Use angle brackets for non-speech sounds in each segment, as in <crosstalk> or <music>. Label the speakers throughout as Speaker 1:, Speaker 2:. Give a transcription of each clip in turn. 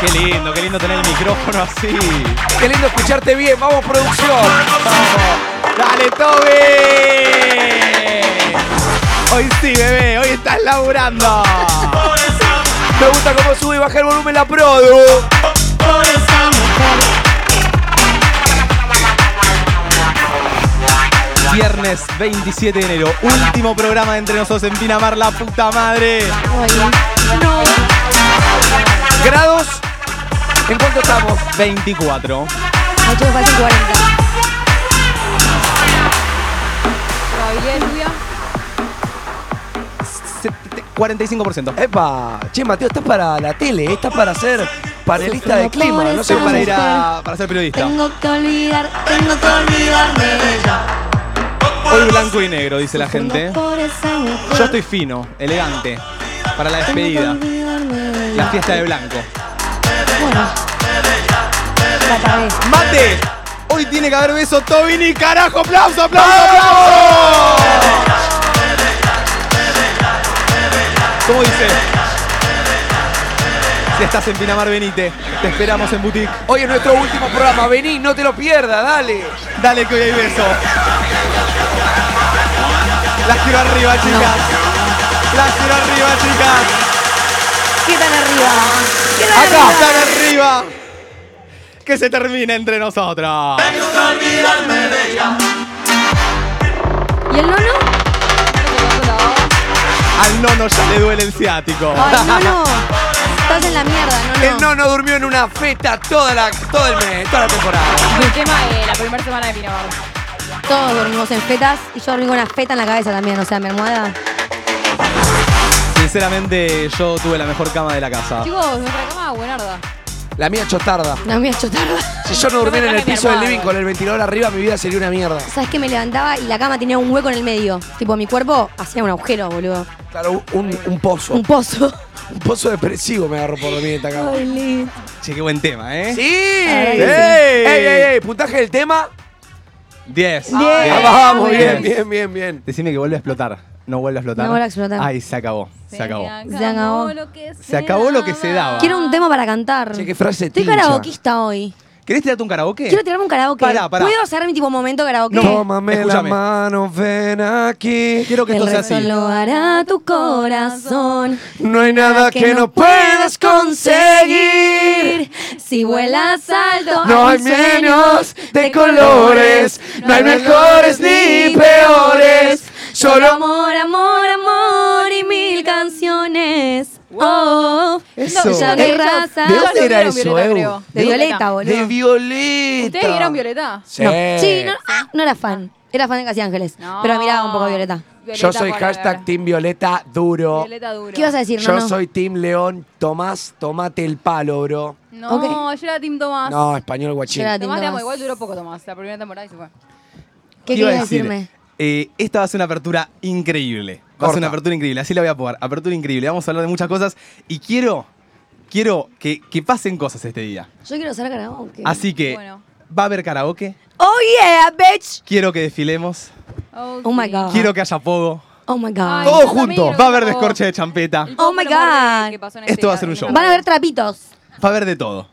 Speaker 1: Qué lindo, qué lindo tener el micrófono así.
Speaker 2: Qué lindo escucharte bien. Vamos, producción.
Speaker 1: Vamos. Dale, Toby. Hoy sí, bebé, hoy estás laburando.
Speaker 2: Me gusta cómo sube y baja el volumen la produ.
Speaker 1: Viernes 27 de enero, último programa de entre nosotros en Pinamar, la puta madre.
Speaker 3: No.
Speaker 2: Grados. ¿En cuánto estamos?
Speaker 1: 24.
Speaker 3: Ay, yo me faltan 40. Todavía es lluvia.
Speaker 1: Sete- 45%.
Speaker 2: Epa. Che, Mateo, estás para la tele. ¿eh? Estás para ser panelista de clima. No sé,
Speaker 1: Estoy para
Speaker 2: para ir
Speaker 1: ir
Speaker 2: a...
Speaker 1: a para ser periodista.
Speaker 3: Tengo que olvidar, tengo que olvidarme de ella.
Speaker 1: Hoy blanco y negro, dice la gente.
Speaker 3: Tengo por esa mujer.
Speaker 1: Yo estoy fino, elegante, para la
Speaker 3: Tengo que
Speaker 1: despedida,
Speaker 3: olvidarme de ella.
Speaker 1: la fiesta de blanco.
Speaker 3: Bueno. La acabé.
Speaker 1: ¡Mate! Hoy tiene que haber beso Tobini, carajo, aplauso, aplauso, aplauso. ¿Cómo dice? Si estás en Pinamar, venite. Te esperamos en boutique.
Speaker 2: Hoy es nuestro último programa. Vení, no te lo pierdas. Dale.
Speaker 1: Dale que hoy hay beso. Las quiero arriba, chicas. Las quiero arriba, chicas.
Speaker 3: ¿Qué tan arriba? ¿Qué tan
Speaker 1: Acá
Speaker 3: arriba?
Speaker 1: están arriba. Que se termine entre nosotros.
Speaker 3: ¿Y el nono?
Speaker 1: Al nono ya le duele el ciático. <laughs>
Speaker 3: Ay, nono. Estás en la mierda, nono.
Speaker 2: <laughs> El no no durmió en una feta toda la, todo el mes, toda la temporada.
Speaker 4: El tema de la primera semana de Pinamar.
Speaker 3: Todos dormimos en fetas y yo dormí con una feta en la cabeza también, o sea, mi almohada.
Speaker 1: Sinceramente, yo tuve la mejor cama de la casa.
Speaker 4: Chicos, nuestra cama buenarda.
Speaker 2: La mía chotarda.
Speaker 3: La mía chotarda.
Speaker 2: Si yo no durmiera en el piso del living con el ventilador arriba, mi vida sería una mierda.
Speaker 3: Sabes que me levantaba y la cama tenía un hueco en el medio. Tipo, mi cuerpo hacía un agujero, boludo.
Speaker 2: Claro, un, un pozo.
Speaker 3: Un pozo.
Speaker 2: Un pozo depresivo me agarró por dormir en esta cama.
Speaker 3: Ay, Lee.
Speaker 1: Che, qué buen tema, ¿eh?
Speaker 2: ¡Sí!
Speaker 3: Ay,
Speaker 2: ¡Ey!
Speaker 3: sí.
Speaker 2: ¡Ey, ey, ey! puntaje del tema?
Speaker 1: 10.
Speaker 2: Ah,
Speaker 3: Bien.
Speaker 2: vamos, bien,
Speaker 1: Bien.
Speaker 2: bien, bien, bien.
Speaker 1: Decime que vuelve a explotar. No vuelve a explotar.
Speaker 3: No vuelve a explotar.
Speaker 1: Ay, se acabó. Se acabó.
Speaker 3: Se acabó.
Speaker 4: lo que
Speaker 1: Se acabó lo que se daba.
Speaker 3: Quiero un tema para cantar.
Speaker 2: Ah. Che, qué frase
Speaker 3: Estoy
Speaker 2: tincha.
Speaker 3: karaokeista hoy.
Speaker 1: ¿Querés tirarte un karaoke?
Speaker 3: Quiero tirarme un karaoke.
Speaker 1: Pará, pará.
Speaker 3: ¿Puedo hacer mi tipo momento karaoke?
Speaker 1: No.
Speaker 2: Tómame
Speaker 1: Escúchame.
Speaker 2: la mano, ven aquí.
Speaker 1: Quiero que
Speaker 3: El
Speaker 1: esto sea
Speaker 3: resto
Speaker 1: así.
Speaker 3: lo hará tu corazón.
Speaker 2: No hay nada que, no puedas conseguir.
Speaker 3: Si vuelas alto,
Speaker 2: No hay menos de colores, no hay mejores ni peores.
Speaker 3: Solo
Speaker 2: Solo
Speaker 3: amor, amor, amor y mil canciones. Oh,
Speaker 2: Eso.
Speaker 3: ya no hay
Speaker 2: Eh,
Speaker 3: raza.
Speaker 2: ¿De dónde era
Speaker 4: vieron
Speaker 2: eso,
Speaker 4: Violeta,
Speaker 2: Edu?
Speaker 4: creo.
Speaker 3: De Violeta, boludo.
Speaker 2: De Violeta.
Speaker 4: ¿Ustedes vieron Violeta?
Speaker 2: Sí.
Speaker 3: Sí, no, no era fan. Era fan de Casi Ángeles. Pero miraba un poco a Violeta.
Speaker 2: Yo soy
Speaker 4: Violeta
Speaker 2: hashtag
Speaker 4: forever.
Speaker 2: Team Violeta duro.
Speaker 4: Violeta duro.
Speaker 3: ¿Qué ibas a decir,
Speaker 2: Yo
Speaker 3: Nono?
Speaker 2: soy Team León Tomás, tomate el palo, bro.
Speaker 4: No,
Speaker 3: Ok.
Speaker 4: yo era Team Tomás.
Speaker 2: No, español guachín.
Speaker 3: Yo era-
Speaker 4: Tomás
Speaker 3: Team
Speaker 4: te amo,
Speaker 3: Tomás.
Speaker 4: igual duró poco Tomás. La primera temporada y se fue.
Speaker 3: ¿Qué
Speaker 1: iba a
Speaker 3: querías
Speaker 1: decir?
Speaker 3: decirme?
Speaker 1: Eh, esta va a ser una apertura increíble. Va a ser
Speaker 2: Corta.
Speaker 1: una apertura increíble, así la voy a poner. Apertura increíble. Vamos a hablar de muchas cosas y quiero, quiero que, que pasen cosas este día.
Speaker 3: Yo quiero hacer karaoke.
Speaker 1: Así que
Speaker 4: Bueno.
Speaker 1: va a haber karaoke.
Speaker 3: Oh yeah, bitch.
Speaker 1: Quiero que desfilemos.
Speaker 3: Oh my God.
Speaker 1: Quiero que haya pogo.
Speaker 3: Oh my god.
Speaker 4: Ay,
Speaker 1: Todo
Speaker 4: yo también
Speaker 1: junto.
Speaker 4: quiero
Speaker 1: Va a haber
Speaker 4: pogo.
Speaker 1: descorche de champeta.
Speaker 4: El poco
Speaker 3: Oh
Speaker 4: fue
Speaker 3: my
Speaker 4: lo más
Speaker 3: God.
Speaker 4: que pasó en
Speaker 1: Esto va a ser un
Speaker 4: este-
Speaker 1: show.
Speaker 3: Van a haber trapitos.
Speaker 1: Va a haber de todo.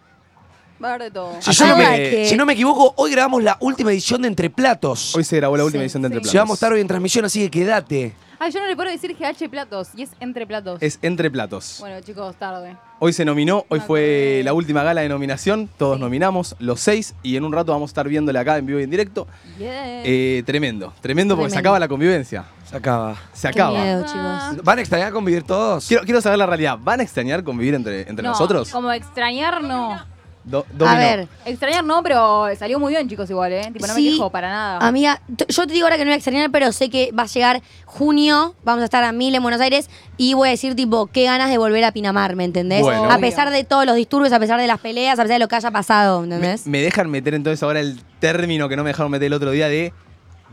Speaker 4: Va a haber de todo.
Speaker 2: Si, yo no
Speaker 3: I
Speaker 2: me,
Speaker 3: like it.
Speaker 2: si no me equivoco, hoy grabamos la última edición de Entre Platos.
Speaker 1: Hoy se grabó la última
Speaker 3: Sí,
Speaker 1: edición de Entre
Speaker 2: Si vamos a
Speaker 1: Platos.
Speaker 2: estar hoy en transmisión, así que quédate.
Speaker 4: Ay, yo no le puedo decir GH platos. Y es entre platos.
Speaker 1: Es Entre Platos.
Speaker 4: Bueno, chicos, tarde.
Speaker 1: Hoy se nominó, hoy fue la última gala de nominación. Todos nominamos, los seis, y en un rato vamos a estar viéndole acá en vivo y en directo.
Speaker 4: Yeah.
Speaker 1: Eh, tremendo, tremendo porque se
Speaker 3: Tremendo.
Speaker 1: acaba la convivencia.
Speaker 2: Se acaba.
Speaker 1: Se
Speaker 3: Qué
Speaker 1: acaba.
Speaker 3: miedo, chicos.
Speaker 2: ¿Van a extrañar convivir todos?
Speaker 1: Quiero, quiero saber la realidad. ¿Van a extrañar convivir entre, entre
Speaker 4: No,
Speaker 1: nosotros?
Speaker 4: Como extrañar, no.
Speaker 1: Do-
Speaker 3: A
Speaker 1: Domino.
Speaker 3: ver.
Speaker 4: Extrañar no, pero salió muy bien, chicos, igual, ¿eh? Tipo, no me
Speaker 3: Sí,
Speaker 4: quejo para nada.
Speaker 3: Amiga, t- yo te digo ahora que no voy a extrañar, pero sé que va a llegar junio, vamos a estar a mil en Buenos Aires y voy a decir, tipo, qué ganas de volver a Pinamar, ¿me entendés?
Speaker 1: Bueno.
Speaker 3: A pesar de todos los disturbios, a pesar de las peleas, a pesar de lo que haya pasado, ¿entendés?
Speaker 1: Me dejan meter entonces ahora el término que no me dejaron meter el otro día de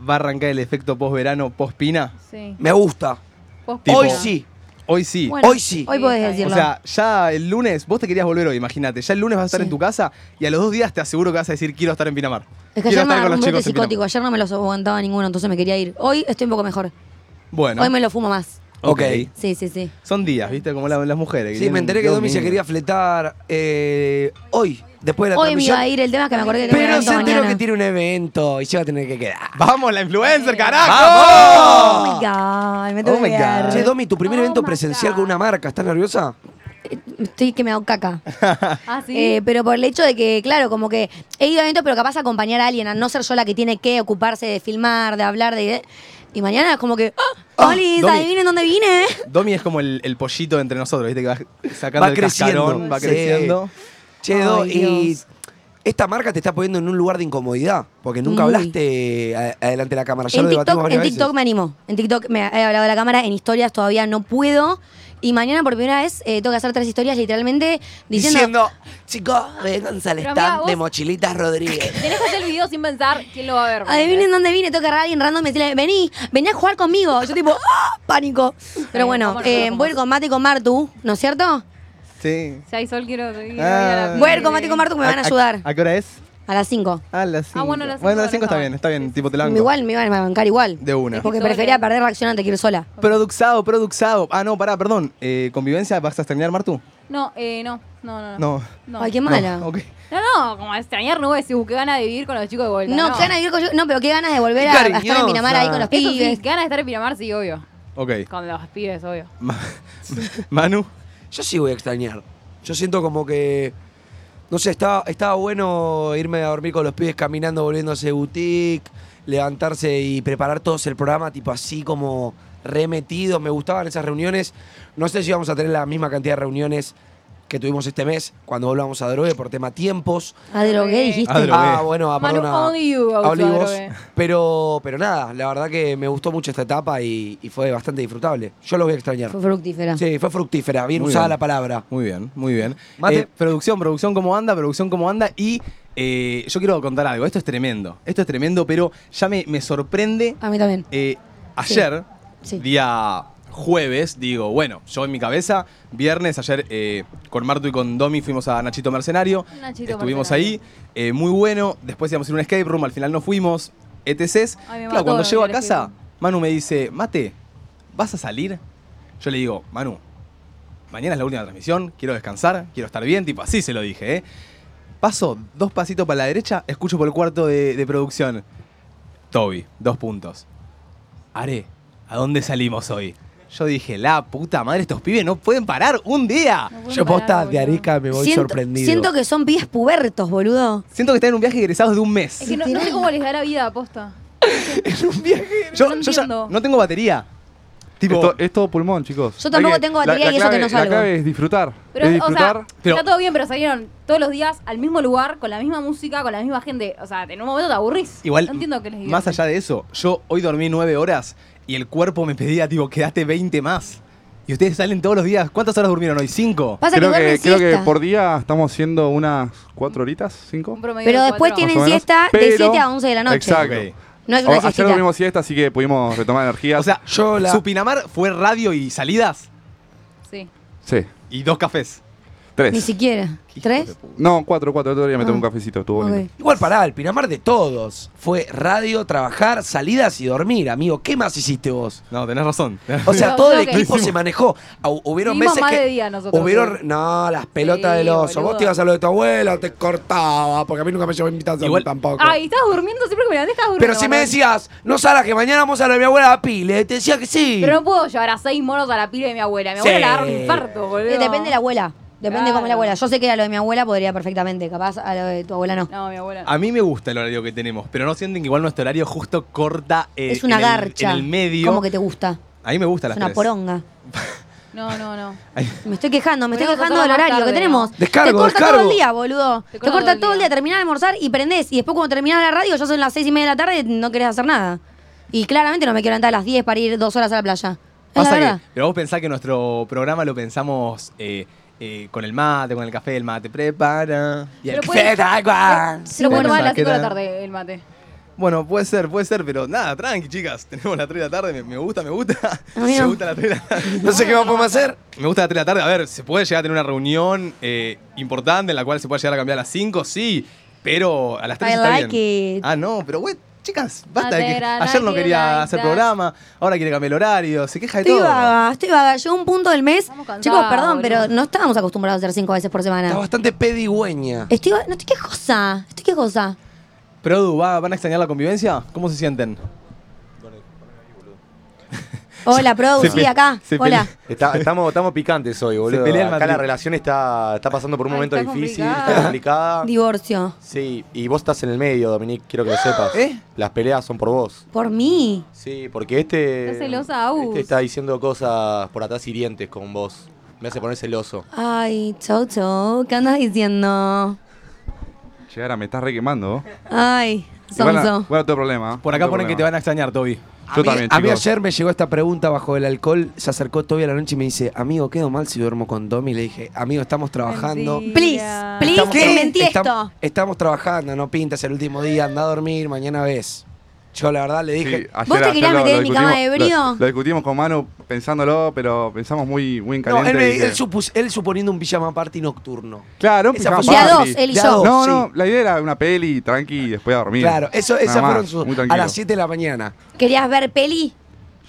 Speaker 1: va a arrancar el efecto post verano, post pina.
Speaker 4: Sí.
Speaker 2: Me gusta.
Speaker 4: Post-
Speaker 1: Tipo-
Speaker 2: Hoy sí.
Speaker 1: Hoy sí.
Speaker 3: Pues, Bueno,
Speaker 2: hoy sí.
Speaker 3: Hoy podés
Speaker 1: O
Speaker 3: decirlo.
Speaker 1: sea, ya el lunes, vos te querías volver hoy, imagínate. Ya el lunes vas a estar
Speaker 3: Sí.
Speaker 1: en tu casa y a los dos días te aseguro que vas a decir quiero estar en Pinamar.
Speaker 3: es que
Speaker 1: quiero
Speaker 3: ayer me
Speaker 1: estar
Speaker 3: agarró un brote
Speaker 1: en Pinamar.
Speaker 3: psicótico, ayer no me los aguantaba ninguno, entonces me quería ir. Hoy estoy un poco mejor.
Speaker 1: Bueno,
Speaker 3: Hoy me lo fumo más.
Speaker 2: Ok.
Speaker 3: Sí, sí, sí.
Speaker 1: Son días, ¿viste? Como la- las mujeres.
Speaker 2: Sí, me enteré que Domi se
Speaker 1: minutos.
Speaker 2: quería fletar eh, hoy, después de la
Speaker 3: Hoy me
Speaker 2: transmisión.
Speaker 3: iba a ir el tema que me acordé que tengo
Speaker 2: pero
Speaker 3: evento
Speaker 2: se enteró
Speaker 3: mañana.
Speaker 2: que tiene un evento y se va a tener que quedar.
Speaker 1: ¡Vamos, la influencer,
Speaker 3: Eh,
Speaker 1: carajo!
Speaker 3: Oh my god, me tengo
Speaker 1: Oh my
Speaker 3: que quedar.
Speaker 2: Che, Domi, tu primer
Speaker 4: Oh
Speaker 2: evento
Speaker 4: my
Speaker 2: presencial
Speaker 4: God.
Speaker 2: con una marca, ¿estás nerviosa?
Speaker 3: Estoy que me hago caca.
Speaker 4: Ah, sí.
Speaker 3: Eh, pero por el hecho de que, claro, como que he ido a eventos, pero capaz de acompañar a alguien, a no ser yo la que tiene que ocuparse de filmar, de hablar, de. Y mañana es como que. ¡Ah!
Speaker 2: Ah,
Speaker 3: ¡Oli!
Speaker 2: Domi.
Speaker 3: adivinen dónde vine!
Speaker 1: Domi es como el, el pollito entre nosotros, ¿viste? Que va sacando
Speaker 2: Va
Speaker 1: el
Speaker 2: creciendo.
Speaker 1: cascarón, va
Speaker 2: Sí.
Speaker 1: creciendo.
Speaker 2: Che, Do,
Speaker 3: Ay,
Speaker 2: y
Speaker 3: Dios.
Speaker 2: esta marca te está poniendo en un lugar de incomodidad, porque nunca
Speaker 3: Muy.
Speaker 2: hablaste a- adelante de la cámara, ya
Speaker 3: Mm. en
Speaker 2: lo debatimos
Speaker 3: TikTok, en
Speaker 2: varias
Speaker 3: TikTok me
Speaker 2: veces.
Speaker 3: animó. En TikTok me he hablado de la cámara, en historias todavía no puedo. Y mañana por primera vez eh, tengo que hacer tres historias literalmente diciendo.
Speaker 2: Diciendo, chicos, vengan al
Speaker 4: Pero,
Speaker 2: stand
Speaker 4: amiga, vos-
Speaker 2: de Mochilitas Rodríguez.
Speaker 4: Tenés que hacer el video sin pensar quién lo va a ver.
Speaker 3: Adivinen dónde vine, tengo que agarrar a alguien random y decirle, vení, vení a jugar conmigo. Yo tipo, ¡ah! pánico. Pero bueno,
Speaker 4: vamos a
Speaker 3: eh,
Speaker 4: jugar con
Speaker 3: voy a ir
Speaker 4: vos.
Speaker 3: con Mate y con Martu, ¿no es cierto?
Speaker 1: Sí.
Speaker 4: Si hay sol, quiero. quiero ir
Speaker 1: Ah.
Speaker 4: a la-
Speaker 3: Voy a ir con Mate y con Martu que me van a ayudar.
Speaker 1: ¿A, qué hora es? Ah,
Speaker 3: A las 5.
Speaker 1: A las 5.
Speaker 4: Ah, bueno, a las
Speaker 1: bueno, a las
Speaker 4: cinco
Speaker 1: 5 está
Speaker 4: no.
Speaker 1: bien, está bien, tipo te la banco.
Speaker 3: Igual me iban a bancar igual.
Speaker 1: De una.
Speaker 3: Porque
Speaker 4: Historia.
Speaker 3: prefería perder reaccionante que ir sola.
Speaker 1: Produxado, produxado. Ah, no, pará, perdón. Eh, ¿Convivencia vas a extrañar, Martu?
Speaker 4: No, eh, no, no, no. No,
Speaker 1: No.
Speaker 4: no.
Speaker 3: Ay, qué mala.
Speaker 1: No,
Speaker 3: No,
Speaker 1: ok.
Speaker 4: no, no, como extrañar no voy a decir, uh, qué ganas de vivir con los chicos de vuelta.
Speaker 3: qué ganas de ir con yo- No, pero qué ganas de volver a, a estar en
Speaker 2: Cariñosa.
Speaker 3: Pinamar ahí con los
Speaker 4: Eso sí,
Speaker 3: pibes.
Speaker 4: ganas de estar en Pinamar, sí, obvio.
Speaker 1: Ok.
Speaker 4: Con los pibes, obvio.
Speaker 1: Ma- <laughs> Manu.
Speaker 2: Yo sí voy a extrañar. Yo siento como que. No sé, estaba, estaba bueno irme a dormir con los pibes caminando, volviéndose boutique, levantarse y preparar todos el programa, tipo así como remetidos. Me gustaban esas reuniones. No sé si vamos a tener la misma cantidad de reuniones que tuvimos este mes cuando volvamos a Drogue por tema tiempos.
Speaker 3: A Ah, drogué, dijiste.
Speaker 1: A drogué.
Speaker 2: Ah, bueno, ah,
Speaker 4: Manu,
Speaker 2: perdona.
Speaker 4: only you goes
Speaker 2: Only
Speaker 4: to
Speaker 2: vos.
Speaker 4: Drogué.
Speaker 2: Pero, pero nada, la verdad que me gustó mucho esta etapa y, y fue bastante disfrutable. Yo los voy a extrañar.
Speaker 3: Fue fructífera.
Speaker 2: Sí, fue fructífera, bien
Speaker 1: Muy
Speaker 2: usada
Speaker 1: bien.
Speaker 2: la palabra.
Speaker 1: Muy bien, muy bien.
Speaker 2: Mate.
Speaker 1: Eh, producción, producción como anda, producción como anda. Y eh, yo quiero contar algo. Esto es tremendo. Esto es tremendo, pero ya me, me sorprende.
Speaker 3: A mí también.
Speaker 1: Eh, ayer,
Speaker 3: Sí.
Speaker 1: día jueves, digo, bueno, yo en mi cabeza, viernes, ayer eh, con Martu y con Domi fuimos a Nachito Mercenario.
Speaker 4: Nachito
Speaker 1: Estuvimos
Speaker 4: Mercenario.
Speaker 1: ahí, eh, muy bueno. Después íbamos a ir a un escape room, al final no fuimos, etc.
Speaker 4: Ay, me
Speaker 1: Claro,
Speaker 4: mató
Speaker 1: cuando
Speaker 4: el
Speaker 1: llego a
Speaker 4: escape
Speaker 1: casa,
Speaker 4: room.
Speaker 1: Manu me dice, Mate, ¿vas a salir? Yo le digo, Manu, mañana es la última transmisión, quiero descansar, quiero estar bien, tipo, así se lo dije, ¿eh? Paso dos pasitos para la derecha, escucho por el cuarto de, de producción. Toby, dos puntos. Are, ¿a dónde salimos hoy? Yo dije, la puta madre, estos pibes no pueden parar un día.
Speaker 4: No pueden
Speaker 2: Yo
Speaker 4: parar,
Speaker 2: posta de
Speaker 4: boludo.
Speaker 2: Arica me voy
Speaker 3: siento,
Speaker 2: sorprendido.
Speaker 3: siento que son pibes pubertos, boludo.
Speaker 1: Siento que están en un viaje de egresados de un mes.
Speaker 4: Es que no, no sé cómo les da la vida, aposta.
Speaker 1: yo
Speaker 4: no
Speaker 1: yo ya
Speaker 4: entiendo.
Speaker 1: no tengo batería. Tipo,
Speaker 5: Esto- es todo pulmón, chicos.
Speaker 3: Yo tampoco
Speaker 5: Hay
Speaker 3: tengo batería
Speaker 5: la- la
Speaker 3: y eso que
Speaker 5: clave-
Speaker 3: no salgo.
Speaker 5: La clave es disfrutar.
Speaker 4: Pero,
Speaker 5: es
Speaker 4: o
Speaker 5: disfrutar.
Speaker 4: sea,
Speaker 1: pero-
Speaker 4: está todo bien, pero salieron todos los días al mismo lugar, con la misma música, con la misma gente. O sea, en un momento te aburrís.
Speaker 1: igual,
Speaker 4: No entiendo qué les digo.
Speaker 1: más allá de eso, yo hoy dormí nueve horas y el cuerpo me pedía, tipo, quedaste 20 más. Y ustedes salen todos los días. ¿Cuántas horas durmieron hoy? ¿Cinco?
Speaker 3: Pasa
Speaker 5: creo
Speaker 3: que
Speaker 5: que,
Speaker 3: duermen
Speaker 5: creo que
Speaker 3: siesta.
Speaker 5: por día estamos haciendo unas cuatro horitas, cinco.
Speaker 4: Un
Speaker 5: más
Speaker 4: promedio
Speaker 3: Pero
Speaker 4: de
Speaker 3: después
Speaker 4: cuatro.
Speaker 3: tienen
Speaker 5: o menos.
Speaker 3: siesta de
Speaker 5: Pero-
Speaker 3: 7 a 11 de la noche.
Speaker 5: Exacto.
Speaker 1: Ok.
Speaker 3: No es
Speaker 5: O-
Speaker 3: una
Speaker 5: ayer
Speaker 3: siestita.
Speaker 5: dormimos siesta, así que pudimos retomar energía.
Speaker 1: O sea,
Speaker 2: Yo la-
Speaker 1: su Pinamar fue radio y salidas
Speaker 4: Sí.
Speaker 5: sí,
Speaker 1: y dos cafés.
Speaker 5: tres.
Speaker 3: Ni siquiera.
Speaker 1: Hijo de
Speaker 3: ¿Tres?
Speaker 1: puta.
Speaker 5: No, cuatro, cuatro. Otro día me
Speaker 3: Ah.
Speaker 5: tomé un cafecito, estuvo
Speaker 3: Ok.
Speaker 5: bonito.
Speaker 2: Igual pará, el Pinamar de todos. Fue radio, trabajar, salidas y dormir, amigo. ¿Qué más hiciste vos?
Speaker 1: No, tenés razón.
Speaker 2: O sea,
Speaker 4: No,
Speaker 2: todo el
Speaker 4: creo que-
Speaker 2: equipo se manejó. Au- Hubieron
Speaker 4: Vivimos
Speaker 2: meses
Speaker 4: más
Speaker 2: que.
Speaker 4: de día nosotros,
Speaker 2: hubieron.
Speaker 4: sí.
Speaker 2: No, las pelotas
Speaker 4: Sí,
Speaker 2: del oso.
Speaker 4: boludo.
Speaker 2: Vos te ibas a lo de tu abuela, te cortaba, porque a mí nunca me llevó invitación
Speaker 1: Igual-
Speaker 2: tampoco.
Speaker 4: Ay, estás durmiendo siempre que me levanté, estás durmiendo.
Speaker 2: Pero si me
Speaker 4: Manuel.
Speaker 2: decías, no Sara, que mañana vamos a la de mi abuela a Pile, te decía que sí.
Speaker 4: Pero no puedo llevar a seis monos a la pila de mi abuela. Mi abuela
Speaker 2: Sí.
Speaker 4: le agarra un infarto, boludo.
Speaker 3: Eh, Depende de la abuela. Depende de cómo es la
Speaker 4: Claro.
Speaker 3: abuela. Yo sé que a lo de mi abuela podría perfectamente. Capaz a lo de tu abuela no.
Speaker 4: No, mi abuela.
Speaker 1: A mí me gusta el horario que tenemos, pero no sienten que igual nuestro horario justo corta eh,
Speaker 3: es una
Speaker 1: en,
Speaker 3: garcha.
Speaker 1: El, en el medio.
Speaker 3: Como que te gusta.
Speaker 1: A mí me gusta
Speaker 3: Es
Speaker 1: las
Speaker 3: una
Speaker 1: tres.
Speaker 3: poronga.
Speaker 4: No, no, no.
Speaker 3: Me estoy quejando, me estoy
Speaker 4: Podríamos
Speaker 3: quejando
Speaker 4: hacerlo
Speaker 3: del
Speaker 4: más
Speaker 3: horario que
Speaker 4: tarde,
Speaker 3: tenemos.
Speaker 2: ¿no? Descargo,
Speaker 3: te corta
Speaker 2: descargo.
Speaker 3: todo el día, boludo. Te corta, todo el día, terminás de almorzar y prendés. Y después cuando terminás la radio, ya son las seis y media de la tarde y no querés hacer nada. Y claramente no me quiero levantar a las 10 para ir dos horas a la playa. Es la
Speaker 1: Pasa
Speaker 3: verdad.
Speaker 1: que, pero vos pensás que nuestro programa lo pensamos eh, eh, con el mate, con el café, el mate prepara. Y
Speaker 2: <laughs>
Speaker 1: el
Speaker 4: Pero
Speaker 1: café.
Speaker 4: puede-
Speaker 2: Perfecto, agua.
Speaker 4: Se lo puedo
Speaker 1: bueno,
Speaker 4: tomar a las
Speaker 1: ¿qué
Speaker 4: 5 de la
Speaker 1: tal?
Speaker 4: tarde el mate.
Speaker 1: Bueno, puede ser, puede ser, pero nada, tranqui, chicas. <laughs> Tenemos las 3 de la tarde, me, me gusta, me gusta.
Speaker 3: A mí no.
Speaker 1: <laughs> Me gusta la 3 de la
Speaker 4: Eh,
Speaker 1: tarde.
Speaker 2: No sé qué vamos a hacer.
Speaker 1: Me gusta la 3 de la tarde. A ver, ¿se puede llegar a tener una reunión eh, importante en la cual se puede llegar a cambiar a las 5? Sí, pero a las 3
Speaker 3: I
Speaker 1: está
Speaker 3: like
Speaker 1: bien.
Speaker 3: it.
Speaker 1: Ah, no, pero güey, chicas, basta de que
Speaker 4: Mategra,
Speaker 1: ayer no
Speaker 4: nadie
Speaker 1: quería
Speaker 4: like
Speaker 1: hacer
Speaker 4: that.
Speaker 1: programa, ahora quiere cambiar el horario, se queja de
Speaker 3: Estoy
Speaker 1: todo.
Speaker 3: vaga, estoy vaga. Llegó un punto del mes.
Speaker 4: Estamos cansadas,
Speaker 3: Chicos,
Speaker 4: boludo.
Speaker 3: perdón, pero no estábamos acostumbrados a hacer cinco veces por
Speaker 2: Está
Speaker 3: semana.
Speaker 2: bastante pedigüeña.
Speaker 3: Estoy, va- no estoy quejosa, estoy quejosa.
Speaker 1: Produ, ¿va- ¿van a extrañar la convivencia? ¿Cómo se sienten?
Speaker 3: Hola, Produ,
Speaker 6: Se
Speaker 3: sí,
Speaker 6: pe-
Speaker 3: acá.
Speaker 1: se
Speaker 3: Hola.
Speaker 6: Está- estamos, estamos picantes hoy, boludo.
Speaker 1: pelea el
Speaker 6: Acá
Speaker 1: Madrid.
Speaker 6: la relación está, está pasando por un
Speaker 4: Ay,
Speaker 6: momento
Speaker 4: está
Speaker 6: difícil,
Speaker 4: complicada.
Speaker 6: está complicada.
Speaker 3: Divorcio.
Speaker 6: Sí, y vos estás en el medio, Dominique, quiero que lo sepas.
Speaker 1: ¿Eh?
Speaker 6: Las peleas son por vos.
Speaker 3: Por mí.
Speaker 6: Sí, porque este.
Speaker 4: Está celosa, Agus.
Speaker 6: Este está diciendo cosas por atrás hirientes con vos. Me hace poner celoso.
Speaker 3: Ay, chau, chau. ¿Qué andas diciendo?
Speaker 5: Che, ahora me estás re quemando. ¿eh?
Speaker 3: Ay,
Speaker 5: Igual, no-
Speaker 3: sonso.
Speaker 5: igual no tengo problema. ¿eh?
Speaker 1: Por acá
Speaker 5: No tengo
Speaker 1: ponen que te
Speaker 5: problema.
Speaker 1: van a extrañar, Toby.
Speaker 5: Yo
Speaker 2: a mí,
Speaker 5: también,
Speaker 2: a mí
Speaker 5: chicos.
Speaker 2: ayer me llegó esta pregunta bajo el alcohol. Se acercó Toby a la noche y me dice, amigo, ¿quedo mal si duermo con Domi? Le dije, amigo, estamos trabajando.
Speaker 4: Mentira.
Speaker 3: Please, please,
Speaker 2: Estamos-
Speaker 3: que mentí
Speaker 2: Estam-
Speaker 3: esto.
Speaker 2: Estamos trabajando, no pintas el último día, anda a dormir, mañana ves. Yo la verdad le
Speaker 5: Sí,
Speaker 2: dije,
Speaker 5: ayer-
Speaker 3: ¿Vos te
Speaker 5: ayer
Speaker 3: querías
Speaker 5: lo-
Speaker 3: meter
Speaker 5: lo
Speaker 3: en mi cama de
Speaker 5: discutimos-
Speaker 3: brío?
Speaker 5: Lo, lo discutimos con Manu pensándolo, pero pensamos muy, muy en
Speaker 2: No,
Speaker 5: caliente.
Speaker 2: él, me-
Speaker 5: y dije-
Speaker 2: él supus- él suponiendo un pijama party nocturno.
Speaker 5: claro, un
Speaker 2: Esa
Speaker 5: pijama
Speaker 2: fue-
Speaker 3: De a dos,
Speaker 5: party.
Speaker 3: él y
Speaker 2: De a
Speaker 3: yo.
Speaker 2: dos,
Speaker 5: No,
Speaker 2: sí.
Speaker 5: no, la idea era una peli, tranqui, y después a dormir.
Speaker 2: Claro, eso,
Speaker 5: Nada
Speaker 2: esas
Speaker 5: más,
Speaker 2: fueron sus.
Speaker 5: muy
Speaker 2: A
Speaker 5: tranquilo.
Speaker 2: las 7 de la mañana.
Speaker 3: ¿Querías ver peli?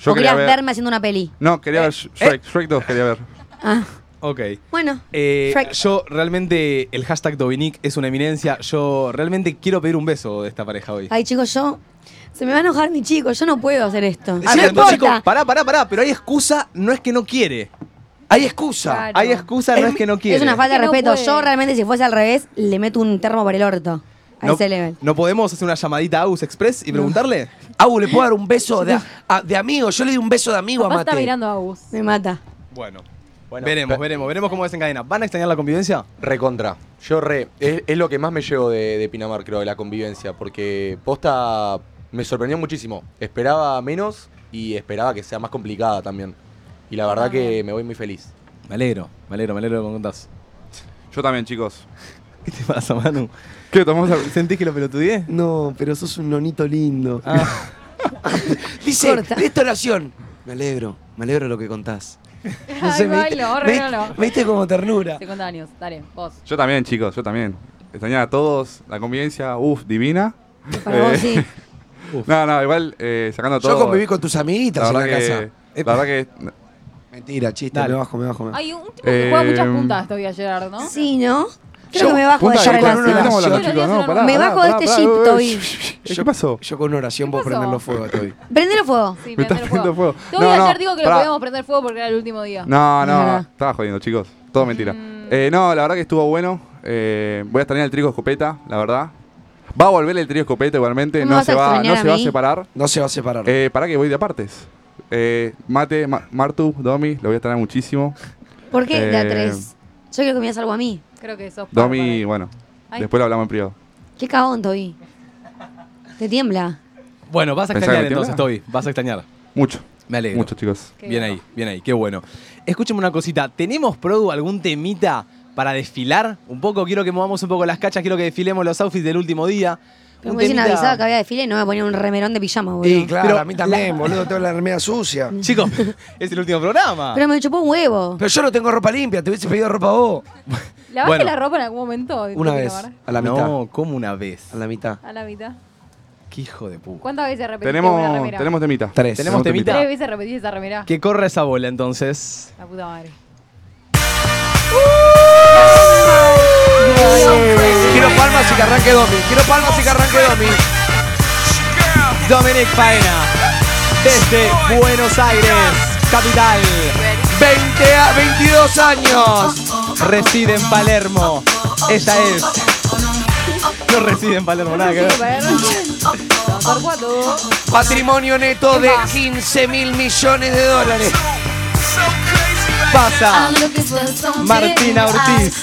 Speaker 5: Yo
Speaker 3: ¿O
Speaker 5: quería
Speaker 3: querías
Speaker 5: ver-
Speaker 3: verme haciendo una peli?
Speaker 5: No, quería ver Sh- Shrek, Shrek 2 quería ver.
Speaker 3: Ah,
Speaker 1: Ok.
Speaker 3: bueno.
Speaker 1: Eh,
Speaker 3: Shrek.
Speaker 1: yo realmente, el hashtag Dominic es una eminencia. Yo realmente quiero pedir un beso de esta pareja hoy.
Speaker 3: Ay, chicos, yo. Se me va a enojar mi chico, yo no puedo hacer esto.
Speaker 2: Ah,
Speaker 3: no
Speaker 2: pero
Speaker 1: entonces,
Speaker 3: importa.
Speaker 1: chicos, pará, pará, pará, pero hay excusa, no es que no quiere.
Speaker 2: Hay excusa.
Speaker 4: Claro.
Speaker 1: Hay excusa, no es que no quiere.
Speaker 3: Es una falta de
Speaker 4: Que no
Speaker 3: respeto.
Speaker 4: puede.
Speaker 3: Yo realmente, si fuese al revés, le meto un termo por el orto. A
Speaker 1: no,
Speaker 3: ese level.
Speaker 1: ¿No podemos hacer una llamadita a Aus Express y preguntarle?
Speaker 2: Abu, ¿le puedo dar un beso de, a- de amigo? Yo le di un beso de amigo a
Speaker 4: Papá está
Speaker 2: Mate.
Speaker 4: mirando a Agus.
Speaker 3: Me mata.
Speaker 1: Bueno,
Speaker 6: Bueno,
Speaker 1: veremos,
Speaker 6: pe-
Speaker 1: veremos, veremos cómo desencadena. ¿Van a extrañar la convivencia?
Speaker 6: Recontra. Yo re. Es, es lo que más me llevo de, de Pinamar, creo, de la convivencia. Porque posta me sorprendió muchísimo. Esperaba menos y esperaba que sea más complicada también. Y la
Speaker 4: Ah.
Speaker 6: verdad que me voy muy feliz.
Speaker 1: Me alegro, me alegro, me alegro de que me contás.
Speaker 5: Yo también, chicos.
Speaker 1: ¿Qué te pasa, Manu?
Speaker 5: ¿Qué tomamos?
Speaker 1: ¿Sentís que lo pelotudié?
Speaker 2: No, pero sos un nonito lindo.
Speaker 1: Ah,
Speaker 2: <laughs> Dice,
Speaker 3: Corta.
Speaker 2: esta oración. Me alegro, me alegro de lo que contás.
Speaker 4: Ay,
Speaker 2: me diste-
Speaker 4: bailo,
Speaker 2: me,
Speaker 4: regalo.
Speaker 2: me diste como ternura.
Speaker 4: 50 años, dale, vos.
Speaker 5: Yo también, chicos, yo también. Extrañar a todos, la convivencia, uff, divina.
Speaker 3: Para vos,
Speaker 5: Eh,
Speaker 3: sí.
Speaker 5: No, no, igual eh, sacando todo.
Speaker 2: Yo conviví con tus amiguitas
Speaker 5: la
Speaker 2: en la
Speaker 5: verdad que,
Speaker 2: casa.
Speaker 5: la verdad que
Speaker 2: Mentira, chiste,
Speaker 1: Dale.
Speaker 2: me bajo, me bajo. Me bajo.
Speaker 4: Hay un tipo que juega
Speaker 5: Eh,
Speaker 4: muchas puntas todavía, Gerard, ¿no?
Speaker 3: Sí, ¿no? Creo
Speaker 2: Yo-
Speaker 3: que me bajo de
Speaker 5: Punta
Speaker 3: esa
Speaker 5: de-
Speaker 2: relación.
Speaker 5: no estamos
Speaker 2: Yo
Speaker 5: hablando,
Speaker 4: lo
Speaker 5: chicos,
Speaker 4: vi
Speaker 5: no,
Speaker 4: hace
Speaker 5: pará,
Speaker 4: una-
Speaker 3: Me
Speaker 5: pará,
Speaker 3: bajo de
Speaker 5: pará,
Speaker 3: este
Speaker 5: pará,
Speaker 3: jeep,
Speaker 5: eh,
Speaker 3: Toby.
Speaker 5: shh, shh, ¿Qué pasó?
Speaker 2: Yo con una oración vos
Speaker 4: pasó?
Speaker 2: prenderlo fuego, Toby.
Speaker 3: Prendelo fuego.
Speaker 4: Sí,
Speaker 5: Me estás
Speaker 4: prender fuego.
Speaker 5: prendiendo fuego.
Speaker 4: Todavía
Speaker 5: No,
Speaker 4: ayer
Speaker 5: no,
Speaker 4: digo que
Speaker 5: pará.
Speaker 4: lo podíamos prender fuego porque era el último día.
Speaker 5: No,
Speaker 3: Es
Speaker 5: no,
Speaker 3: verdad. Mm.
Speaker 5: estaba jodiendo, chicos. Todo mentira. Eh, no, la verdad que estuvo bueno. Eh, voy a extrañar el trío escopeta, la verdad. Va a volver el trío escopeta igualmente.
Speaker 3: ¿Cómo
Speaker 5: No
Speaker 3: vas
Speaker 5: se,
Speaker 3: a
Speaker 5: va,
Speaker 3: extrañar
Speaker 5: no
Speaker 3: a
Speaker 5: se va a
Speaker 3: mí?
Speaker 5: separar.
Speaker 2: No se va a separar.
Speaker 5: Eh, pará que voy de apartes. Eh, Mate, Ma- Martu, Domi, lo voy a extrañar muchísimo.
Speaker 3: ¿Por qué? De
Speaker 5: Eh,
Speaker 3: a tres. Yo quiero que me digas algo a mí.
Speaker 4: Creo que eso.
Speaker 5: Domi, bueno,
Speaker 4: Ay.
Speaker 5: después lo hablamos en privado.
Speaker 3: Qué cagón, Toby. Te tiembla.
Speaker 1: bueno, vas a
Speaker 5: ¿Pensás
Speaker 1: extrañar
Speaker 5: que tiembla?
Speaker 1: entonces, Toby. Vas a extrañar.
Speaker 5: Mucho,
Speaker 1: Me alegro.
Speaker 5: mucho, chicos.
Speaker 4: Qué
Speaker 1: bien
Speaker 4: bueno.
Speaker 1: ahí, bien ahí, qué bueno. Escúchame una cosita, ¿tenemos, Produ, algún temita para desfilar? Un poco, quiero que movamos un poco las cachas, quiero que desfilemos los outfits del último día.
Speaker 3: Pero
Speaker 1: Un
Speaker 3: me hubiesen
Speaker 1: temita-
Speaker 3: avisado que había desfile y no me ponía un remerón de pijama, boludo.
Speaker 2: y claro,
Speaker 1: Pero
Speaker 2: a mí también, boludo, tengo la remera sucia.
Speaker 1: Chicos, <laughs> es el último programa.
Speaker 3: Pero me chupó un huevo.
Speaker 2: Pero yo no tengo ropa limpia, te hubiese pedido ropa vos.
Speaker 4: ¿Lavaste
Speaker 1: Bueno.
Speaker 4: la ropa en algún momento?
Speaker 2: Una
Speaker 4: ¿Te
Speaker 2: vez,
Speaker 4: lavar?
Speaker 2: a la mitad.
Speaker 1: No, como una vez.
Speaker 2: A la mitad.
Speaker 4: A la mitad.
Speaker 1: Qué hijo de puta.
Speaker 4: ¿Cuántas veces repetiste una
Speaker 5: Tenemos,
Speaker 4: remera?
Speaker 5: tenemos temita.
Speaker 2: Tres.
Speaker 1: Tenemos temita.
Speaker 4: Tres veces repetiste esa remera.
Speaker 1: Que corra esa bola entonces.
Speaker 4: La puta madre.
Speaker 2: Quiero palmas y que arranque Domi. Quiero palmas y que arranque Domi.
Speaker 1: Dominic Faena, desde Buenos Aires, capital.
Speaker 2: 20 a 22
Speaker 3: Ah.
Speaker 2: años.
Speaker 1: Reside en Palermo. Ella es. No reside en Palermo,
Speaker 5: Ah,
Speaker 1: nada que ver.
Speaker 4: Doctor Guato.
Speaker 2: Patrimonio neto de 15 mil millones de dólares.
Speaker 1: Pasa Martina Ortiz.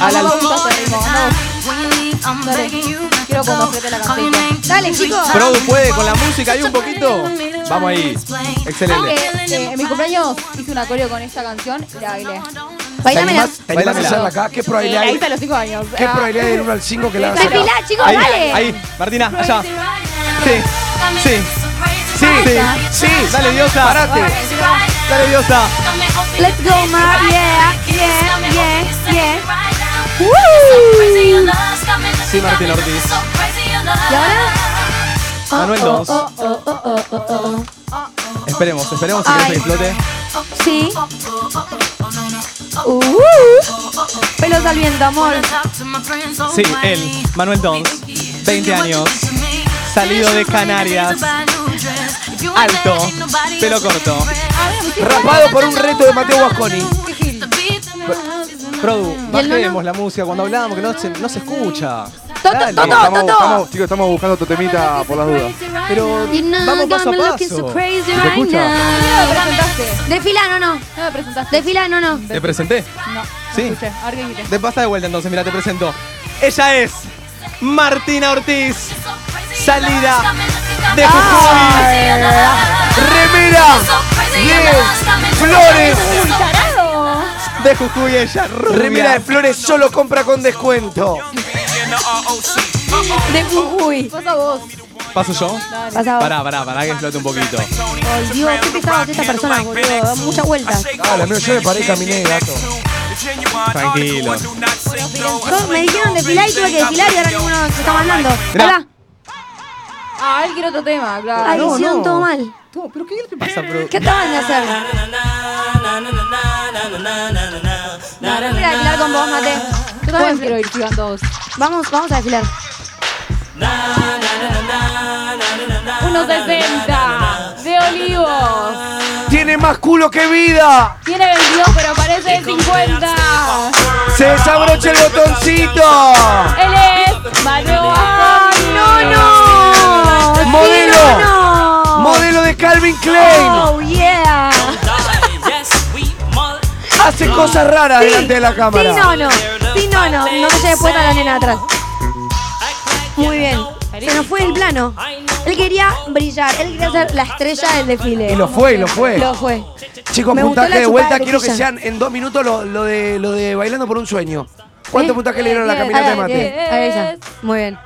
Speaker 1: A la luz.
Speaker 4: Quiero conocerte la canción.
Speaker 3: Dale, chicos.
Speaker 1: Produ puede con la música y un poquito. Vamos ahí. Excelente.
Speaker 4: Eh, eh, en mi cumpleaños hice una coreo con esta canción y la bailé.
Speaker 3: Bailámela.
Speaker 2: ¿Te animás a
Speaker 1: Bailámela.
Speaker 2: hacerla acá? ¿Qué
Speaker 4: Eh,
Speaker 2: probabilidad
Speaker 4: ahí
Speaker 2: hay?
Speaker 4: está a los 5 años.
Speaker 2: ¿Qué
Speaker 4: Ah.
Speaker 2: probabilidad hay del 1 al 5 que la hagas acá?
Speaker 3: Desfilá, chicos,
Speaker 1: Ahí,
Speaker 3: dale.
Speaker 1: ahí. Martina, allá. Sí, sí,
Speaker 2: Sí, sí,
Speaker 1: Dale, diosa.
Speaker 2: Parate.
Speaker 1: Dale, diosa.
Speaker 3: Let's go, ma. Yeah, yeah, yeah, yeah.
Speaker 1: Sí, Martín Ortiz.
Speaker 3: ¿Y ahora?
Speaker 1: Manuel 2.
Speaker 3: Oh, oh, oh, oh, oh, oh.
Speaker 1: Esperemos, esperemos si que eso
Speaker 3: Ay.
Speaker 1: explote.
Speaker 3: Sí. Uh, pelos al viento, amor.
Speaker 1: Sí, él, Manuel Dons, 20 años, salido de Canarias, alto, pelo corto.
Speaker 2: Rapado por un reto de Mateo Guasconi.
Speaker 1: Produ,
Speaker 3: nono?
Speaker 1: bajemos la música cuando hablamos, que no se, no se escucha.
Speaker 3: Toto,
Speaker 1: Dale.
Speaker 3: toto,
Speaker 5: Estamos,
Speaker 3: toto.
Speaker 5: estamos- chicos, estamos buscando tu temita por las dudas.
Speaker 1: Pero vamos paso a paso.
Speaker 5: ¿Se escucha?
Speaker 4: No me presentaste.
Speaker 3: Desfila, no, no.
Speaker 4: No me presentaste.
Speaker 3: Desfila, no, no.
Speaker 1: ¿Te presenté?
Speaker 4: No, no
Speaker 1: Sí.
Speaker 4: escuché. A ver qué dijiste.
Speaker 1: De pasa de vuelta entonces, mira, te presento. Ella es Martina Ortiz, salida de Jujuy.
Speaker 2: Remera Flores.
Speaker 1: De Jujuy ella, rubia.
Speaker 2: Remera de flores solo compra con descuento.
Speaker 3: De Jujuy.
Speaker 4: Pasa vos.
Speaker 1: ¿Paso yo?
Speaker 3: Pasa vos.
Speaker 1: Pará, pará, pará que explote un poquito.
Speaker 3: Ay, Dios, qué pesado que esta persona, boludo. Da muchas vueltas.
Speaker 2: Ah, la mía, yo me paré y caminé, gato.
Speaker 1: Tranquilo.
Speaker 3: Todos me dijeron desfilar y tuve que desfilar y ahora ninguno se está mandando.
Speaker 1: Mirá. Ah,
Speaker 3: Hola.
Speaker 4: Ah, él quiere otro tema, claro.
Speaker 3: Ay,
Speaker 1: no,
Speaker 3: hicieron
Speaker 1: no.
Speaker 3: todo mal.
Speaker 1: No, pero ¿qué le pasa, Produ?
Speaker 3: ¿Qué acaban de hacer? Yo Voy a desfilar con vos, Mate. Yo
Speaker 4: Yo
Speaker 3: también
Speaker 4: también
Speaker 3: desfilo.
Speaker 4: quiero ir, chicas, todos.
Speaker 3: Vamos, vamos a desfilar.
Speaker 4: 1.60 de Olivos.
Speaker 2: Tiene más culo que vida.
Speaker 4: Tiene 22, pero parece de 50.
Speaker 2: Se desabrocha el botoncito.
Speaker 4: Él es Mateo Asconi.
Speaker 3: no!
Speaker 2: Modelo. Modelo de Calvin Klein.
Speaker 3: ¡Oh, yeah!
Speaker 2: Hace cosas raras delante de la cámara.
Speaker 3: Sí, no, no. Sí, no, no. No que se le pueda la nena atrás. Muy bien. Se nos fue el plano. Él quería brillar. Él quería ser la estrella del desfile.
Speaker 2: Y lo fue, y lo fue.
Speaker 3: Lo fue.
Speaker 2: Chicos,
Speaker 3: Me gustó
Speaker 2: puntaje
Speaker 3: la
Speaker 2: de
Speaker 3: chupada
Speaker 2: vuelta.
Speaker 3: de
Speaker 2: Quiero que
Speaker 3: Cuquilla.
Speaker 2: sean en dos minutos lo, lo de, lo de Bailando por un Sueño. ¿Cuánto
Speaker 3: ¿Eh?
Speaker 2: puntaje le dieron a la
Speaker 4: Bien,
Speaker 2: caminata de
Speaker 4: bien,
Speaker 2: mate?
Speaker 4: bien.
Speaker 3: Ahí está. Muy bien.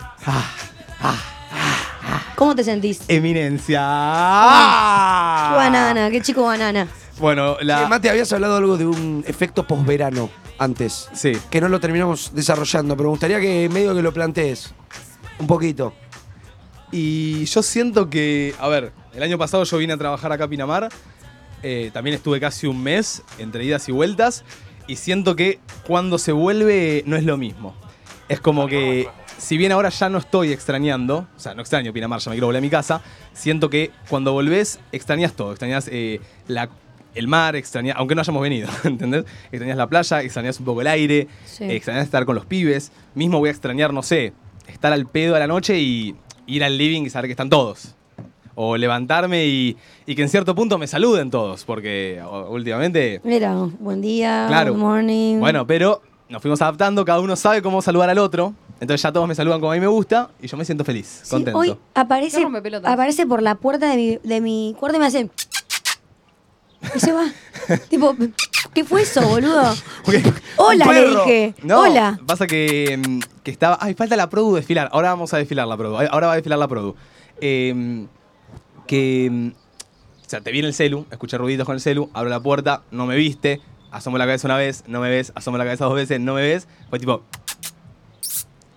Speaker 3: ¿Cómo te sentís?
Speaker 1: Ah. Eminencia.
Speaker 3: Banana, qué chico banana.
Speaker 1: Bueno,
Speaker 2: Eh,
Speaker 1: la.
Speaker 2: Mate, habías hablado algo de un efecto posverano antes.
Speaker 1: Sí.
Speaker 2: Que no lo terminamos desarrollando, pero me gustaría que medio que lo plantees. Un poquito.
Speaker 1: Y yo siento que. A ver, el año pasado yo vine a trabajar acá a Pinamar. eh, también estuve casi un mes entre idas y vueltas. Y siento que cuando se vuelve no es lo mismo. Es como que. Si bien ahora ya no estoy extrañando, o sea, no extraño Pinamar, ya me quiero volver a mi casa, siento que cuando volvés extrañas todo, extrañas eh, la- el mar, extrañas, aunque no hayamos venido, <laughs> ¿entendés? Extrañas la playa, extrañas un poco el aire,
Speaker 3: Sí.
Speaker 1: eh, extrañar estar con los pibes. Mismo voy a extrañar, no sé, estar al pedo a la noche y ir al living y saber que están todos. O levantarme y, y que en cierto punto me saluden todos, porque o- últimamente...
Speaker 3: Mira, buen día,
Speaker 1: Claro.
Speaker 3: good morning.
Speaker 1: Bueno, pero nos fuimos adaptando, cada uno sabe cómo saludar al otro. Entonces ya todos me saludan como a mí me gusta y yo me siento feliz,
Speaker 3: Sí,
Speaker 1: contento.
Speaker 3: Hoy aparece,
Speaker 4: Yo rompe pelotas.
Speaker 3: aparece por la puerta de mi, de mi cuarto y me hace. Y se va. tipo, ¿qué fue eso, boludo?
Speaker 1: <laughs>
Speaker 3: Hola, le
Speaker 2: perro.
Speaker 3: dije.
Speaker 1: No,
Speaker 3: Hola.
Speaker 1: Pasa que, mm, que estaba. Ay, falta la Produ desfilar. Ahora vamos a desfilar la Produ. Ahora va a desfilar la Produ. Eh, que. mm, O sea, te viene el celu, escuché ruiditos con el celu, abro la puerta, no me viste, asomo la cabeza una vez, no me ves, asomo la cabeza dos veces, no me ves. Fue tipo.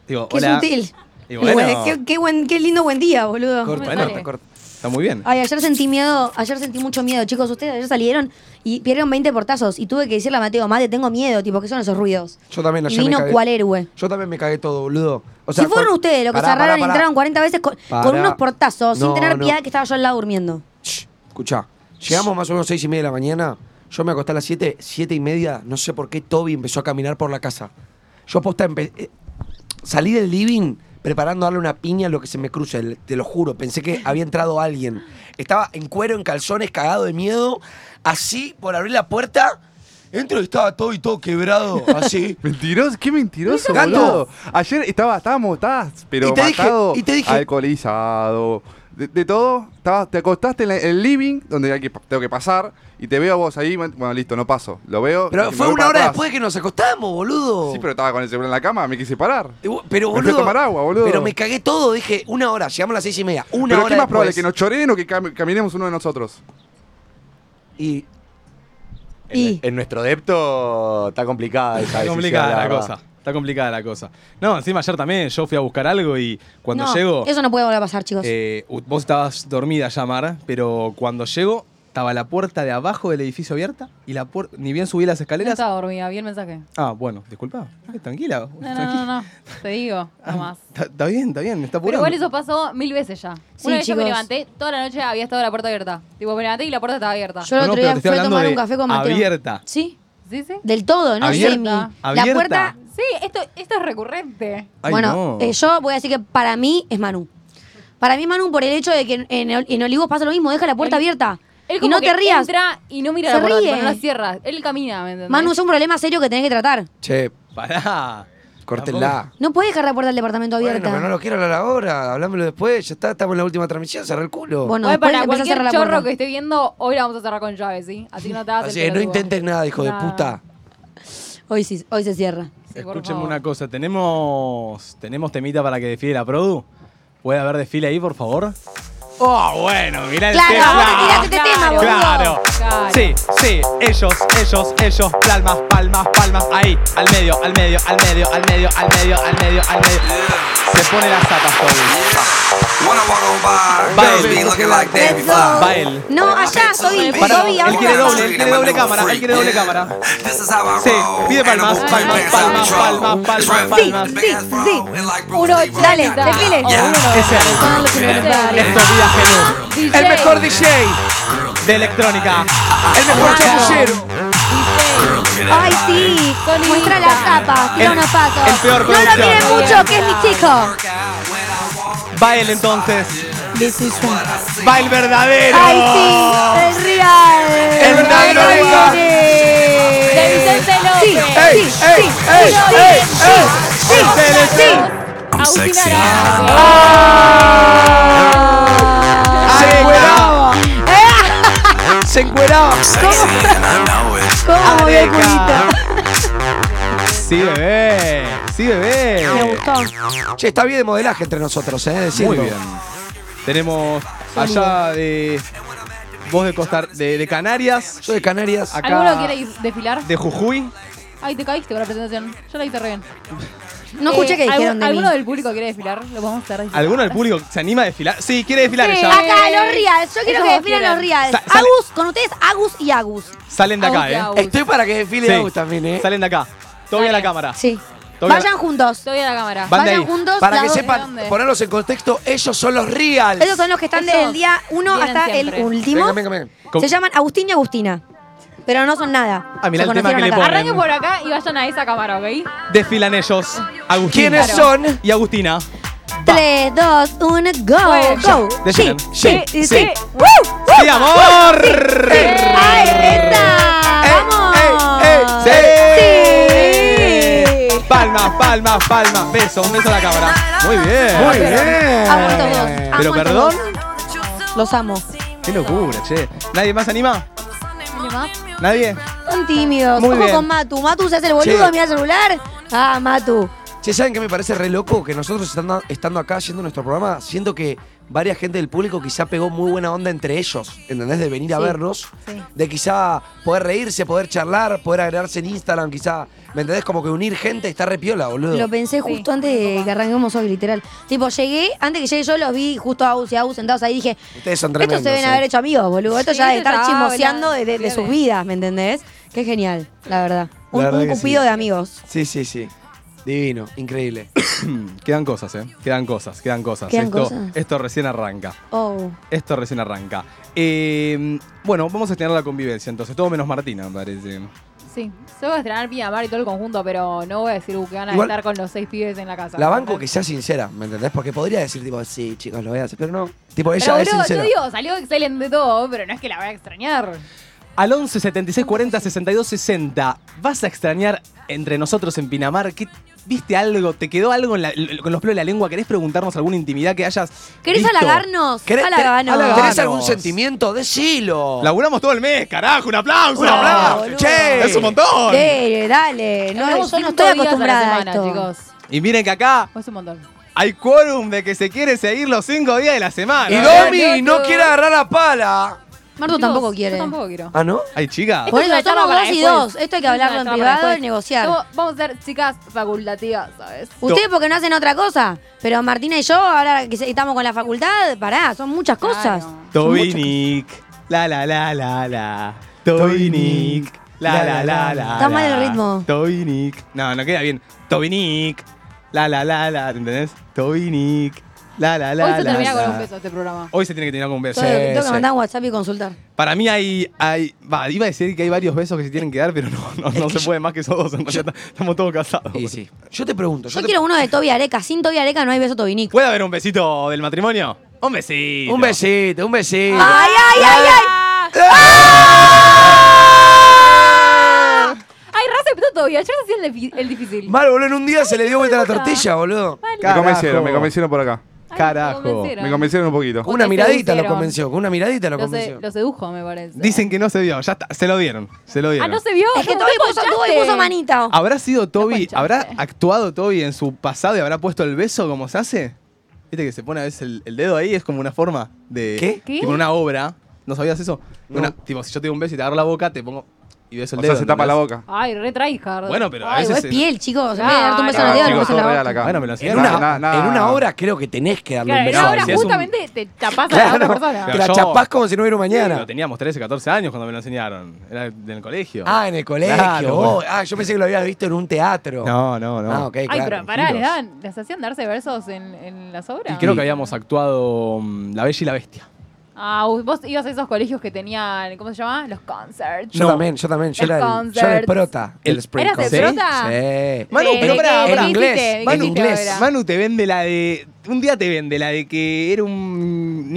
Speaker 1: Digo,
Speaker 3: Qué
Speaker 1: hola.
Speaker 3: sutil.
Speaker 1: Y bueno,
Speaker 3: Güey, qué, qué buen, qué lindo buen día, boludo.
Speaker 2: Corta,
Speaker 4: Bueno.
Speaker 2: corta, corta.
Speaker 1: está muy bien.
Speaker 3: Ay, ayer sentí miedo, ayer sentí mucho miedo, chicos. Ustedes ayer salieron y perdieron 20 portazos y tuve que decirle a Mateo, Mate, tengo miedo, tipo, ¿qué son esos ruidos?
Speaker 2: Yo también
Speaker 3: Y
Speaker 2: ayer
Speaker 3: vino
Speaker 2: me cagué.
Speaker 3: cual héroe.
Speaker 2: Yo también me cagué todo, boludo. O sea,
Speaker 3: si fueron
Speaker 2: cual-
Speaker 3: ustedes los que
Speaker 2: Pará,
Speaker 3: cerraron
Speaker 2: pará, pará.
Speaker 3: entraron 40 veces con, con
Speaker 2: Pará.
Speaker 3: unos portazos,
Speaker 2: No,
Speaker 3: sin tener
Speaker 2: no.
Speaker 3: piedad que estaba yo al lado durmiendo.
Speaker 2: Shh, escuchá. Llegamos más o menos seis y media de la mañana. Yo me acosté a las 7, 7 y media. No sé por qué Toby empezó a caminar por la casa. Yo posta empe- eh, salí del living preparando darle una piña a lo que se me cruce, el- te lo juro. Pensé que había entrado alguien. Estaba en cuero, en calzones, cagado de miedo. Así, por abrir la puerta, entro y estaba todo y todo quebrado.
Speaker 5: <laughs>
Speaker 2: Así.
Speaker 5: Mentiroso, qué mentiroso,
Speaker 2: Gato.
Speaker 5: boludo. Ayer estaba, estábamos, estabas, pero
Speaker 2: Y te dije,
Speaker 5: matado,
Speaker 2: y te dije.
Speaker 5: alcoholizado, de, de todo. Estabas- te acostaste en la- en el living, donde hay que, pa- tengo que pasar, y te veo a vos ahí, man- bueno, listo, no paso. Lo veo. y me
Speaker 2: Pero fue
Speaker 5: voy
Speaker 2: una
Speaker 5: para
Speaker 2: hora
Speaker 5: atrás.
Speaker 2: después de que nos acostamos, boludo.
Speaker 5: Sí, pero estaba con el celular en la cama, me quise parar.
Speaker 2: Eh, bu- Pero,
Speaker 5: Me fui a
Speaker 2: boludo.
Speaker 5: tomar agua, boludo.
Speaker 2: Pero me cagué todo. Dije, una hora. Llegamos a las seis y media. Una
Speaker 5: pero
Speaker 2: hora
Speaker 5: qué más probable,
Speaker 2: después.
Speaker 5: que nos choreen o que cam- caminemos uno de nosotros.
Speaker 2: Y
Speaker 6: En,
Speaker 3: Y-
Speaker 6: en nuestro depto está complicada esa
Speaker 1: Está
Speaker 6: decisión,
Speaker 1: complicada la
Speaker 6: verdad.
Speaker 1: cosa. Está complicada la cosa. No, encima ayer también yo fui a buscar algo y cuando
Speaker 3: No,
Speaker 1: llego.
Speaker 3: Eso no puede volver a pasar, chicos.
Speaker 1: Eh, u- vos estabas dormida ya, Mar, pero cuando llego, estaba la puerta de abajo del edificio abierta y la puerta. Ni bien subí las
Speaker 4: No
Speaker 1: escaleras.
Speaker 4: estaba dormida, vi el mensaje.
Speaker 1: Ah, bueno, disculpa. Ah, Tranquila.
Speaker 4: No, no,
Speaker 1: tranquila.
Speaker 4: no, no. Te digo,
Speaker 3: Ah,
Speaker 4: nomás.
Speaker 1: Está está bien, está bien, me está
Speaker 4: Pero
Speaker 1: apurando.
Speaker 4: igual eso pasó mil veces ya.
Speaker 3: Sí,
Speaker 4: Una vez yo me
Speaker 3: chicos.
Speaker 4: levanté, toda la noche había estado la puerta abierta. Tipo, me levanté y la puerta estaba abierta.
Speaker 3: Yo el
Speaker 1: No, no,
Speaker 3: otro
Speaker 1: pero
Speaker 3: día
Speaker 1: te
Speaker 3: fui
Speaker 1: estoy
Speaker 3: a
Speaker 1: hablando
Speaker 3: tomar
Speaker 1: de
Speaker 3: un café con Mateo.
Speaker 1: abierta.
Speaker 3: Sí,
Speaker 4: ¿Sí, sí?
Speaker 3: del todo, no
Speaker 1: Abierta,
Speaker 3: semi. La
Speaker 1: abierta.
Speaker 3: puerta.
Speaker 4: Sí, esto, esto es recurrente.
Speaker 1: Ay,
Speaker 3: bueno,
Speaker 1: no.
Speaker 3: eh, yo voy a decir que para mí es Manu. Para mí Manu por el hecho de que en, en- en Olivos pasa lo mismo, deja la puerta
Speaker 4: Él-
Speaker 3: abierta.
Speaker 4: Él
Speaker 3: y
Speaker 4: como
Speaker 3: no
Speaker 4: que
Speaker 3: te rías.
Speaker 4: entra y no mira
Speaker 3: Se
Speaker 4: la puerta, tipo,
Speaker 3: ríe.
Speaker 4: no la cierra. Él camina, ¿me entendés?
Speaker 3: Manu es un problema serio que tenés que tratar.
Speaker 2: Che,
Speaker 1: Pará.
Speaker 2: córtenla.
Speaker 3: No puedes dejar la puerta del departamento
Speaker 2: Bueno,
Speaker 3: abierta.
Speaker 2: pero no lo quiero hablar ahora. Hablámoslo después. Ya está, estamos en la última transmisión. Cerré el culo.
Speaker 3: Bueno,
Speaker 4: Oye,
Speaker 3: después
Speaker 4: para
Speaker 3: empezás a
Speaker 4: cualquier
Speaker 3: cerrar la
Speaker 4: chorro
Speaker 3: puerta.
Speaker 4: que esté viendo, hoy la vamos a cerrar con llave, ¿sí? Así que no te hagas
Speaker 2: Así
Speaker 4: el
Speaker 2: que no
Speaker 4: pelotudo.
Speaker 2: intentes nada, hijo de
Speaker 4: Nada.
Speaker 2: puta.
Speaker 3: Hoy sí, hoy se cierra.
Speaker 4: Sí, por
Speaker 1: Escúchenme
Speaker 4: favor.
Speaker 1: una cosa, ¿tenemos tenemos temita para que desfile la Produ? ¿Puede haber desfile ahí, por favor? Oh, bueno, mirá
Speaker 3: Claro,
Speaker 1: el tema.
Speaker 3: vos te tiraste este tema, boludo.
Speaker 1: Claro.
Speaker 4: Claro.
Speaker 1: Sí, sí, ellos, ellos, ellos, palmas, palmas, palmas, ahí, al medio, al medio, al medio, al medio, al medio, al medio, al medio. Se pone las zapas, Toby.
Speaker 7: Wanna walk on by,
Speaker 1: Bail.
Speaker 7: girls be looking like they be
Speaker 3: Let's go.
Speaker 7: fly.
Speaker 1: Va él.
Speaker 3: No, allá, soy.
Speaker 4: Pará,
Speaker 3: Soy,
Speaker 1: Él quiere
Speaker 3: ahora.
Speaker 1: doble, él quiere doble cámara, él quiere doble cámara.
Speaker 7: This is how I
Speaker 1: Sí,
Speaker 7: roll.
Speaker 1: pide palmas,
Speaker 7: Animal
Speaker 1: palmas,
Speaker 7: freak,
Speaker 1: palmas,
Speaker 7: dance out of
Speaker 1: palmas,
Speaker 7: control.
Speaker 1: palmas,
Speaker 7: Trap,
Speaker 1: palmas.
Speaker 7: the bands
Speaker 3: sí.
Speaker 7: roll, and like Bruce
Speaker 4: Uno,
Speaker 7: Lee, rock
Speaker 3: dale,
Speaker 7: it down.
Speaker 3: desfile.
Speaker 7: Yeah.
Speaker 1: Ese es
Speaker 3: Son los universitarios.
Speaker 1: estos días Genú,
Speaker 4: DJ,
Speaker 2: El mejor DJ.
Speaker 1: de electrónica.
Speaker 2: El mejor chamullero.
Speaker 3: Ay, sí.
Speaker 4: Solita.
Speaker 3: Muestra las zapas, tira
Speaker 1: El-
Speaker 3: unos pasos.
Speaker 1: el
Speaker 3: no
Speaker 1: peor
Speaker 3: lo
Speaker 1: producción.
Speaker 3: miren mucho, que es mi chico.
Speaker 1: Va él entonces. Va el verdadero.
Speaker 3: Ay, sí. El real.
Speaker 2: El verdadero Lepa.
Speaker 4: De Vicente López.
Speaker 3: Sí, sí,
Speaker 2: ¡Ey, ey,
Speaker 3: sí,
Speaker 2: ey,
Speaker 3: sí,
Speaker 2: ey,
Speaker 3: sí,
Speaker 2: ey!
Speaker 3: sí, sí.
Speaker 4: Agustina
Speaker 7: sexy.
Speaker 4: Araujo.
Speaker 2: Ah, Se
Speaker 1: <laughs>
Speaker 2: encueraba. Se encueraba.
Speaker 3: ¿Cómo vio el
Speaker 1: Areca.
Speaker 3: culito?
Speaker 1: Sí, bebé. Sí, bebé.
Speaker 3: Me gustó.
Speaker 2: Che, está bien de modelaje entre nosotros, ¿eh? Decirlo.
Speaker 1: Muy bien. Tenemos allá de. Vos de, Costa, de, de Canarias.
Speaker 2: Yo de Canarias.
Speaker 1: Acá
Speaker 4: ¿Alguno quiere ir desfilar?
Speaker 1: De Jujuy.
Speaker 4: Ay, te caíste con la presentación. Yo la hice re bien.
Speaker 3: No escuché
Speaker 4: Eh,
Speaker 3: que
Speaker 4: ¿algún-
Speaker 3: dijeron de mí.
Speaker 4: ¿Alguno del público quiere desfilar? Lo podemos hacer. desfilar.
Speaker 1: ¿Alguno del público se anima a desfilar? Sí, quiere desfilar
Speaker 4: Sí.
Speaker 1: ella.
Speaker 3: Acá, los reals. Yo quiero
Speaker 4: Ellos
Speaker 3: que
Speaker 4: dos
Speaker 3: definan
Speaker 4: quieren.
Speaker 3: los reals.
Speaker 1: Sa- sale-
Speaker 3: Agus, con ustedes, Agus y Agus.
Speaker 1: Salen de acá,
Speaker 4: Agus y
Speaker 1: eh.
Speaker 4: Agus.
Speaker 2: Estoy para que desfile
Speaker 1: Sí.
Speaker 2: Agus también, ¿eh?
Speaker 1: Salen de acá. Toby a la cámara.
Speaker 3: Sí.
Speaker 1: Toby a la-
Speaker 3: Vayan juntos.
Speaker 4: Estoy a la cámara.
Speaker 1: Van de
Speaker 3: Vayan
Speaker 1: ahí.
Speaker 3: juntos.
Speaker 2: Para
Speaker 3: las
Speaker 2: que
Speaker 3: dos.
Speaker 2: sepan,
Speaker 4: dónde?
Speaker 2: ponerlos en contexto, ellos son los reals.
Speaker 3: Ellos son los que están
Speaker 4: Ellos
Speaker 3: desde el día 1
Speaker 4: vienen
Speaker 3: hasta
Speaker 4: siempre.
Speaker 3: el último.
Speaker 2: Venga, venga, venga.
Speaker 1: Co-
Speaker 3: Se llaman Agustín y Agustina. Pero no son nada.
Speaker 1: Ah, mirá
Speaker 3: Se
Speaker 1: el tema
Speaker 3: conocieron
Speaker 1: que le
Speaker 3: acá.
Speaker 1: ponen.
Speaker 4: Arranquen por acá y vayan a esa cámara, ¿ok?
Speaker 1: Desfilan ellos. Agustín.
Speaker 2: ¿Quiénes son?
Speaker 1: Y Agustina.
Speaker 3: 3, 2, 1,
Speaker 4: Bueno,
Speaker 3: go, go. Sí,
Speaker 1: decidan.
Speaker 3: sí,
Speaker 4: Sí,
Speaker 3: sí.
Speaker 4: sí.
Speaker 3: ¡Woo! ¡Woo!
Speaker 1: ¡Sí, amor!
Speaker 3: ¡Ay, esa!
Speaker 1: Eh,
Speaker 2: ey,
Speaker 3: ¡Vamos!
Speaker 2: ey,
Speaker 1: ¡Sí! Palmas, palmas, palmas. Beso, un beso a la cámara. Muy bien.
Speaker 2: Muy bien.
Speaker 3: Amo a estos dos, amo
Speaker 1: Eh. Pero
Speaker 3: a estos
Speaker 1: perdón.
Speaker 3: dos. Los amo.
Speaker 1: Qué locura, che. ¿Nadie más anima? ¿Nadie?
Speaker 3: Son tímidos.
Speaker 1: Muy
Speaker 3: Ojo
Speaker 1: bien.
Speaker 3: con Matu. Matu se hace el boludo,
Speaker 2: Sí.
Speaker 3: mira el celular. Ah, Matu.
Speaker 2: Che, ¿saben qué me parece re loco? Que nosotros estando, estando acá haciendo nuestro programa, siento que varias gente del público quizá pegó muy buena onda entre ellos, ¿entendés? De venir a vernos,
Speaker 4: sí.
Speaker 2: de quizá poder reírse, poder charlar, poder agregarse en Instagram, quizá, ¿me entendés? Como que unir gente está re piola, boludo.
Speaker 3: Lo pensé justo antes de que arranquemos hoy, literal. Tipo, llegué, antes que llegué yo los vi justo a Agus y a Agus sentados ahí dije,
Speaker 2: Ustedes son tremendos.
Speaker 3: estos se deben
Speaker 2: ¿eh?
Speaker 3: haber hecho amigos, boludo. Esto
Speaker 4: Sí,
Speaker 3: ya de
Speaker 4: ya
Speaker 3: estar chismoseando
Speaker 4: hablan,
Speaker 3: de, de- de sus
Speaker 4: bien.
Speaker 3: vidas, ¿me entendés? Qué genial, la verdad. Un,
Speaker 2: verdad
Speaker 3: un
Speaker 2: que
Speaker 3: cupido
Speaker 2: sí.
Speaker 3: de amigos.
Speaker 2: Sí, sí, sí. Divino, increíble.
Speaker 1: Quedan cosas, eh. Quedan cosas, quedan cosas.
Speaker 3: Quedan
Speaker 1: esto,
Speaker 3: cosas.
Speaker 1: esto recién arranca.
Speaker 3: Oh.
Speaker 1: Esto recién arranca. Eh, bueno, vamos a estrenar la convivencia, entonces. Todo menos Martina, me parece.
Speaker 4: Sí. Yo voy a estrenar Pina Mar y todo el conjunto, pero no voy a decir uh, que van a
Speaker 2: Igual-
Speaker 4: estar con los seis pibes en la casa.
Speaker 2: La banco que sea sincera, ¿me entendés? Porque podría decir, tipo, sí, chicos, lo voy a hacer, pero no. Tipo, ella
Speaker 4: Pero
Speaker 2: es
Speaker 4: boludo, yo
Speaker 2: sincera.
Speaker 4: digo, salió excelente todo, pero no es que la voy a extrañar.
Speaker 1: Al 11 76 40 62 60. ¿Vas a extrañar entre nosotros en Pinamar? ¿Qué, ¿Viste algo? ¿Te quedó algo en la- l- con los pelos de la lengua? ¿Querés preguntarnos alguna intimidad que hayas.
Speaker 3: ¿Querés
Speaker 1: visto?
Speaker 3: halagarnos?
Speaker 2: ¿Querés-
Speaker 3: Halaganos.
Speaker 1: halaganos.
Speaker 2: ¿Tenés algún sentimiento? Decilo.
Speaker 1: Laburamos todo el mes, carajo. Un aplauso, un
Speaker 3: No,
Speaker 1: aplauso.
Speaker 3: Oh, boludo.
Speaker 2: Che.
Speaker 1: Es un montón.
Speaker 3: Dale, dale. No,
Speaker 4: Hablamos
Speaker 3: yo no
Speaker 4: cinco
Speaker 3: estoy
Speaker 4: días a la
Speaker 3: acostumbrada a,
Speaker 4: semana,
Speaker 3: esto.
Speaker 4: chicos.
Speaker 1: Y miren que acá
Speaker 4: Es un montón.
Speaker 1: hay quórum de que se quiere seguir los cinco días de la semana.
Speaker 2: Y
Speaker 1: ¿eh?
Speaker 4: dos-
Speaker 2: Domi no quiere agarrar la pala.
Speaker 3: Marto tampoco quiere.
Speaker 4: Yo tampoco quiero.
Speaker 2: ¿Ah, no?
Speaker 1: ¿Hay chicas?
Speaker 4: Esto
Speaker 3: Por
Speaker 4: es
Speaker 3: eso
Speaker 4: una charla
Speaker 3: estamos
Speaker 4: para
Speaker 3: dos y
Speaker 4: después.
Speaker 3: dos. Esto hay que
Speaker 4: Es una
Speaker 3: hablarlo en
Speaker 4: charla para
Speaker 3: privado y
Speaker 4: después.
Speaker 3: negociar.
Speaker 4: Somos- Vamos a ser chicas facultativas, ¿sabes?
Speaker 3: Ustedes porque no hacen otra cosa. Pero Martina y yo, ahora que se- estamos con la facultad, pará, son muchas cosas.
Speaker 4: Claro.
Speaker 1: Tobinic. La la la la la. Tobinic. La la la la.
Speaker 3: Está mal el
Speaker 1: la.
Speaker 3: ritmo.
Speaker 1: Tobinic. No, no queda bien. Tobinic. La la la la. ¿Entendés? Tobinic. La la la
Speaker 4: Hoy
Speaker 1: la.
Speaker 4: se termina
Speaker 1: la.
Speaker 4: con un beso este programa.
Speaker 1: Hoy se tiene que terminar con un beso.
Speaker 3: Todo lo que- tengo que
Speaker 2: sí.
Speaker 3: mandar un WhatsApp y consultar.
Speaker 1: Para mí hay. hay va, iba a decir que hay varios besos que se tienen que dar, pero no, no, no se puede más que esos dos. En realidad estamos todos casados.
Speaker 2: <laughs> Y sí. Yo te pregunto.
Speaker 3: Yo
Speaker 2: te-
Speaker 3: quiero uno de Toby Areca. Sin Toby Areca no hay beso Tobinic.
Speaker 1: ¿Puede haber un besito del matrimonio? Un besito.
Speaker 2: Un besito, un besito.
Speaker 4: Ah.
Speaker 3: ¡Ay, ay, ay, ay!
Speaker 4: Ay, Raza empezó todavía. Yo hacía el, defi- el difícil.
Speaker 2: Mal, boludo, en un día se le dio vuelta la
Speaker 4: boluda.
Speaker 2: tortilla, boludo.
Speaker 5: Me
Speaker 1: Carajo.
Speaker 5: convencieron, me convencieron por acá.
Speaker 4: Ay,
Speaker 1: Carajo.
Speaker 4: me convencieron.
Speaker 5: Me convencieron un poquito.
Speaker 2: Con una
Speaker 4: te
Speaker 2: miradita lo
Speaker 4: seducieron.
Speaker 2: convenció, con una miradita lo
Speaker 4: Lo, se-
Speaker 2: convenció.
Speaker 4: lo sedujo, me parece.
Speaker 1: Dicen que no se vio. Ya está. Se lo dieron. Se lo
Speaker 4: Ah,
Speaker 1: dieron.
Speaker 4: no se vio.
Speaker 3: Es que
Speaker 4: no,
Speaker 3: Toby
Speaker 4: no
Speaker 3: puso,
Speaker 4: escuchaste.
Speaker 3: Toby puso manito.
Speaker 1: <laughs> ¿Habrá sido Toby,
Speaker 4: ponchaste.
Speaker 1: habrá actuado Toby en su pasado y habrá puesto el beso como se hace? Viste que se pone a veces el, el dedo ahí, es como una forma de.
Speaker 2: ¿Qué?
Speaker 4: ¿Qué?
Speaker 1: Tipo una obra. ¿No sabías eso? Una- tipo, si yo te doy un beso y te agarro la boca, te pongo. Y beso el
Speaker 5: O
Speaker 1: dedo.
Speaker 5: sea, se tapa la
Speaker 1: ¿entendés?
Speaker 5: boca.
Speaker 4: Ay, re tryhard.
Speaker 1: Bueno, pero a
Speaker 4: Ay,
Speaker 1: veces-
Speaker 3: Igual
Speaker 1: se-
Speaker 3: es piel, chicos. En
Speaker 4: Claro.
Speaker 3: vez de darte un beso en el
Speaker 5: Claro,
Speaker 3: dedo, le
Speaker 5: chicos,
Speaker 3: puse en la
Speaker 5: todo
Speaker 3: boca.
Speaker 5: real acá.
Speaker 1: Bueno, me lo
Speaker 2: En
Speaker 1: enseñaron.
Speaker 2: una,
Speaker 5: Nada, nada.
Speaker 2: en
Speaker 5: <laughs>
Speaker 2: una hora <laughs> creo que tenés que darle
Speaker 4: Claro,
Speaker 2: un
Speaker 4: en
Speaker 2: beso.
Speaker 4: una
Speaker 1: no,
Speaker 4: hora
Speaker 1: si es un-
Speaker 4: justamente te tapas a la
Speaker 2: Claro,
Speaker 4: otra persona.
Speaker 2: te la
Speaker 1: Yo-
Speaker 2: chapás como si no hubiera un mañana.
Speaker 1: Pero teníamos 13, 14 años cuando me lo enseñaron. Era en el colegio.
Speaker 2: Ah, en el colegio.
Speaker 1: Claro,
Speaker 2: oh,
Speaker 1: bueno.
Speaker 2: Ah, yo pensé que lo habías visto en un teatro.
Speaker 1: No, no, no.
Speaker 2: Ah, ok,
Speaker 4: Ay,
Speaker 2: claro.
Speaker 4: pero pará, les
Speaker 1: giros.
Speaker 4: dan, les hacían darse versos en, en las obras.
Speaker 1: Y creo que habíamos actuado mm, La Bella y la Bestia.
Speaker 4: Ah, vos ibas a esos colegios que tenían, ¿cómo se llama? Los concerts.
Speaker 2: Yo también, yo también. Yo
Speaker 4: El
Speaker 2: era el, yo era el
Speaker 4: concerts.
Speaker 2: prota.
Speaker 1: El-
Speaker 2: El Spring
Speaker 4: ¿Eras el
Speaker 2: Concert.
Speaker 4: prota? Eh,
Speaker 2: Sí.
Speaker 1: Manu, pero pará,
Speaker 4: ¿qué
Speaker 1: pará.
Speaker 4: hiciste?
Speaker 2: Inglés,
Speaker 4: ¿Qué
Speaker 2: Manu,
Speaker 4: hiciste
Speaker 2: inglés.
Speaker 4: ahora?
Speaker 1: Manu te vende la de. Un día te vende la de que era un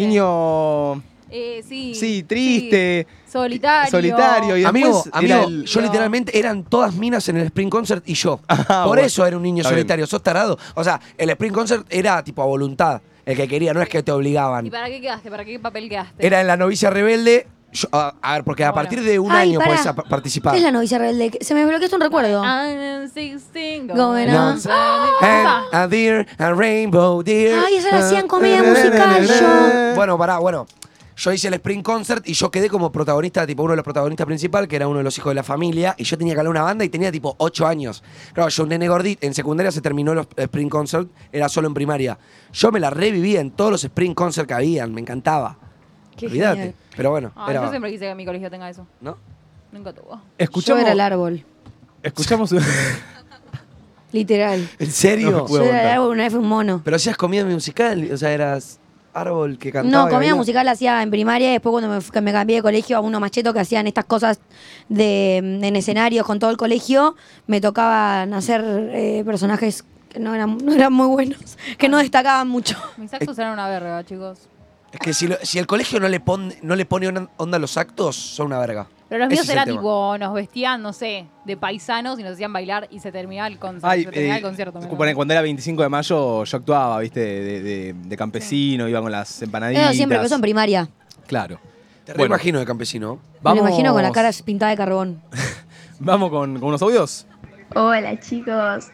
Speaker 1: niño.
Speaker 4: Eh, sí.
Speaker 1: Sí, triste.
Speaker 4: sí. Solitario.
Speaker 1: Solitario y-
Speaker 2: Amigo,
Speaker 1: después
Speaker 2: amigo
Speaker 1: era el-
Speaker 2: yo
Speaker 4: No.
Speaker 2: literalmente eran todas minas en el Spring Concert y yo.
Speaker 1: <laughs> Ah,
Speaker 2: Por
Speaker 1: bueno.
Speaker 2: eso era un niño
Speaker 1: Está bien.
Speaker 2: solitario, sos tarado. O sea, el Spring Concert era tipo a voluntad, el que quería, no es que te obligaban.
Speaker 4: ¿Y para qué quedaste? ¿Para qué papel quedaste?
Speaker 2: Era en la novicia rebelde. yo- a, a ver, porque a
Speaker 4: Bueno.
Speaker 2: partir de un
Speaker 3: Ay,
Speaker 2: año
Speaker 3: pará.
Speaker 2: puedes a- participar.
Speaker 3: ¿Qué es la novicia rebelde? Se me bloqueó un recuerdo.
Speaker 4: I'm 16.
Speaker 3: Going
Speaker 2: No.
Speaker 3: on.
Speaker 4: Ah,
Speaker 2: And a deer, a rainbow deer. Ah,
Speaker 3: Ay, esa la hacían comedia musical, yo.
Speaker 2: Bueno, pará, bueno. Yo hice el Spring Concert y yo quedé como protagonista, tipo uno de los protagonistas principal, que era uno de los hijos de la familia, y yo tenía que hablar una banda y tenía tipo 8 años. Claro, yo un nene gordito, en secundaria se terminó el Spring Concert, era solo en primaria. Yo me la revivía en todos los Spring Concert que habían, me encantaba.
Speaker 3: Qué
Speaker 2: Olvídate.
Speaker 3: genial.
Speaker 2: Pero bueno,
Speaker 4: Ah,
Speaker 2: era-
Speaker 4: yo siempre quise que mi colegio tenga eso.
Speaker 2: ¿no?
Speaker 4: Nunca tuvo.
Speaker 3: Yo
Speaker 1: Escuchamos.
Speaker 3: era el árbol.
Speaker 1: Escuchamos un.
Speaker 3: Literal.
Speaker 2: ¿En serio?
Speaker 1: No,
Speaker 3: Yo
Speaker 1: Puedo
Speaker 3: era el
Speaker 1: contar.
Speaker 3: árbol, una vez fue un mono.
Speaker 2: Pero hacías comida musical, o sea, eras árbol que cantaba.
Speaker 3: No,
Speaker 2: y
Speaker 3: comida
Speaker 2: bailaba.
Speaker 3: musical la hacía en primaria y después cuando me, fu- que me cambié de colegio a uno macheto que hacían estas cosas de, mm, en escenarios con todo el colegio, me tocaban hacer eh, personajes que no eran, no eran muy buenos, que no destacaban mucho.
Speaker 4: Mis actos eran una verga, chicos.
Speaker 2: Es que si, lo- si el colegio no le, pon- no le pone una onda a los actos, son una verga.
Speaker 4: Pero los
Speaker 2: Ese
Speaker 4: míos
Speaker 2: es el
Speaker 4: era
Speaker 2: tema.
Speaker 4: tipo, nos vestían, no sé, de paisanos y nos hacían bailar y se terminaba el concierto.
Speaker 1: Ay,
Speaker 4: se terminaba
Speaker 1: eh,
Speaker 4: el concierto. me
Speaker 1: cu-
Speaker 4: acuerdo.
Speaker 1: pone, cuando era 25 de mayo yo actuaba, viste, de, de- de campesino, iba con las empanaditas.
Speaker 3: Eso siempre, pero eso en primaria.
Speaker 1: Claro.
Speaker 2: Te
Speaker 1: Bueno.
Speaker 2: imagino de campesino.
Speaker 3: Me lo imagino con la cara pintada de carbón.
Speaker 1: Vamos con, con unos audios.
Speaker 8: Hola chicos.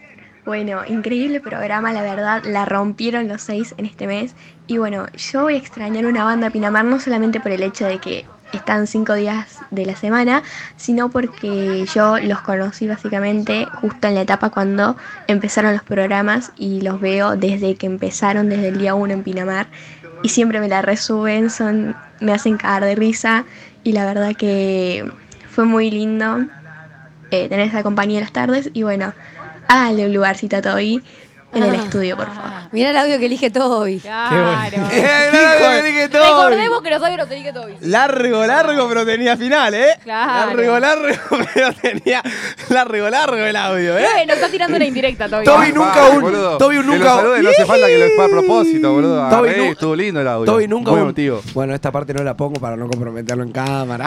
Speaker 8: Bueno, increíble programa, la verdad, la rompieron los seis en este mes. Y bueno, yo voy a extrañar una banda Pinamar no solamente por el hecho de que están cinco días de la semana, sino porque yo los conocí básicamente justo en la etapa cuando empezaron los programas y los veo desde que empezaron, desde el día uno en Pinamar. Y siempre me la resuben, son, me hacen cagar de risa y la verdad que fue muy lindo eh, tener esa compañía en las tardes y bueno, háganle un lugarcito a Toby en el estudio, por favor.
Speaker 3: Mirá el audio que elige todo hoy.
Speaker 4: Ah, <laughs> Claro.
Speaker 5: <laughs> Eh,
Speaker 4: Recordemos que nosotros tenía que todo.
Speaker 1: Largo, largo, pero tenía final, ¿eh?
Speaker 4: Claro.
Speaker 2: <laughs>
Speaker 1: Largo, largo, pero tenía largo, largo el audio, ¿eh?
Speaker 4: Bueno, está tirando una indirecta, Toby.
Speaker 2: Toby
Speaker 5: Ah,
Speaker 2: nunca
Speaker 5: vale,
Speaker 2: un-
Speaker 5: boludo.
Speaker 2: Toby un
Speaker 5: Que lo
Speaker 2: nunca-
Speaker 5: salude, No hace falta que lo fue a propósito, boludo.
Speaker 2: Toby
Speaker 5: Agarré y
Speaker 2: nu-
Speaker 5: estuvo lindo el audio.
Speaker 2: Toby nunca
Speaker 5: Muy
Speaker 2: un-
Speaker 5: emotivo.
Speaker 2: Bueno, esta parte no la pongo para no comprometerlo en cámara.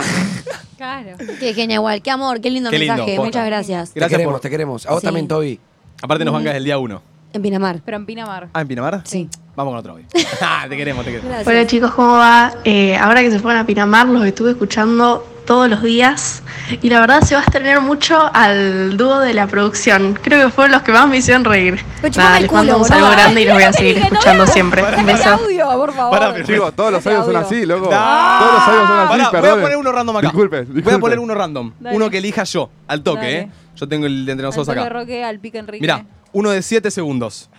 Speaker 4: Claro.
Speaker 3: Qué genial, igual. Qué amor, qué lindo
Speaker 1: Qué lindo,
Speaker 3: mensaje.
Speaker 1: posta.
Speaker 3: Muchas gracias.
Speaker 2: te queremos,
Speaker 1: por-
Speaker 2: te queremos. A vos
Speaker 3: Sí.
Speaker 2: también, Toby.
Speaker 1: Aparte nos bancas el día 1.
Speaker 3: En Pinamar.
Speaker 4: Pero en Pinamar.
Speaker 1: Ah, ¿en Pinamar?
Speaker 3: Sí.
Speaker 1: Vamos con otro
Speaker 3: <laughs>
Speaker 1: audio. Ah, te queremos, te queremos.
Speaker 3: Gracias.
Speaker 9: Hola chicos, ¿cómo va? Eh, ahora que se fueron a Pinamar, los estuve escuchando
Speaker 8: todos los días y la verdad se va a extrañar mucho al dúo de la producción. Creo que fueron los que más me hicieron reír.
Speaker 3: Pero chupame
Speaker 8: Nada,
Speaker 3: el
Speaker 8: les mando
Speaker 3: culo,
Speaker 8: un saludo
Speaker 3: boluda.
Speaker 8: grande y los
Speaker 4: <laughs>
Speaker 8: voy a seguir
Speaker 4: Mira lo que Ah, dije,
Speaker 8: escuchando
Speaker 4: no
Speaker 8: siempre. Un beso.
Speaker 4: audio, por favor.
Speaker 1: Pará, pero-
Speaker 5: Chicos, todos los
Speaker 4: Este
Speaker 5: audios son
Speaker 4: audio.
Speaker 5: así, loco.
Speaker 1: No.
Speaker 5: Todos los audios son así,
Speaker 1: Ah. Pará, voy a
Speaker 5: perdonen.
Speaker 1: poner uno random acá.
Speaker 5: Disculpen,
Speaker 1: Voy a
Speaker 5: disculpen.
Speaker 1: poner uno random.
Speaker 4: Dale.
Speaker 1: Uno que elija yo, al toque,
Speaker 4: Dale.
Speaker 1: ¿eh? Yo tengo el de entre
Speaker 4: Al
Speaker 1: nosotros
Speaker 4: toque
Speaker 1: acá.
Speaker 4: Roque, al pique Enrique.
Speaker 1: Mirá, uno de 7 segundos.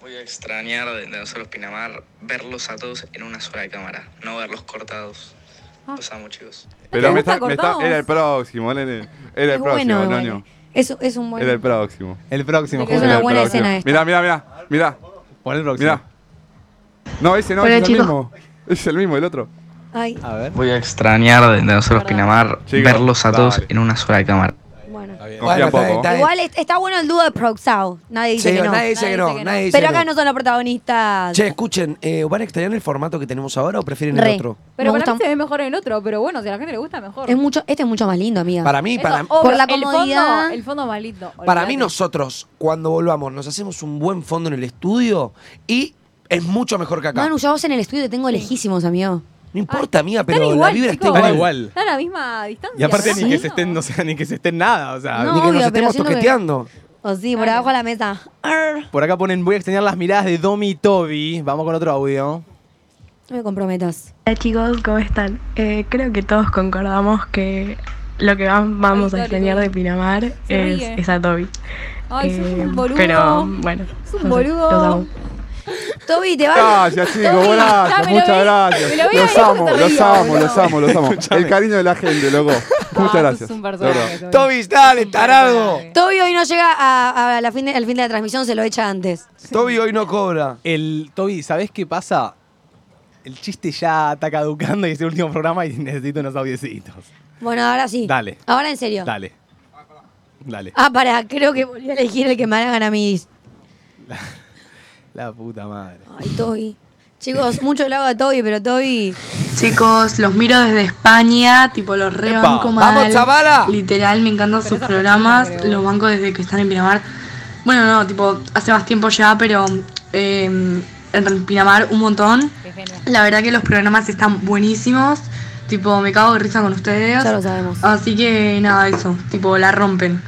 Speaker 9: Voy a extrañar de de nosotros Pinamar verlos a todos en una sola cámara, no verlos cortados.
Speaker 4: Ah.
Speaker 9: Los amo, chicos.
Speaker 5: Pero me
Speaker 4: ¿Te gusta
Speaker 5: está, me está-
Speaker 4: cortado?
Speaker 5: era el próximo, nene. Era el
Speaker 3: Es
Speaker 5: próximo,
Speaker 3: bueno,
Speaker 5: Noño.
Speaker 3: igual. es, es un buen.
Speaker 5: Era el próximo.
Speaker 1: El próximo,
Speaker 4: Es
Speaker 1: Juli.
Speaker 3: una
Speaker 5: Era el
Speaker 3: buena
Speaker 5: próximo.
Speaker 3: escena esta.
Speaker 5: Mirá, mirá, mirá. Mirá,
Speaker 1: Pon el próximo.
Speaker 5: mirá. No, ese no,
Speaker 8: Hola,
Speaker 5: ese es el
Speaker 8: chicos.
Speaker 5: mismo. Ese Es el mismo, el otro.
Speaker 3: Ay,
Speaker 1: A ver.
Speaker 9: Voy a extrañar de de nosotros Pinamar
Speaker 5: Chicos,
Speaker 9: verlos a todos
Speaker 5: dale.
Speaker 9: en una sola cámara.
Speaker 3: bueno.
Speaker 5: Confía
Speaker 2: Bueno, está bien,
Speaker 5: poco.
Speaker 2: está bien.
Speaker 3: Igual es- está bueno el dúo de Proxao. Nadie dice
Speaker 2: Sí,
Speaker 3: que no.
Speaker 2: nadie dice que no,
Speaker 4: Nadie
Speaker 2: nadie dice
Speaker 3: Pero
Speaker 2: que
Speaker 3: acá no son los protagonistas.
Speaker 2: Che, escuchen, eh, ¿van a extrañar el formato que tenemos ahora o prefieren
Speaker 3: Re.
Speaker 2: el otro?
Speaker 4: Pero
Speaker 3: Me
Speaker 4: para mí
Speaker 3: gusta-
Speaker 4: se ve mejor en el otro, pero bueno, si a la gente le gusta, mejor.
Speaker 3: Es mucho, este es mucho más lindo, amiga.
Speaker 2: Para mí,
Speaker 4: Eso,
Speaker 2: para,
Speaker 4: obvio,
Speaker 3: Por la
Speaker 4: el fondo-
Speaker 3: comodidad.
Speaker 4: El fondo, más lindo.
Speaker 2: para mí
Speaker 4: olvídate.
Speaker 2: nosotros, cuando volvamos, nos hacemos un buen fondo en el estudio y es mucho mejor que acá.
Speaker 3: Manu, yo a vos en el estudio te tengo lejísimos, amigo.
Speaker 2: no importa, amiga,
Speaker 4: Están
Speaker 2: pero
Speaker 4: igual,
Speaker 2: la vibra
Speaker 4: chicos.
Speaker 2: está
Speaker 1: Están
Speaker 2: igual.
Speaker 1: igual.
Speaker 4: Está a la misma distancia.
Speaker 1: Y aparte
Speaker 3: Sí.
Speaker 1: ni que se estén, no sea, ni que se estén nada, o
Speaker 3: No,
Speaker 1: sea,
Speaker 2: Ni que
Speaker 3: obvio,
Speaker 2: nos
Speaker 3: pero
Speaker 2: estemos
Speaker 3: siento Ah, que-
Speaker 2: toqueteando.
Speaker 3: O sí, por
Speaker 4: Claro.
Speaker 3: abajo de la mesa. Arr.
Speaker 1: por acá ponen voy a extrañar las miradas de Domi y Toby. Vamos con otro audio.
Speaker 3: No me comprometas.
Speaker 8: Hola chicos, ¿cómo están? Eh, creo que todos concordamos que lo que vam- vamos
Speaker 4: Ay,
Speaker 8: a
Speaker 4: Tori,
Speaker 8: extrañar
Speaker 4: Tori.
Speaker 8: de Pinamar
Speaker 4: Se
Speaker 8: es,
Speaker 4: ríe.
Speaker 8: es a Toby.
Speaker 4: Ay, sos
Speaker 8: Eh,
Speaker 10: Mm,
Speaker 4: un boludo.
Speaker 8: Pero bueno,
Speaker 4: Sos un
Speaker 8: no sé,
Speaker 4: boludo. Ah,
Speaker 8: los amo.
Speaker 3: Toby, te va.
Speaker 5: Gracias, chicos,
Speaker 4: <laughs> Tommy, ya
Speaker 5: gracias.
Speaker 4: me lo
Speaker 5: Muchas
Speaker 4: vi-
Speaker 5: gracias.
Speaker 4: me lo vi
Speaker 5: Los
Speaker 4: ahí,
Speaker 5: amo,
Speaker 4: te
Speaker 5: los
Speaker 4: reía,
Speaker 5: amo,
Speaker 4: boludo.
Speaker 5: los amo, los amo. El cariño de la gente, loco. Muchas
Speaker 4: <laughs> Ah, sos
Speaker 5: gracias. De
Speaker 4: un personaje.
Speaker 5: verdad.
Speaker 2: Toby, dale, tarado.
Speaker 3: Toby hoy no llega a, a la fin de- al fin de la transmisión, se lo echa antes.
Speaker 2: Toby hoy no cobra.
Speaker 1: El Toby, ¿sabés qué pasa? El chiste ya está caducando y es el último programa y necesito unos audiecitos.
Speaker 3: Bueno, ahora sí.
Speaker 1: Dale.
Speaker 3: Ahora en serio.
Speaker 1: Dale. Dale.
Speaker 3: Ah, pará, creo que volví a elegir el que me hagan a mí.
Speaker 1: La puta madre.
Speaker 3: Ay, Toby. Chicos, mucho lo hago a Toby, pero Toby.
Speaker 10: Chicos, los miro desde España, tipo los re
Speaker 1: Epa,
Speaker 10: banco mal.
Speaker 2: ¡Vamos, chavala!
Speaker 10: Literal, me encantan sus programas, los banco desde que están en Pinamar. Bueno, no, tipo, hace más tiempo ya, pero eh, en Pinamar un montón.
Speaker 4: Qué genio.
Speaker 10: La verdad que los programas están buenísimos, tipo, me cago de risa con ustedes.
Speaker 3: Ya lo sabemos.
Speaker 10: Así que nada, eso, tipo, la rompen.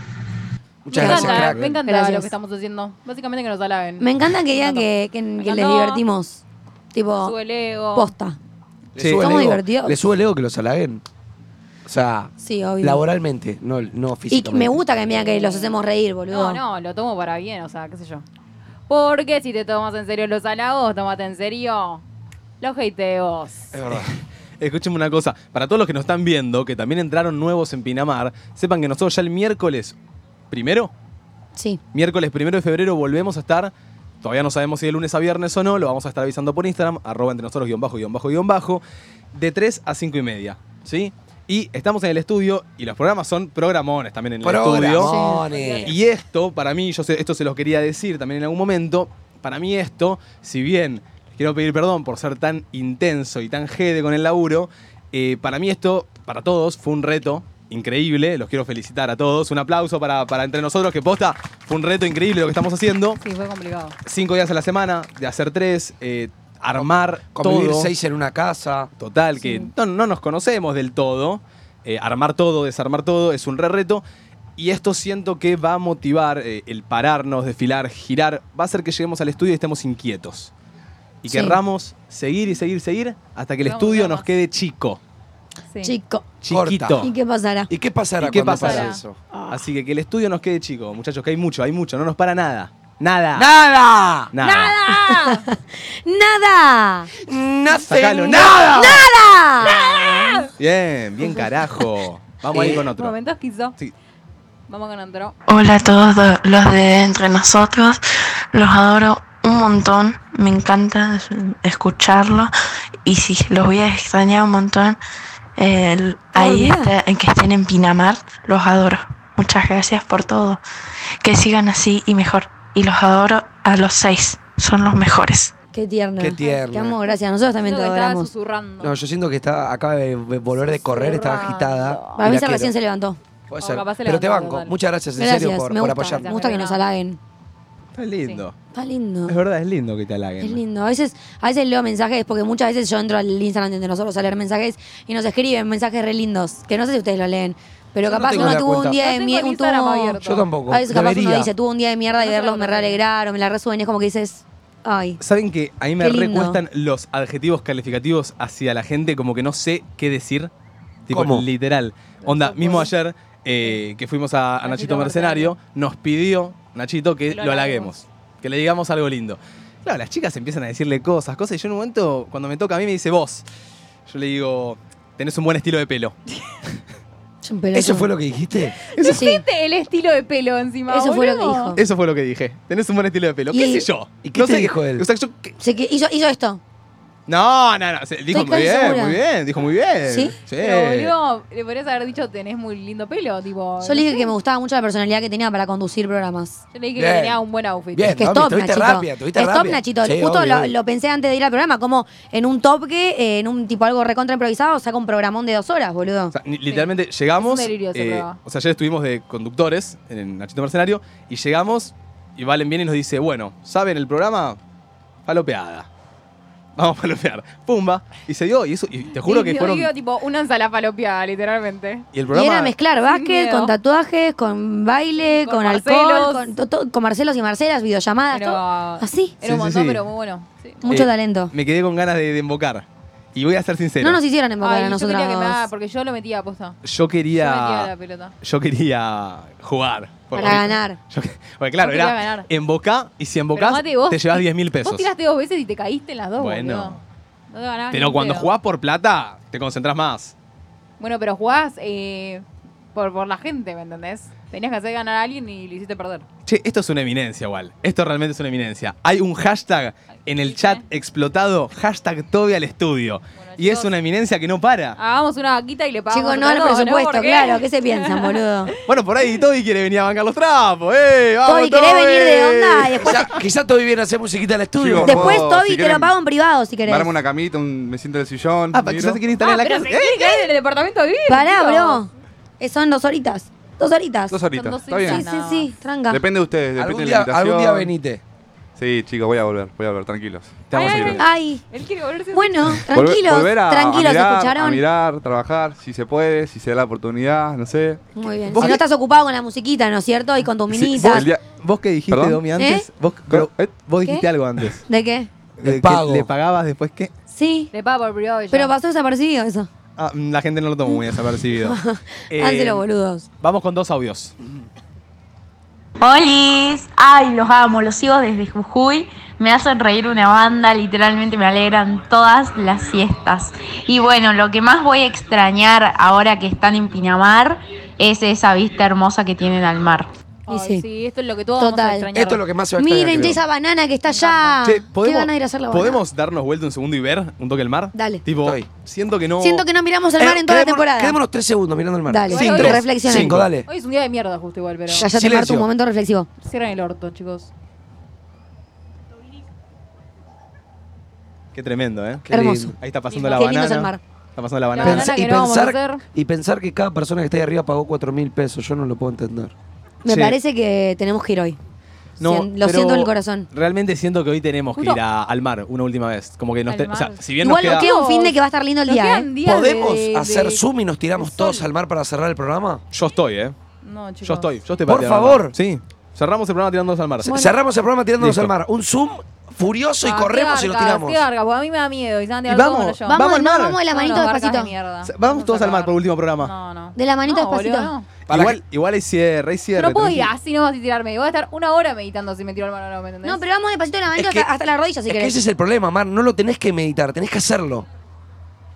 Speaker 2: Muchas
Speaker 4: me
Speaker 2: gracias,
Speaker 4: encanta,
Speaker 2: crack.
Speaker 4: me encanta
Speaker 3: Gracias.
Speaker 4: lo que estamos haciendo. Básicamente que nos alaben.
Speaker 3: Me encanta que digan
Speaker 4: Me
Speaker 3: que, que- que les
Speaker 4: encantó.
Speaker 3: divertimos. Tipo,
Speaker 4: Sube el ego.
Speaker 3: posta.
Speaker 2: Le sube
Speaker 1: Sí.
Speaker 2: el
Speaker 3: Somos
Speaker 2: ego-
Speaker 3: divertidos.
Speaker 2: Le sube el ego que los halaguen. O sea,
Speaker 3: Sí, obvio.
Speaker 2: laboralmente, no, no
Speaker 3: Y
Speaker 2: físicamente.
Speaker 3: me gusta que me digan que los hacemos reír,
Speaker 4: No,
Speaker 3: boludo.
Speaker 4: no, lo tomo para bien, o sea, qué sé yo. Porque si te tomas en serio los halagos, tómate en serio los hateos.
Speaker 2: Es verdad.
Speaker 1: Escúchenme una cosa, para todos los que nos están viendo, que también entraron nuevos en Pinamar, sepan que nosotros ya el miércoles primero,
Speaker 3: Sí.
Speaker 1: miércoles primero de febrero volvemos a estar, todavía no sabemos si de lunes a viernes o no, lo vamos a estar avisando por Instagram, arroba entre nosotros guión bajo guión bajo guión bajo, de 3 a 5 y media, ¿sí? Y estamos en el estudio y los programas son programones también en el estudio.
Speaker 2: Programones.
Speaker 1: Y esto, para mí, yo sé- esto se los quería decir también en algún momento, para mí esto, si bien quiero pedir perdón por ser tan intenso y tan jede con el laburo, eh, para mí esto, para todos, fue un reto increíble, los quiero felicitar a todos, un aplauso para, para entre nosotros, que posta, fue un reto increíble lo que estamos haciendo,
Speaker 4: Sí, fue complicado.
Speaker 1: cinco días a la semana, de hacer tres, eh, armar
Speaker 2: Convivir
Speaker 1: todo.
Speaker 2: seis en una casa.
Speaker 1: Total, que no, no nos conocemos del todo. Eh, armar todo, desarmar todo, es un re reto. Y esto siento que va a motivar eh, el pararnos, desfilar, girar. Va a hacer que lleguemos al estudio y estemos inquietos. Y
Speaker 3: Sí.
Speaker 1: querramos seguir y seguir, seguir hasta que el
Speaker 4: Vamos,
Speaker 1: estudio
Speaker 4: vamos.
Speaker 1: nos quede chico,
Speaker 4: Sí.
Speaker 3: Chico.
Speaker 1: chiquito.
Speaker 2: Corta.
Speaker 3: ¿Y qué pasará?
Speaker 2: ¿Y qué pasará
Speaker 1: ¿Y qué
Speaker 2: cuando
Speaker 1: pasará?
Speaker 2: pase eso? Ah.
Speaker 1: Así que que el estudio nos quede chico, muchachos, que hay mucho, hay mucho, no nos para nada. Nada.
Speaker 2: ¡Nada!
Speaker 1: Nada.
Speaker 3: ¡Nada!
Speaker 2: ¡No hace
Speaker 1: Sacalo,
Speaker 2: nada!
Speaker 3: ¡Nada!
Speaker 1: Bien, bien carajo. Vamos ahí con otro.
Speaker 4: Momentos quiso.
Speaker 1: Sí.
Speaker 4: Vamos con otro.
Speaker 10: Hola a todos do- los de Entre Nosotros, los adoro un montón, me encanta es- escucharlo y sí, los voy a extrañar un montón. El- ahí
Speaker 3: Olvidá.
Speaker 10: está, en que estén en Pinamar, los adoro. Muchas gracias por todo. Que sigan así y mejor. Y los adoro a los seis, son los mejores.
Speaker 3: Qué tierna.
Speaker 2: Qué tierna.
Speaker 3: Te amo, gracias. Nosotros también
Speaker 4: Siento
Speaker 3: te
Speaker 4: que estaba
Speaker 3: adoramos.
Speaker 4: susurrando.
Speaker 2: No, yo siento que está, acaba de v- volver de correr, estaba agitada.
Speaker 3: Para
Speaker 2: y
Speaker 3: mí
Speaker 2: la
Speaker 3: se recién se
Speaker 2: quiero.
Speaker 3: levantó.
Speaker 2: Puede
Speaker 4: O
Speaker 2: ser.
Speaker 4: capaz se
Speaker 2: Pero te
Speaker 4: levantó,
Speaker 2: banco.
Speaker 4: total.
Speaker 2: Muchas gracias, en
Speaker 3: Gracias,
Speaker 2: serio, por,
Speaker 3: me
Speaker 2: por
Speaker 3: gusta.
Speaker 2: apoyarnos.
Speaker 3: Me gusta que nos halaguen.
Speaker 1: Está lindo.
Speaker 3: Está lindo.
Speaker 1: Es verdad, es lindo que te halaguen.
Speaker 3: Es lindo. A veces, a veces leo mensajes, porque muchas veces yo entro al Instagram de nosotros a leer mensajes y nos escriben mensajes re lindos, que no sé si ustedes lo leen. Pero
Speaker 2: Yo no
Speaker 3: capaz
Speaker 2: tengo
Speaker 3: uno
Speaker 2: la
Speaker 3: tuvo un
Speaker 2: cuenta.
Speaker 3: día
Speaker 4: No
Speaker 3: de
Speaker 4: tengo
Speaker 3: mierda.
Speaker 4: el Instagram abierto.
Speaker 2: Yo tampoco.
Speaker 3: A veces capaz uno
Speaker 2: Debería.
Speaker 3: dice, tuvo un día de mierda y
Speaker 4: No se lo
Speaker 3: verlos me
Speaker 4: tengo.
Speaker 3: realegraron, me la resuben. Es como que dices, ay.
Speaker 1: Saben que a mí me
Speaker 3: Qué lindo.
Speaker 1: recuestan los adjetivos calificativos hacia la gente, como que no sé qué decir. Tipo,
Speaker 2: ¿Cómo?
Speaker 1: literal. Onda, mismo ayer eh, que fuimos a, a
Speaker 4: Nachito
Speaker 1: Nachito Mercenario, nos pidió Nachito que
Speaker 4: Lo
Speaker 1: lo halaguemos, que le digamos algo lindo. Claro, las chicas empiezan a decirle cosas, cosas, y yo en un momento, cuando me toca a mí, me dice vos. Yo le digo, tenés un buen estilo de pelo.
Speaker 3: es un pelotudo.
Speaker 2: ¿Eso fue lo
Speaker 3: <laughs>
Speaker 2: que dijiste?
Speaker 3: Eso sí.
Speaker 4: Viste el estilo de pelo encima.
Speaker 3: Eso fue lo que
Speaker 4: boludo.
Speaker 3: dijo.
Speaker 1: Eso fue lo que dije. Tenés un buen estilo de pelo. ¿Qué
Speaker 3: Y-
Speaker 1: sé yo?
Speaker 2: ¿Y qué te dijo él?
Speaker 1: o sea, yo- ¿qué-
Speaker 3: Se que- hizo, hizo esto.
Speaker 1: No, no, no. se- Dijo
Speaker 3: Estoy
Speaker 1: muy bien,
Speaker 3: segura.
Speaker 1: muy bien. Dijo muy bien.
Speaker 3: ¿Sí?
Speaker 4: Pero,
Speaker 1: Eh.
Speaker 4: boludo, le podrías haber dicho, tenés muy lindo pelo, tipo.
Speaker 3: Yo le dije que me gustaba mucho la personalidad que tenía para conducir programas.
Speaker 4: Yo le dije
Speaker 2: Bien.
Speaker 4: que tenía un buen outfit.
Speaker 2: Bien.
Speaker 3: Es que
Speaker 2: Mami,
Speaker 3: stop,
Speaker 2: tuviste
Speaker 3: Nachito.
Speaker 2: rápida, tuviste
Speaker 3: stop,
Speaker 2: rápida.
Speaker 3: Nachito.
Speaker 2: Sí,
Speaker 3: Justo
Speaker 2: obvio,
Speaker 3: lo,
Speaker 2: obvio.
Speaker 3: lo pensé antes de ir al programa, como en un top que, eh, en un tipo algo recontra improvisado, saca un programón de dos horas, boludo.
Speaker 1: O sea, ni- literalmente llegamos. eh,
Speaker 4: Es un delirio esa prueba.
Speaker 1: o sea, ayer estuvimos de conductores en Nachito Mercenario y llegamos y Valen viene y nos dice: Bueno, ¿saben el programa? Falopeada. Vamos a falopear. Pumba. Y se dio, y eso, y te juro
Speaker 4: Y
Speaker 1: que
Speaker 4: yo
Speaker 1: fueron.
Speaker 4: digo, tipo, una ensalada falopeada, literalmente.
Speaker 1: Y el
Speaker 3: Y
Speaker 1: programa.
Speaker 3: era mezclar básquet
Speaker 4: miedo.
Speaker 3: con tatuajes, con baile,
Speaker 4: Con
Speaker 3: con, alcohol,
Speaker 4: Marcelos.
Speaker 3: con, to- to- con Marcelos y Marcelas, videollamadas,
Speaker 4: Pero,
Speaker 3: todo. Así.
Speaker 1: Sí,
Speaker 4: Era un
Speaker 1: sí,
Speaker 4: montón,
Speaker 1: sí.
Speaker 4: pero muy bueno. Sí.
Speaker 3: Mucho
Speaker 1: Eh,
Speaker 3: talento.
Speaker 1: Me quedé con ganas de, de embocar. Y voy a ser sincero.
Speaker 3: No nos hicieron embocar
Speaker 4: Ay,
Speaker 3: a
Speaker 4: yo
Speaker 3: nosotros.
Speaker 4: quería que me haga, porque yo lo metía aposta.
Speaker 1: Yo
Speaker 4: Yo metía
Speaker 1: quería.
Speaker 4: la pelota.
Speaker 1: Yo quería jugar.
Speaker 3: Para
Speaker 1: Porque-
Speaker 3: ganar.
Speaker 1: yo- porque
Speaker 4: Yo
Speaker 1: claro,
Speaker 4: quería
Speaker 1: era
Speaker 4: ganar.
Speaker 1: embocá y si
Speaker 4: Pero,
Speaker 1: embocás
Speaker 4: Mati, vos-
Speaker 1: te llevas 10 mil pesos.
Speaker 4: Vos tiraste dos veces y te caíste en las dos,
Speaker 1: Bueno.
Speaker 4: boludo. No te ganabas ni
Speaker 1: Pero
Speaker 4: un
Speaker 1: cuando
Speaker 4: pedo.
Speaker 1: jugás por plata, te concentras más.
Speaker 4: Bueno, pero jugás eh, por, por la gente, ¿me entendés? Tenías que hacer ganar a alguien y lo hiciste perder.
Speaker 1: Che, esto es una eminencia, igual. Esto realmente es una eminencia. Hay un hashtag en el chat explotado, hashtag Toby al estudio.
Speaker 4: Bueno,
Speaker 1: y es
Speaker 4: chicos.
Speaker 1: una eminencia que no para.
Speaker 4: Hagamos una vaquita y le pagamos.
Speaker 3: Chicos,
Speaker 4: a
Speaker 3: no al
Speaker 4: todos,
Speaker 3: presupuesto,
Speaker 4: ¿Por
Speaker 3: claro. ¿Qué se piensan, boludo?
Speaker 1: Bueno, por ahí Toby quiere venir a bancar los trapos. ¡Eh!
Speaker 3: Toby,
Speaker 1: ¡Vamos,
Speaker 3: querés venir de onda y después.
Speaker 2: Quizá, quizá todo viene a hacer musiquita en el estudio.
Speaker 5: Chicos,
Speaker 3: Después,
Speaker 5: puedo,
Speaker 3: Toby,
Speaker 5: si
Speaker 3: te
Speaker 5: quieren,
Speaker 3: lo pago en privado si
Speaker 5: Me
Speaker 3: querés.
Speaker 5: armo una camita, un- me siento en el sillón.
Speaker 1: Ah, para
Speaker 5: miro.
Speaker 1: quizás te quiere instalar
Speaker 4: Ah,
Speaker 1: en la Eh,
Speaker 4: pero
Speaker 1: casa.
Speaker 4: se quiere caer en el departamento de vivir,
Speaker 3: Pará,
Speaker 4: tío.
Speaker 3: bro. Eh, Son dos horitas. Dos horitas.
Speaker 5: Dos
Speaker 4: Son dos
Speaker 5: horitas, está
Speaker 3: Sí,
Speaker 5: bien.
Speaker 4: horitas.
Speaker 3: sí, sí, tranca.
Speaker 5: Depende de ustedes, depende
Speaker 2: Algún
Speaker 5: de
Speaker 2: día,
Speaker 5: la invitación.
Speaker 2: algún día venite.
Speaker 5: Sí, chicos, voy a volver, voy a volver, tranquilos.
Speaker 1: Te vamos a
Speaker 4: Ay,
Speaker 1: ir.
Speaker 4: ay,
Speaker 3: Ay,
Speaker 4: Él quiere volverse.
Speaker 3: Ah. bueno,
Speaker 5: Volver-
Speaker 3: tranquilos,
Speaker 5: volver a, a
Speaker 3: tranquilos,
Speaker 5: mirar,
Speaker 3: ¿escucharon?
Speaker 5: A mirar, trabajar, si se puede, si se da la oportunidad, no sé.
Speaker 3: Muy bien.
Speaker 1: ¿Vos
Speaker 3: Si
Speaker 1: qué-
Speaker 3: no estás ocupado con la musiquita, ¿no es cierto? Y con tus minitas.
Speaker 5: El día-
Speaker 1: Vos que dijiste,
Speaker 5: ¿Perdón?
Speaker 1: Domi, antes.
Speaker 3: ¿Eh?
Speaker 1: Vos, pero
Speaker 5: ¿Eh?
Speaker 1: vos dijiste
Speaker 3: ¿Qué?
Speaker 1: algo antes.
Speaker 3: ¿De qué?
Speaker 2: Le
Speaker 1: De que
Speaker 2: pago.
Speaker 1: ¿Le pagabas después qué?
Speaker 3: Sí.
Speaker 4: Le pago por privado. y ya.
Speaker 3: Pero pasó desapercibido eso.
Speaker 1: Ah, mm, la gente no lo tomó muy desapercibido.
Speaker 3: <laughs>
Speaker 1: Eh,
Speaker 3: Hánselo, boludos.
Speaker 1: Vamos con dos audios.
Speaker 3: Ah,
Speaker 10: ¡Olis! ¡Ay, los amo! Los sigo desde Jujuy. Me hacen reír una banda, literalmente me alegran todas las siestas. Y bueno, lo que más voy a extrañar ahora que están en Pinamar es esa vista hermosa que tienen al mar.
Speaker 4: Ay,
Speaker 3: Y sí.
Speaker 4: sí. esto es lo que todos vamos
Speaker 3: Total.
Speaker 4: a extrañar.
Speaker 2: Esto es lo que más se va a extrañar,
Speaker 3: Miren,
Speaker 2: creo.
Speaker 3: che, esa banana que está allá.
Speaker 1: Che,
Speaker 3: Qué
Speaker 1: ¿podemos,
Speaker 3: ganas de ir a hacer la banana.
Speaker 1: ¿podemos darnos vuelta un segundo y ver un toque al mar?
Speaker 3: Dale.
Speaker 1: Tipo,
Speaker 2: Estoy.
Speaker 1: siento que no.
Speaker 3: Siento que no miramos el mar
Speaker 2: Eh,
Speaker 3: en toda la
Speaker 2: quedémonos-
Speaker 3: temporada.
Speaker 2: Quedémonos tres segundos mirando el mar.
Speaker 3: Dale,
Speaker 4: Cinco.
Speaker 2: tres,
Speaker 3: reflexionen.
Speaker 2: Cinco, dale.
Speaker 4: Hoy es un día de mierda, justo igual, pero.
Speaker 3: Ya, ya te
Speaker 2: Silencio.
Speaker 3: marco un momento reflexivo.
Speaker 4: Cierran el orto, chicos.
Speaker 1: Qué tremendo, ¿eh?
Speaker 2: Qué
Speaker 3: Hermoso.
Speaker 2: lindo.
Speaker 1: Ahí está pasando
Speaker 4: Qué
Speaker 1: la
Speaker 3: lindo es
Speaker 1: banana.
Speaker 3: el mar.
Speaker 1: Está pasando la
Speaker 4: La
Speaker 1: banana.
Speaker 4: banana
Speaker 2: Pensa- y,
Speaker 4: que no vamos a
Speaker 2: pensar,
Speaker 4: hacer.
Speaker 2: y pensar que cada persona que está ahí arriba pagó 4 mil pesos, yo no lo puedo entender.
Speaker 3: Me
Speaker 1: Sí.
Speaker 3: parece que tenemos que ir hoy.
Speaker 1: No,
Speaker 3: Sien- lo
Speaker 1: pero
Speaker 3: siento en el corazón.
Speaker 1: Realmente siento que hoy tenemos que
Speaker 4: Justo-
Speaker 1: ir a- al mar una última vez. Como que nos
Speaker 4: Al
Speaker 1: te- o sea,
Speaker 4: mar.
Speaker 1: si bien
Speaker 3: Igual
Speaker 1: nos
Speaker 3: nos
Speaker 1: queda.
Speaker 3: queda un fin de que va a estar lindo el
Speaker 4: Nos
Speaker 3: día, ¿eh?
Speaker 4: quedan días
Speaker 2: ¿Podemos
Speaker 4: de- de-
Speaker 2: hacer
Speaker 4: de-
Speaker 2: zoom y nos tiramos
Speaker 4: de
Speaker 2: todos
Speaker 4: sol.
Speaker 2: al mar para cerrar el programa?
Speaker 1: Yo estoy, ¿eh?
Speaker 4: No, chicos. Ah,
Speaker 1: Yo estoy. Yo estoy
Speaker 2: Por
Speaker 1: pateando al
Speaker 2: favor.
Speaker 1: mar. Sí. Cerramos el programa tirándonos al mar.
Speaker 2: C- Cerramos el programa tirándonos
Speaker 1: Listo.
Speaker 2: al mar. Un zoom furioso y
Speaker 4: Ah,
Speaker 2: corremos
Speaker 4: qué
Speaker 2: y nos
Speaker 4: gargas,
Speaker 2: tiramos.
Speaker 4: Qué garga, porque a mí me da miedo. Y,
Speaker 1: Y vamos,
Speaker 3: Vamos,
Speaker 1: Vamos al
Speaker 3: no,
Speaker 1: mar.
Speaker 3: vamos de la manito despacito.
Speaker 1: Vamos todos al mar por último programa.
Speaker 4: No, no.
Speaker 3: De la manito
Speaker 4: No, boludo,
Speaker 3: despacito.
Speaker 4: no.
Speaker 2: Para
Speaker 1: igual, igual hay cierre, hay
Speaker 4: Yo
Speaker 1: cierre.
Speaker 4: no puedo ir
Speaker 1: tranquilo.
Speaker 4: así nomás y tirarme. Voy a estar una hora meditando si me tiro al mar o no, ¿me entendés?
Speaker 3: No, pero vamos despacito de la manito
Speaker 2: Es que-
Speaker 3: hasta, hasta la rodilla, si
Speaker 2: es que
Speaker 3: querés.
Speaker 2: ese es el problema, Mar. No lo tenés que meditar, tenés que hacerlo.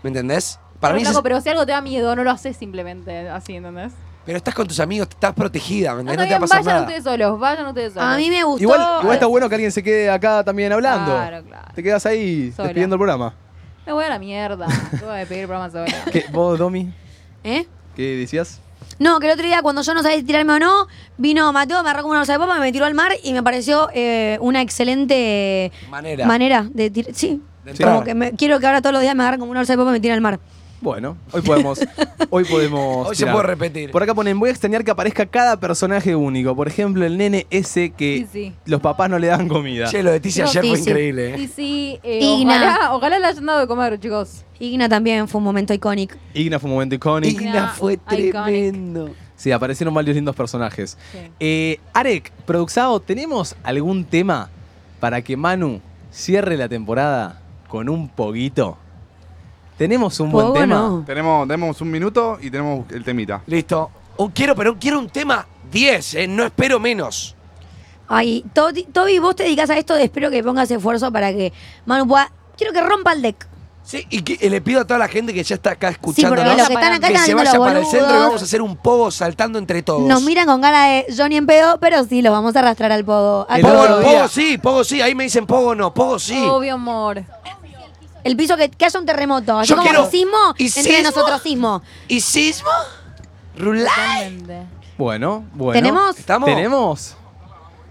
Speaker 2: ¿Me entendés? Para
Speaker 4: Pero,
Speaker 2: mí ese
Speaker 4: flaco,
Speaker 2: es- pero...
Speaker 4: pero si algo te da miedo, no lo haces simplemente así, ¿entendés? Ah,
Speaker 2: estás con tus amigos, estás protegida, ¿me
Speaker 4: No,
Speaker 2: entendés? No,
Speaker 4: está
Speaker 2: te va a
Speaker 4: bien,
Speaker 2: pasar
Speaker 4: vayan
Speaker 2: nada.
Speaker 4: ustedes solos, vayan ustedes solos.
Speaker 3: A mí me gustó.
Speaker 1: Igual, igual está bueno que alguien se quede acá también hablando.
Speaker 4: Claro, claro.
Speaker 1: Te quedas ahí
Speaker 4: Sola.
Speaker 1: despidiendo el programa.
Speaker 4: Me voy a la
Speaker 2: <laughs>
Speaker 4: mierda. Yo voy a pedir programas ahora.
Speaker 1: ¿Qué, ¿Vos, Domi?
Speaker 3: ¿Eh?
Speaker 1: ¿Qué decías?
Speaker 3: No, que el otro día cuando yo no sabía si tirarme o no, vino Mateo, me arrancó una bolsa de papa, me tiró al mar y me pareció eh, una excelente eh,
Speaker 2: Manera.
Speaker 3: manera de tirar. Sí.
Speaker 2: De
Speaker 1: Sí.
Speaker 2: entrar.
Speaker 3: Como que me- quiero que ahora todos los días me agarren como una bolsa de papa y me tiren al mar.
Speaker 1: Bueno,
Speaker 2: <laughs>
Speaker 1: hoy podemos. hoy podemos.
Speaker 2: Hoy se
Speaker 1: tirar.
Speaker 2: puede repetir.
Speaker 1: Por acá ponen, voy a extrañar que aparezca cada personaje único. Por ejemplo, el nene ese que
Speaker 4: sí.
Speaker 1: los papás no le dan comida.
Speaker 2: Che, lo de Tizi
Speaker 3: No,
Speaker 2: ayer fue
Speaker 3: Tizi.
Speaker 2: increíble,
Speaker 4: Y
Speaker 3: <laughs>
Speaker 2: ¿eh?
Speaker 4: sí, eh,
Speaker 3: Igna.
Speaker 4: ojalá, ojalá le hayan dado de comer, chicos.
Speaker 3: Igna también fue un momento icónico.
Speaker 1: Igna fue un momento icónico.
Speaker 2: Igna fue
Speaker 4: Iconic.
Speaker 2: tremendo.
Speaker 1: Sí, aparecieron varios lindos personajes.
Speaker 4: Sí.
Speaker 1: Eh, Arek, Produxado, ¿tenemos algún tema para que Manu cierre la temporada con un poquito? ¿Tenemos un
Speaker 3: Pogo,
Speaker 1: buen tema?
Speaker 3: no.
Speaker 5: Tenemos, tenemos un minuto y tenemos el temita.
Speaker 2: Listo. Un- quiero, pero quiero un tema 10, ¿eh? No espero menos.
Speaker 3: Ay, Toti- Toby, vos te dedicas a esto, espero que pongas esfuerzo para que Manu pueda. Quiero que rompa el deck.
Speaker 2: Sí, y que- y le pido a toda la gente que ya está acá escuchando
Speaker 3: porque los que están acá
Speaker 2: que
Speaker 3: están
Speaker 2: se
Speaker 3: haciendo
Speaker 2: vaya
Speaker 3: los
Speaker 2: para el centro y
Speaker 3: boludos.
Speaker 2: vamos a hacer un pogo saltando entre todos.
Speaker 3: Nos miran con cara de Johnny en pedo, pero sí, los vamos a arrastrar al pogo. Al
Speaker 1: El
Speaker 3: pogo.
Speaker 2: Pogo,
Speaker 1: otro día.
Speaker 2: pogo sí, pogo sí. Ahí me dicen pogo no, pogo sí.
Speaker 4: Obvio, amor.
Speaker 3: El piso que, que haya un terremoto. Así
Speaker 2: Yo
Speaker 3: como
Speaker 2: quiero-
Speaker 3: el sismo,
Speaker 2: ¿Y
Speaker 3: entre
Speaker 2: sismo?
Speaker 3: nosotros sismo.
Speaker 2: ¿Y sismo? ¿Rulay?
Speaker 4: Totalmente.
Speaker 1: Bueno, bueno.
Speaker 3: ¿Tenemos?
Speaker 2: ¿Estamos?
Speaker 1: ¿Tenemos?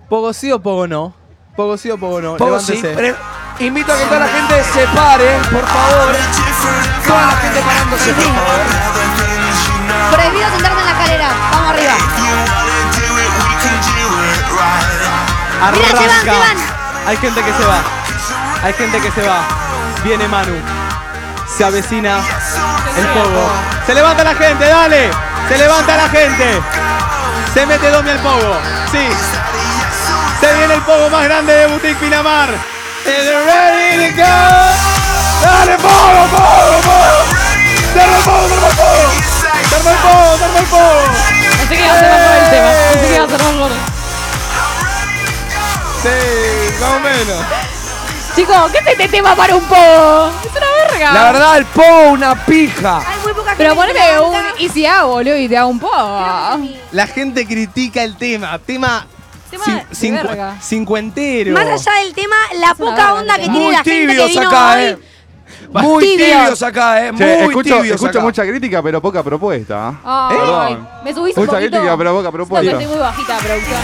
Speaker 1: ¿Pogo sí o pogo no? ¿Pogo sí o pogo no?
Speaker 2: Pogo sí.
Speaker 1: Levántese.
Speaker 2: Pre- Invito a que toda la gente se pare, por favor. Toda la gente parándose, por favor.
Speaker 3: Prohibido sentarse en la escalera. Vamos arriba. Mira, se van, se van.
Speaker 1: Hay gente que se va. Hay gente que se va. Viene Manu. Se avecina el pogo. Se levanta la gente, dale. Se levanta la gente. Se mete Domi al pogo. Sí. Se viene el pogo más grande de Boutique Pinamar. Is it ready to go? Dale, pogo, pogo, pogo. Se arma el pogo, se arma el pogo. Se arma el pogo, se arma el pogo.
Speaker 4: Pensé que iba a ser más por el tema. Pensé que iba a ser más por
Speaker 1: Sí, más o menos.
Speaker 4: Chicos, ¿qué es este tema para un poco? Es una verga.
Speaker 3: Ah.
Speaker 2: La verdad, el pogo una pija.
Speaker 3: Hay muy poca
Speaker 4: Pero
Speaker 3: gente que
Speaker 4: poneme
Speaker 3: se
Speaker 4: un
Speaker 3: levanta.
Speaker 4: y si hago, boludo, y te hago un poco.
Speaker 1: La gente critica el tema, tema,
Speaker 4: Tema
Speaker 1: cin- ¿Eh?
Speaker 4: de
Speaker 1: cincu-
Speaker 4: verga.
Speaker 1: cincuentero.
Speaker 3: Más allá del tema, la
Speaker 4: una
Speaker 3: poca
Speaker 4: verga.
Speaker 3: onda que tiene
Speaker 2: Muy
Speaker 3: la gente que
Speaker 2: tibios
Speaker 3: vino
Speaker 2: acá,
Speaker 3: hoy.
Speaker 2: eh. Muy
Speaker 3: Tibios.
Speaker 2: tibios acá, eh. Muy
Speaker 5: Che, escucho,
Speaker 2: tibios
Speaker 5: escucho
Speaker 2: acá.
Speaker 5: mucha crítica, pero poca propuesta. ¿eh?
Speaker 4: Ay,
Speaker 5: Perdón.
Speaker 4: Me subís un
Speaker 5: Mucha
Speaker 4: poquito.
Speaker 5: crítica, pero poca
Speaker 4: Siento que
Speaker 5: propuesta.
Speaker 4: estoy muy bajita, producción.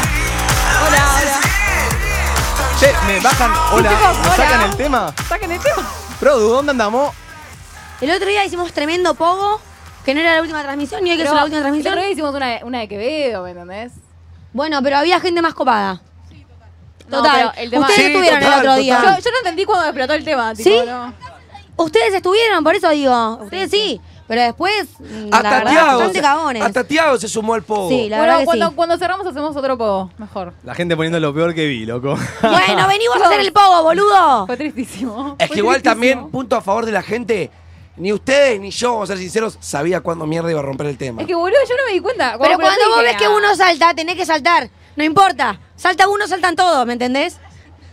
Speaker 4: Hola, hola.
Speaker 1: Che, me bajan, hola,
Speaker 4: Chicos,
Speaker 1: me sacan
Speaker 4: hola.
Speaker 1: el tema.
Speaker 4: Saquen el tema.
Speaker 1: Produ, ¿dónde andamos?
Speaker 3: El otro día hicimos tremendo pogo, que no era la última transmisión, y hoy que es
Speaker 4: Pero
Speaker 3: la última
Speaker 4: el
Speaker 3: transmisión.
Speaker 4: otro día hicimos una, una de Quevedo, ¿me entendés?
Speaker 3: Bueno, pero había gente más copada.
Speaker 4: No,
Speaker 3: Total.
Speaker 4: pero el tema-
Speaker 3: Ustedes
Speaker 2: Sí,
Speaker 3: estuvieron
Speaker 2: total,
Speaker 3: el otro día.
Speaker 4: Yo,
Speaker 2: total.
Speaker 4: yo no entendí cuando explotó el tema, tipo,
Speaker 3: Oh, ¿Sí?
Speaker 4: no.
Speaker 3: Ustedes estuvieron, por eso digo. Ustedes sí. Pero después, mm, la
Speaker 2: Hasta
Speaker 3: verdad,
Speaker 2: Tiago.
Speaker 3: bastante cagones.
Speaker 2: Hasta Tiago se sumó al pogo.
Speaker 3: Sí, la
Speaker 4: Bueno,
Speaker 3: verdad que
Speaker 4: cuando,
Speaker 3: sí.
Speaker 4: cuando cerramos hacemos otro poco, mejor.
Speaker 1: La gente poniendo lo peor que vi, loco.
Speaker 2: <laughs>
Speaker 1: <laughs>
Speaker 3: Bueno, venimos a hacer el pogo, boludo.
Speaker 4: Fue tristísimo.
Speaker 2: Es
Speaker 4: Fue
Speaker 2: que igual
Speaker 4: tristísimo.
Speaker 2: también, punto a favor de la gente, ni ustedes ni yo, vamos a ser sinceros, sabía cuándo mierda iba a romper el tema.
Speaker 4: Es que boludo, yo no me di cuenta.
Speaker 3: Pero
Speaker 4: explotó
Speaker 3: cuando vos
Speaker 4: dije,
Speaker 3: ves que
Speaker 4: ah,
Speaker 3: uno salta, tenés que saltar. No importa. Salta uno, saltan todos, ¿me entendés?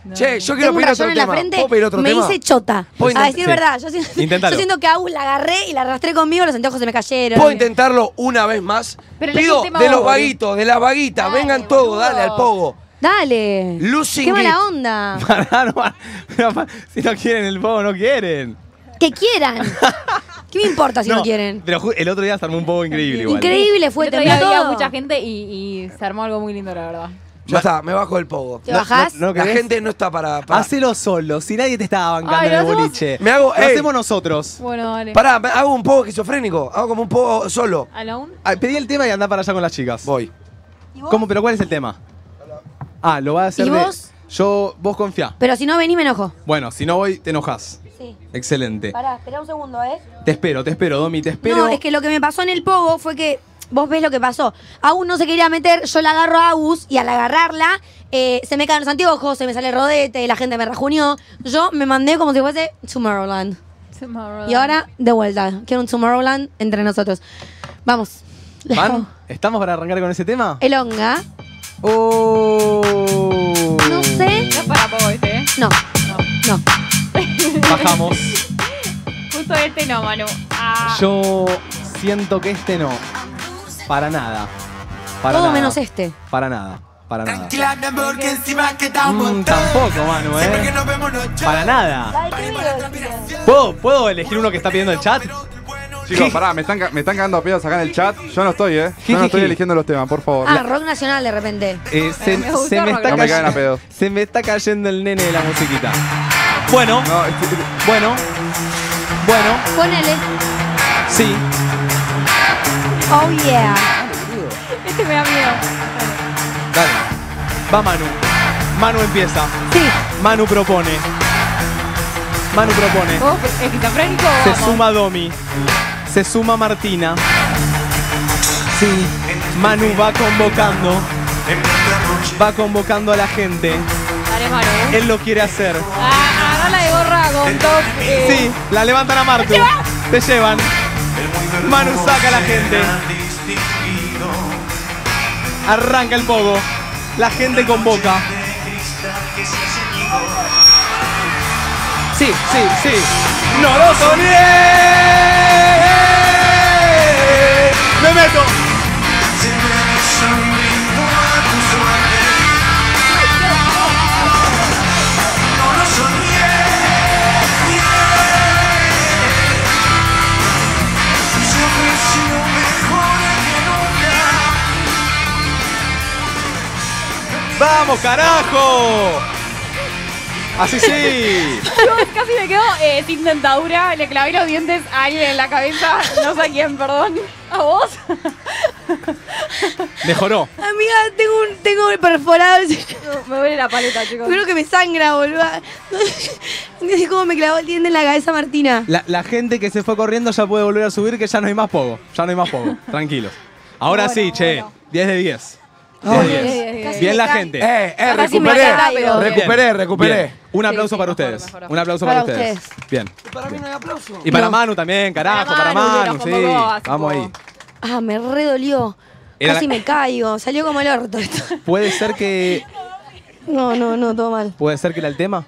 Speaker 4: no.
Speaker 2: Che, yo
Speaker 3: Tengo
Speaker 2: quiero
Speaker 3: un
Speaker 2: pedir otro
Speaker 3: rayón en la
Speaker 2: tema.
Speaker 3: frente.
Speaker 2: ¿Puedo pedir otro
Speaker 3: me
Speaker 2: tema?
Speaker 3: hice chota.
Speaker 2: ¿Puedo
Speaker 3: A
Speaker 2: intent-
Speaker 3: decir
Speaker 1: sí.
Speaker 3: verdad, yo siento, yo
Speaker 1: Inténtalo.
Speaker 3: siento que a Agus la agarré y la arrastré conmigo, los anteojos se me cayeron.
Speaker 2: ¿Puedo intentarlo una vez más?
Speaker 4: Pero elegí
Speaker 2: Pido
Speaker 4: el tema
Speaker 2: de
Speaker 4: vos,
Speaker 2: los
Speaker 4: boludo.
Speaker 2: vaguitos, de las vaguitas,
Speaker 4: Dale,
Speaker 2: vengan todos,
Speaker 4: boludo.
Speaker 2: dale, al pogo.
Speaker 3: Dale.
Speaker 2: Losing
Speaker 3: Qué
Speaker 2: it.
Speaker 3: mala onda.
Speaker 1: Pará, no, pero pa- si no quieren el pogo, no quieren.
Speaker 3: Que quieran.
Speaker 2: <laughs>
Speaker 3: ¿Qué me importa Ah, si no, quieren?
Speaker 1: Pero ju- el otro día se armó un pogo increíble igual.
Speaker 3: Increíble fue.
Speaker 4: El otro día
Speaker 3: tembló
Speaker 4: había
Speaker 3: todo.
Speaker 4: mucha gente y, y se armó algo muy lindo, la verdad.
Speaker 2: Ya está, me bajo del pogo.
Speaker 3: ¿Te bajás?
Speaker 1: No, no
Speaker 2: La
Speaker 1: querés.
Speaker 2: gente no está para... para.
Speaker 5: Ah,
Speaker 1: Hacelo solo, si nadie te estaba bancando
Speaker 4: Ay,
Speaker 1: en el
Speaker 4: lo hacemos-
Speaker 1: boliche.
Speaker 2: Me hago-
Speaker 1: Lo
Speaker 2: ey.
Speaker 1: hacemos nosotros.
Speaker 4: Bueno, dale.
Speaker 2: Pará, me- hago un pogo esquizofrénico, hago como un pogo solo.
Speaker 4: ¿Alone?
Speaker 1: Ah, pedí el tema y andá para allá con las chicas.
Speaker 2: Voy.
Speaker 1: ¿Cómo? ¿Pero cuál es el tema? Ah, lo va a hacer
Speaker 3: ¿Y
Speaker 1: de-
Speaker 3: vos?
Speaker 1: Yo, vos confiá.
Speaker 3: Pero si no venís, me enojo.
Speaker 1: Bueno, si no voy, te enojas.
Speaker 3: Sí.
Speaker 1: Excelente.
Speaker 3: Pará, espera un segundo, ¿eh?
Speaker 1: Te espero, te espero, Domi, te espero.
Speaker 3: No, es que lo que me pasó en el pogo fue que. Vos ves lo que pasó. Agus no se quería meter, yo la agarro a Agus y al agarrarla eh, se me caen los anteojos, se me sale el rodete, la gente me rajuneó. Yo me mandé como si fuese Tomorrowland.
Speaker 4: Tomorrowland.
Speaker 3: Y ahora, de vuelta. Quiero un Tomorrowland entre nosotros. Vamos. Let's
Speaker 1: ¿Van?
Speaker 3: go.
Speaker 1: ¿Estamos para arrancar con ese tema?
Speaker 3: <laughs> El onga.
Speaker 1: Oh.
Speaker 3: No sé.
Speaker 4: No es para poco este, ¿eh?
Speaker 3: No,
Speaker 4: No.
Speaker 3: no.
Speaker 1: Bajamos.
Speaker 4: Justo este no, Manu. Ah.
Speaker 1: Yo siento que este no. Para nada. Para
Speaker 3: Todo
Speaker 1: nada.
Speaker 3: menos este.
Speaker 1: Para nada. Para nada.
Speaker 7: Tranquilame porque encima que está un
Speaker 1: Mm,
Speaker 7: montón.
Speaker 1: tampoco, Manu,
Speaker 7: Siempre que
Speaker 1: eh.
Speaker 7: nos vemos nos
Speaker 1: Para
Speaker 7: llora.
Speaker 1: nada.
Speaker 7: Para
Speaker 1: ¿Puedo, ¿Puedo elegir uno que está pidiendo el chat?
Speaker 5: Chicos, pará, me están, ca- me están cagando a pedos acá en el chat. Yo no estoy, ¿eh? Yo no
Speaker 1: Jijiji.
Speaker 5: estoy eligiendo los temas, por favor.
Speaker 3: Ah, rock nacional de repente.
Speaker 1: Eh, se,
Speaker 4: Me gustó
Speaker 1: se me está
Speaker 4: Rock.
Speaker 5: No me
Speaker 1: cayendo-
Speaker 5: caen a pedos.
Speaker 1: <laughs> se me está cayendo el nene de la musiquita. Bueno,
Speaker 5: No, este, es-
Speaker 1: bueno, bueno.
Speaker 3: Ponele.
Speaker 1: Sí.
Speaker 3: Oh yeah.
Speaker 4: Este me da miedo.
Speaker 1: Dale. Va Manu. Manu empieza.
Speaker 3: Sí.
Speaker 1: Manu propone. Manu propone.
Speaker 4: ¿Vos esquizofrénico o
Speaker 1: Se
Speaker 4: vamos?
Speaker 1: suma Domi. Se suma Martina. Sí. Manu va convocando. Va convocando a la gente.
Speaker 4: Dale, Manu.
Speaker 1: Él lo quiere hacer.
Speaker 4: Ah, agarrala de gorra con dos. eh,
Speaker 1: Sí, la levantan a Martu. Te llevan. Manu saca a la gente. Arranca el pogo. La gente convoca. Sí, sí, sí. ¡No lo soñé! ¡Me meto! ¡Vamos, carajo! Así sí.
Speaker 4: yo casi me quedo eh, sin dentadura. Le clavé los dientes a alguien en la cabeza. No sé a quién, perdón. ¿A vos?
Speaker 1: Mejoró.
Speaker 3: Amiga, tengo un, tengo el perforado. <laughs> el cerebro.
Speaker 4: No, <laughs> me duele la paleta, chicos.
Speaker 3: Creo que me sangra, boludo. <laughs> No sé cómo me clavó el diente en la cabeza Martina.
Speaker 1: La, la gente que se fue corriendo ya puede volver a subir, que ya no hay más pogo. Ya no hay más pogo. Tranquilos. Ahora
Speaker 4: Bueno,
Speaker 1: sí, che.
Speaker 4: bueno.
Speaker 1: 10 de 10. 10
Speaker 2: Ay,
Speaker 1: de
Speaker 4: ay,
Speaker 1: 10.
Speaker 4: ay, ay.
Speaker 1: Bien la
Speaker 3: Casi me
Speaker 1: gente.
Speaker 2: Eh, eh,
Speaker 4: Casi me
Speaker 2: recuperé.
Speaker 4: caigo.
Speaker 1: Bien.
Speaker 2: Recuperé, recuperé.
Speaker 1: Bien. Un aplauso
Speaker 4: sí, mejoró,
Speaker 1: para ustedes.
Speaker 4: mejoró.
Speaker 1: Un aplauso para,
Speaker 3: Para
Speaker 1: ustedes.
Speaker 3: ustedes.
Speaker 1: Bien.
Speaker 2: Para mí no hay aplauso.
Speaker 1: Y para Manu también, carajo, para
Speaker 4: Para
Speaker 1: Manu,
Speaker 4: Manu, que nos
Speaker 1: sí.
Speaker 4: convocó, así
Speaker 1: Vamos ahí.
Speaker 4: como-
Speaker 3: Ah, me re dolió.
Speaker 1: Era
Speaker 3: Casi
Speaker 1: la-
Speaker 3: me caigo. Salió como el orto esto. <laughs>
Speaker 1: Puede ser que
Speaker 3: No, no, no, todo mal.
Speaker 1: puede ser que era el tema.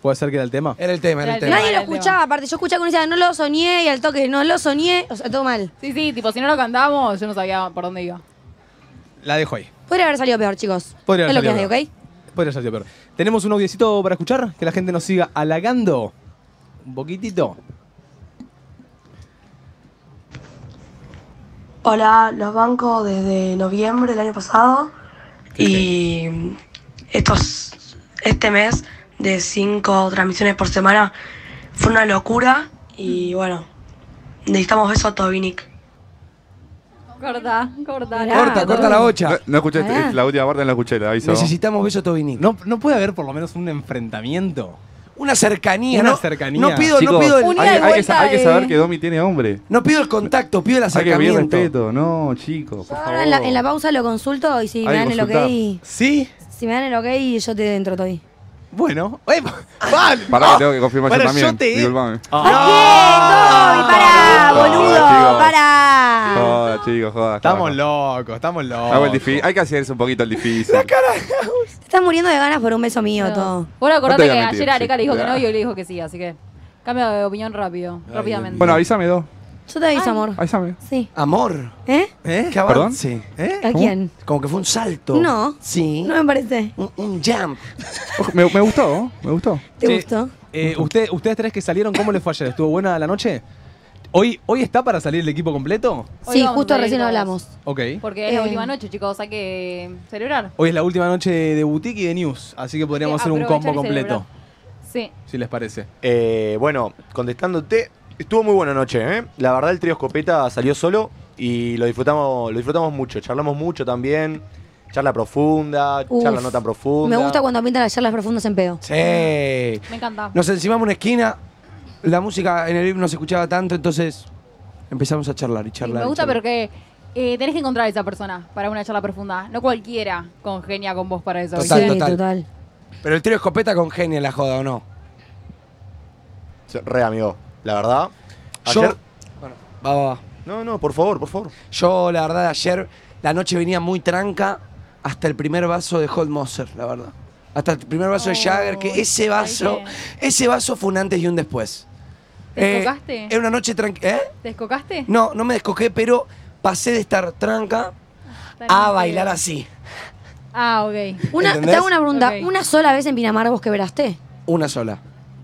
Speaker 1: Puede ser que era el tema.
Speaker 2: Era el tema, era el
Speaker 4: Era el
Speaker 2: tema.
Speaker 3: Nadie lo
Speaker 4: tema.
Speaker 3: escuchaba, aparte. Yo escuchaba que uno decía, no lo soñé, y al toque, no lo soñé. O sea, todo mal.
Speaker 4: Sí, sí, tipo, si no lo cantamos, yo no sabía por dónde iba.
Speaker 1: La dejo ahí.
Speaker 3: Podría haber salido peor, chicos.
Speaker 1: Podría haber
Speaker 3: es lo que
Speaker 1: salido
Speaker 3: os digo, ¿ok?
Speaker 1: Podría ser peor. Tenemos un audiecito para escuchar, que la gente nos siga halagando un poquitito.
Speaker 10: Hola, los banco desde noviembre del año pasado y estos este mes de cinco transmisiones por semana fue una locura y bueno, necesitamos beso a Tobinic.
Speaker 4: Corta, corta.
Speaker 3: Pará,
Speaker 2: Corta, corta la
Speaker 5: No,
Speaker 2: bocha.
Speaker 5: no escuché, este,
Speaker 3: Pará.
Speaker 5: la última parte no la escuché, la aviso.
Speaker 2: Necesitamos beso Tobinic.
Speaker 1: No, no puede haber por lo menos un enfrentamiento.
Speaker 2: Una cercanía,
Speaker 1: Una
Speaker 2: ¿no?
Speaker 1: cercanía.
Speaker 2: No pido, no
Speaker 5: Chicos,
Speaker 2: pido el,
Speaker 4: Unidad
Speaker 5: hay,
Speaker 4: de
Speaker 5: hay que, sa-
Speaker 4: vuelta
Speaker 5: hay que
Speaker 4: de-
Speaker 5: saber que Domi tiene hombre.
Speaker 2: no pido el contacto, pido el
Speaker 5: Hay que pedir
Speaker 2: acercamiento.
Speaker 5: respeto. No, chicos, por favor.
Speaker 3: Ahora en la, en la pausa lo consulto y si me
Speaker 5: Ahí
Speaker 3: dan el
Speaker 5: consultá.
Speaker 3: ok,
Speaker 1: ¿Sí?
Speaker 3: si me dan el ok, yo te entro, Toby.
Speaker 1: Bueno. Eh, vale.
Speaker 5: Pará,
Speaker 2: Ah.
Speaker 5: que tengo que confirmar
Speaker 1: Bueno,
Speaker 5: yo también.
Speaker 1: yo te-
Speaker 5: Disculpame.
Speaker 3: ¡Ah,
Speaker 5: Toby,
Speaker 3: bien, Toby! ¡Pará,
Speaker 5: Toby,
Speaker 3: boludo!
Speaker 5: chicos.
Speaker 3: ¡Pará!
Speaker 5: Joda, chicos, joda.
Speaker 1: Estamos
Speaker 5: joda.
Speaker 1: locos, estamos locos.
Speaker 3: Ah,
Speaker 5: Hago el difícil. Hay que hacerse un poquito el difícil.
Speaker 3: Te estás muriendo de ganas por un beso mío,
Speaker 4: No.
Speaker 3: todo.
Speaker 4: Bueno,
Speaker 5: No
Speaker 4: acordate
Speaker 5: te voy
Speaker 4: que
Speaker 5: a mentir,
Speaker 4: ayer Areca
Speaker 5: sí.
Speaker 4: le dijo que
Speaker 5: Ya.
Speaker 4: no y yo le dijo que sí, así que cambia de opinión rápido, rápidamente.
Speaker 5: bueno, avísame dos.
Speaker 3: Yo te aviso, amor.
Speaker 5: Avísame.
Speaker 3: Sí.
Speaker 2: Amor.
Speaker 3: ¿Eh?
Speaker 1: ¿Eh?
Speaker 2: ¿Qué
Speaker 5: ¿Perdón?
Speaker 2: avance? ¿Eh?
Speaker 3: ¿A quién?
Speaker 2: Como que fue un salto.
Speaker 3: No.
Speaker 2: Sí.
Speaker 3: No me parece.
Speaker 2: Un, un jump.
Speaker 5: Ojo, Me, me gustó, ¿eh? me gustó.
Speaker 3: ¿Te
Speaker 1: Che,
Speaker 3: gustó?
Speaker 1: eh, usted- ustedes tres que salieron, ¿cómo les fue ayer? ¿Estuvo buena la noche? ¿Hoy, ¿Hoy está para salir el equipo completo?
Speaker 4: Hoy
Speaker 3: Sí,
Speaker 4: vamos a
Speaker 3: justo
Speaker 4: salir
Speaker 3: recién
Speaker 4: todos.
Speaker 3: hablamos.
Speaker 1: Ok.
Speaker 4: Porque es la
Speaker 3: Eh.
Speaker 4: última noche, chicos, hay que celebrar.
Speaker 1: Hoy es la última noche de boutique y de news, así que podríamos
Speaker 4: Sí,
Speaker 1: hacer un combo
Speaker 4: aprovechar y
Speaker 1: completo,
Speaker 4: Sí.
Speaker 1: si les parece.
Speaker 6: Eh, bueno, contestándote, estuvo muy buena noche, ¿eh? La verdad el trío Escopeta salió solo y lo disfrutamos, lo disfrutamos mucho, charlamos mucho también, charla profunda,
Speaker 3: Uf.
Speaker 6: charla no tan profunda.
Speaker 3: Me gusta cuando pintan las charlas profundas en pedo.
Speaker 2: Sí.
Speaker 4: Me encanta.
Speaker 2: Nos encimamos una esquina. La música en el VIP no se escuchaba tanto, entonces empezamos a charlar y
Speaker 4: Sí,
Speaker 2: charlar.
Speaker 4: me
Speaker 2: y
Speaker 4: gusta, pero
Speaker 2: charlar.
Speaker 4: que eh, tenés que encontrar a esa persona para una charla profunda. No cualquiera congenia con vos para eso.
Speaker 2: Total,
Speaker 3: sí,
Speaker 4: ¿viste?
Speaker 2: total.
Speaker 3: total.
Speaker 2: Pero el trío escopeta con genia la joda, ¿o no?
Speaker 6: Re amigo, la verdad.
Speaker 2: Yo.
Speaker 6: Ayer-
Speaker 2: Bueno, va, va, va.
Speaker 6: No, no, por favor, por favor.
Speaker 2: Yo, la verdad, ayer la noche venía muy tranca hasta el primer vaso de Holt Moser, la verdad. Hasta el primer vaso de
Speaker 4: Oh,
Speaker 2: Jagger, que ese
Speaker 4: ahí
Speaker 2: vaso, ese vaso fue un antes y un después.
Speaker 4: ¿Te
Speaker 2: Eh,
Speaker 4: descocaste?
Speaker 2: Era una noche tranquila. ¿Eh?
Speaker 4: ¿Te descocaste?
Speaker 2: No, no me descoqué, pero pasé de estar tranca
Speaker 4: Está
Speaker 2: a
Speaker 4: bien.
Speaker 2: bailar así.
Speaker 4: Ah, ok.
Speaker 3: Una, te
Speaker 2: ¿Entendés?
Speaker 3: hago una pregunta.
Speaker 4: Ok.
Speaker 3: ¿Una sola vez en Pinamar vos quebraste?
Speaker 2: Una sola.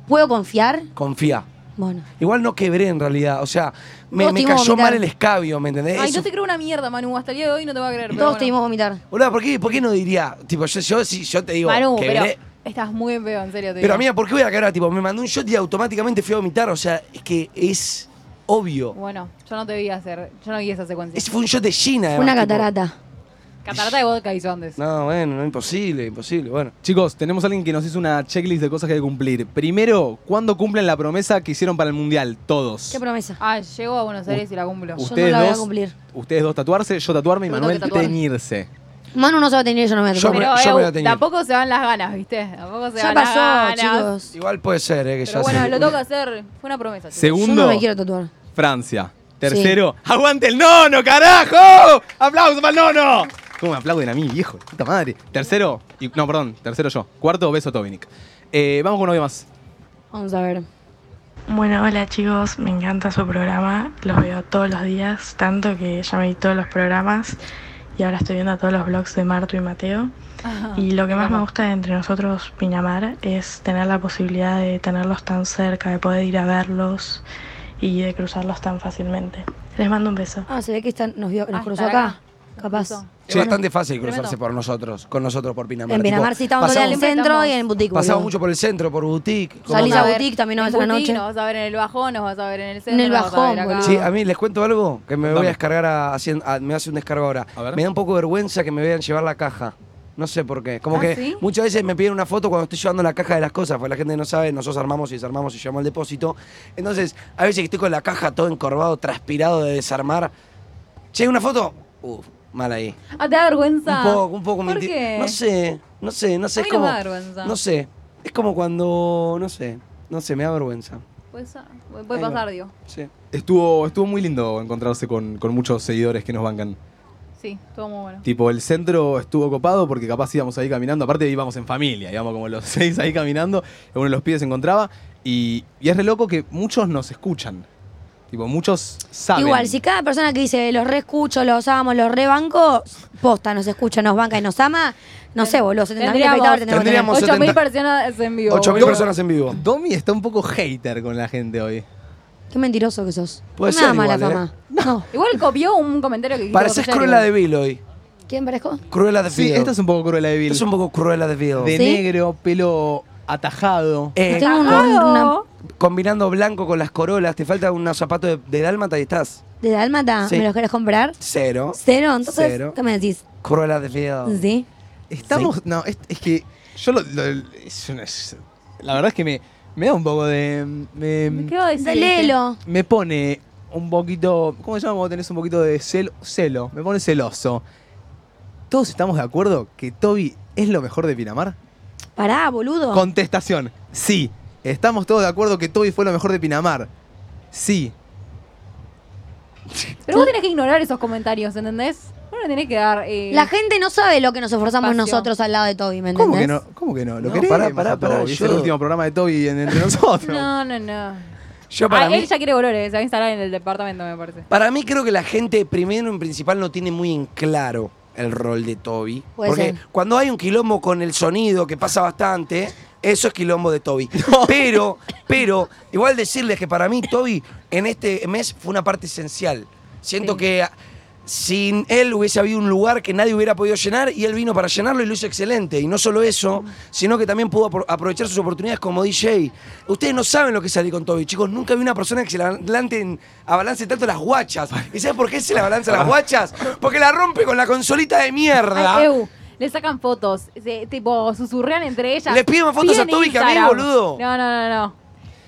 Speaker 3: ¿Puedo confiar?
Speaker 2: Confía.
Speaker 3: Bueno.
Speaker 2: Igual no quebré en realidad. O sea, me,
Speaker 3: Todos
Speaker 2: me
Speaker 3: te iban a
Speaker 2: cayó
Speaker 3: vomitar.
Speaker 2: mal el escabio, ¿me entendés?
Speaker 4: Ay,
Speaker 2: Eso-
Speaker 4: no te creo una mierda, Manu. Hasta el día de hoy no te va a creer. pero
Speaker 3: Todos te
Speaker 4: bueno.
Speaker 3: dimos vomitar.
Speaker 2: Boluda, ¿por qué, por qué no diría? Tipo, yo, yo, si yo te digo,
Speaker 4: Manu, pero
Speaker 2: quebré.
Speaker 4: estás muy en pedo, en serio. Te
Speaker 2: Pero
Speaker 4: digo.
Speaker 2: amiga, ¿por qué voy a cagar? Tipo, me mandó un shot y automáticamente fui a vomitar. O sea, es que es obvio.
Speaker 4: Bueno, yo no te vi hacer, yo no vi esa secuencia.
Speaker 2: Ese fue un shot de Gina,
Speaker 4: Fue
Speaker 2: además,
Speaker 4: una
Speaker 2: Eh, tipo-
Speaker 4: catarata. Catarata de vodka hizo antes.
Speaker 2: No, bueno, no, imposible, imposible, bueno.
Speaker 1: Chicos, tenemos a alguien que nos hizo una checklist de cosas que hay que cumplir. Primero, ¿cuándo cumplen la promesa que hicieron para el Mundial? Todos.
Speaker 4: ¿Qué promesa? Ah, llego a Buenos Aires y la cumplo.
Speaker 1: Ustedes dos, Ustedes dos tatuarse, yo tatuarme y
Speaker 4: Yo tengo
Speaker 1: Manuel
Speaker 4: que tatuarme.
Speaker 1: teñirse.
Speaker 3: Manu no se va a tener, yo no me voy a
Speaker 2: Yo
Speaker 3: tatuar.
Speaker 2: me-
Speaker 4: Pero
Speaker 2: yo me voy a
Speaker 4: eh,
Speaker 2: teñir.
Speaker 4: tampoco se van las ganas, ¿viste? Tampoco se
Speaker 3: Ya
Speaker 4: van las
Speaker 3: pasó,
Speaker 4: ganas.
Speaker 3: chicos.
Speaker 2: Igual puede ser, eh, que ya
Speaker 4: Pero bueno,
Speaker 2: se-
Speaker 4: lo tengo que hacer. Fue una promesa. chicos. <laughs>
Speaker 1: Segundo.
Speaker 3: Yo no me quiero tatuar.
Speaker 1: Francia. Tercero, ¡aguante el nono, carajo! ¡Aplausos para el nono! ¿Cómo me aplauden a mí, viejo? de Puta madre. Tercero, y, no, perdón, tercero yo. Cuarto, beso Tobinic. Eh, vamos con un audio más.
Speaker 3: Vamos a ver.
Speaker 10: Bueno, hola chicos, me encanta su programa, los veo todos los días, tanto que ya me vi todos los programas y ahora estoy viendo todos los blogs de Marto y Mateo.
Speaker 4: Ah,
Speaker 10: Y lo que más me gusta de entre nosotros Pinamar es tener la posibilidad de tenerlos tan cerca, de poder ir a verlos y de cruzarlos tan fácilmente. Les mando un beso.
Speaker 3: Ah, se ve que están, nos, vio, nos
Speaker 4: Ah, está
Speaker 3: cruzó acá.
Speaker 4: acá.
Speaker 3: Capaz.
Speaker 2: Es bastante fácil
Speaker 4: Tremendo.
Speaker 2: cruzarse por nosotros, con nosotros por Pinamar.
Speaker 3: En
Speaker 2: tipo,
Speaker 3: Pinamar sí estamos en el
Speaker 2: pasamos,
Speaker 4: Siempre
Speaker 3: centro
Speaker 4: estamos-
Speaker 3: y en boutique.
Speaker 2: pasamos
Speaker 3: boludo.
Speaker 2: mucho por el centro, por boutique. como
Speaker 3: Salís
Speaker 2: que-
Speaker 3: a boutique también a
Speaker 4: en
Speaker 3: veces a la
Speaker 4: boutique,
Speaker 3: noche.
Speaker 4: Nos vas a ver en el bajón, nos vas a ver en el centro.
Speaker 3: En el
Speaker 4: nos vas a
Speaker 3: bajón,
Speaker 4: ver acá.
Speaker 3: boludo.
Speaker 2: Sí, a mí les cuento algo que me voy
Speaker 1: Contame.
Speaker 2: a descargar a, hacien- a- me hace un descargo ahora.
Speaker 1: A ver.
Speaker 2: Me da un poco de vergüenza que me vean llevar la caja. No sé por qué. Como
Speaker 4: ¿Ah,
Speaker 2: que
Speaker 4: sí?
Speaker 2: muchas veces me piden una foto cuando estoy llevando la caja de las cosas, porque la gente no sabe, nosotros armamos y desarmamos y llevamos al depósito. Entonces, a veces que estoy con la caja todo encorvado, transpirado de desarmar. Che, una foto. Uf, mal ahí.
Speaker 4: Ah, te da vergüenza.
Speaker 2: Un poco, un poco. me
Speaker 4: ¿Por
Speaker 2: inti-
Speaker 4: qué?
Speaker 2: No sé, no sé, no sé.
Speaker 4: A
Speaker 2: es
Speaker 4: mí no me
Speaker 2: como,
Speaker 4: da vergüenza.
Speaker 2: No sé. Es como cuando, no sé, no sé, me da vergüenza.
Speaker 4: Pues, ah, puede
Speaker 2: Ahí va.
Speaker 4: pasar, digo.
Speaker 2: Sí.
Speaker 1: Estuvo, estuvo muy lindo encontrarse con, con muchos seguidores que nos bancan.
Speaker 4: Sí, todo muy bueno.
Speaker 1: Tipo, el centro estuvo copado porque capaz íbamos ahí caminando. Aparte, íbamos en familia, íbamos como los <laughs> seis ahí caminando. Uno de los pibes se encontraba. Y, y es re loco que muchos nos escuchan. Tipo, muchos saben.
Speaker 3: Igual, si cada persona que dice los re escucho, los amo, los re banco, posta, nos escucha, nos banca y nos ama, no sé, boludo, 70 mil
Speaker 4: Tendríamos-
Speaker 3: espectadores tendremos que tener.
Speaker 2: Tendríamos
Speaker 4: 8.000
Speaker 2: 70.
Speaker 4: personas en vivo.
Speaker 2: 8.000
Speaker 4: boludo.
Speaker 2: personas en vivo.
Speaker 1: Domi está un poco hater con la gente hoy.
Speaker 3: Qué mentiroso que sos.
Speaker 2: Puede
Speaker 3: no me da
Speaker 2: ser
Speaker 3: mala
Speaker 2: igual,
Speaker 1: ¿eh?
Speaker 3: fama. No.
Speaker 4: Igual copió un comentario que
Speaker 2: Pareces Cruella de Vil hoy.
Speaker 3: ¿Quién parezco?
Speaker 2: Cruella de Vil.
Speaker 1: Sí, esta es un poco cruel de Vil.
Speaker 2: Esta es un poco Cruella de Vil.
Speaker 1: De
Speaker 3: ¿Sí?
Speaker 1: negro, pelo atajado.
Speaker 2: Eh,
Speaker 3: Tengo un-
Speaker 2: con-
Speaker 3: una-
Speaker 2: combinando blanco con las corolas, te falta unos zapatos de, de dálmata y estás
Speaker 3: ¿De Dálmata?
Speaker 2: Sí.
Speaker 3: ¿Me los querés comprar?
Speaker 2: cero.
Speaker 3: ¿Cero? Entonces,
Speaker 2: Cero.
Speaker 3: ¿qué me decís?
Speaker 2: Cruella de Vil.
Speaker 3: ¿Sí?
Speaker 1: Estamos. No, es, es que. Yo lo. lo- es una- es- la verdad es que me, me da un poco de.
Speaker 2: Em,
Speaker 1: Me,
Speaker 4: ¿Qué va a decir?
Speaker 3: Léelo.
Speaker 1: me pone un poquito. ¿Cómo se llama cuando tenés un poquito de celo? Celo. Me pone celoso. ¿Todos estamos de acuerdo que Toby es lo mejor de Pinamar?
Speaker 3: Pará, boludo.
Speaker 1: Contestación. Sí. Estamos todos de acuerdo que Toby fue lo mejor de Pinamar. Sí.
Speaker 4: Pero vos tenés que ignorar esos comentarios, ¿entendés? Vos no tenés que dar. eh,
Speaker 3: La gente no sabe lo que nos esforzamos
Speaker 4: Espacio.
Speaker 3: nosotros al lado de Toby, ¿me entendés?
Speaker 1: ¿Cómo que no? ¿Cómo que no? Lo
Speaker 2: No,
Speaker 1: queremos
Speaker 2: pará, pará,
Speaker 1: a
Speaker 2: pará,
Speaker 1: Toby. Es el
Speaker 2: yo-
Speaker 1: último programa de Toby en- entre <laughs> nosotros.
Speaker 4: No, no, no.
Speaker 2: Yo
Speaker 4: Ah,
Speaker 2: para mí,
Speaker 4: Él ya quiere volver, eh, se va a instalar en el departamento, me parece.
Speaker 2: para mí creo que la gente primero en principal no tiene muy en claro el rol de Toby.
Speaker 3: Puede
Speaker 2: porque
Speaker 3: ser.
Speaker 2: cuando hay un quilombo con el sonido que pasa bastante, eso es quilombo de Toby. Pero, pero, igual decirles que para mí Toby en este mes fue una parte esencial. Siento
Speaker 4: Sí.
Speaker 2: que ah, sin él hubiese habido un lugar que nadie hubiera podido llenar y él vino para llenarlo y lo hizo excelente. Y no solo eso, sino que también pudo apro- aprovechar sus oportunidades como DJ. Ustedes no saben lo que salí con Toby, chicos. Nunca vi una persona que se le adelante en- abalance tanto las guachas. ¿Y sabes por qué se le abalanza las guachas? Porque la rompe con la consolita de mierda.
Speaker 4: Ay, eu, le sacan fotos, se- tipo, susurrean entre ellas.
Speaker 2: Le piden más fotos
Speaker 4: Piden
Speaker 2: a Toby que a mí,
Speaker 4: Instagram.
Speaker 2: boludo.
Speaker 4: No, no, no, no.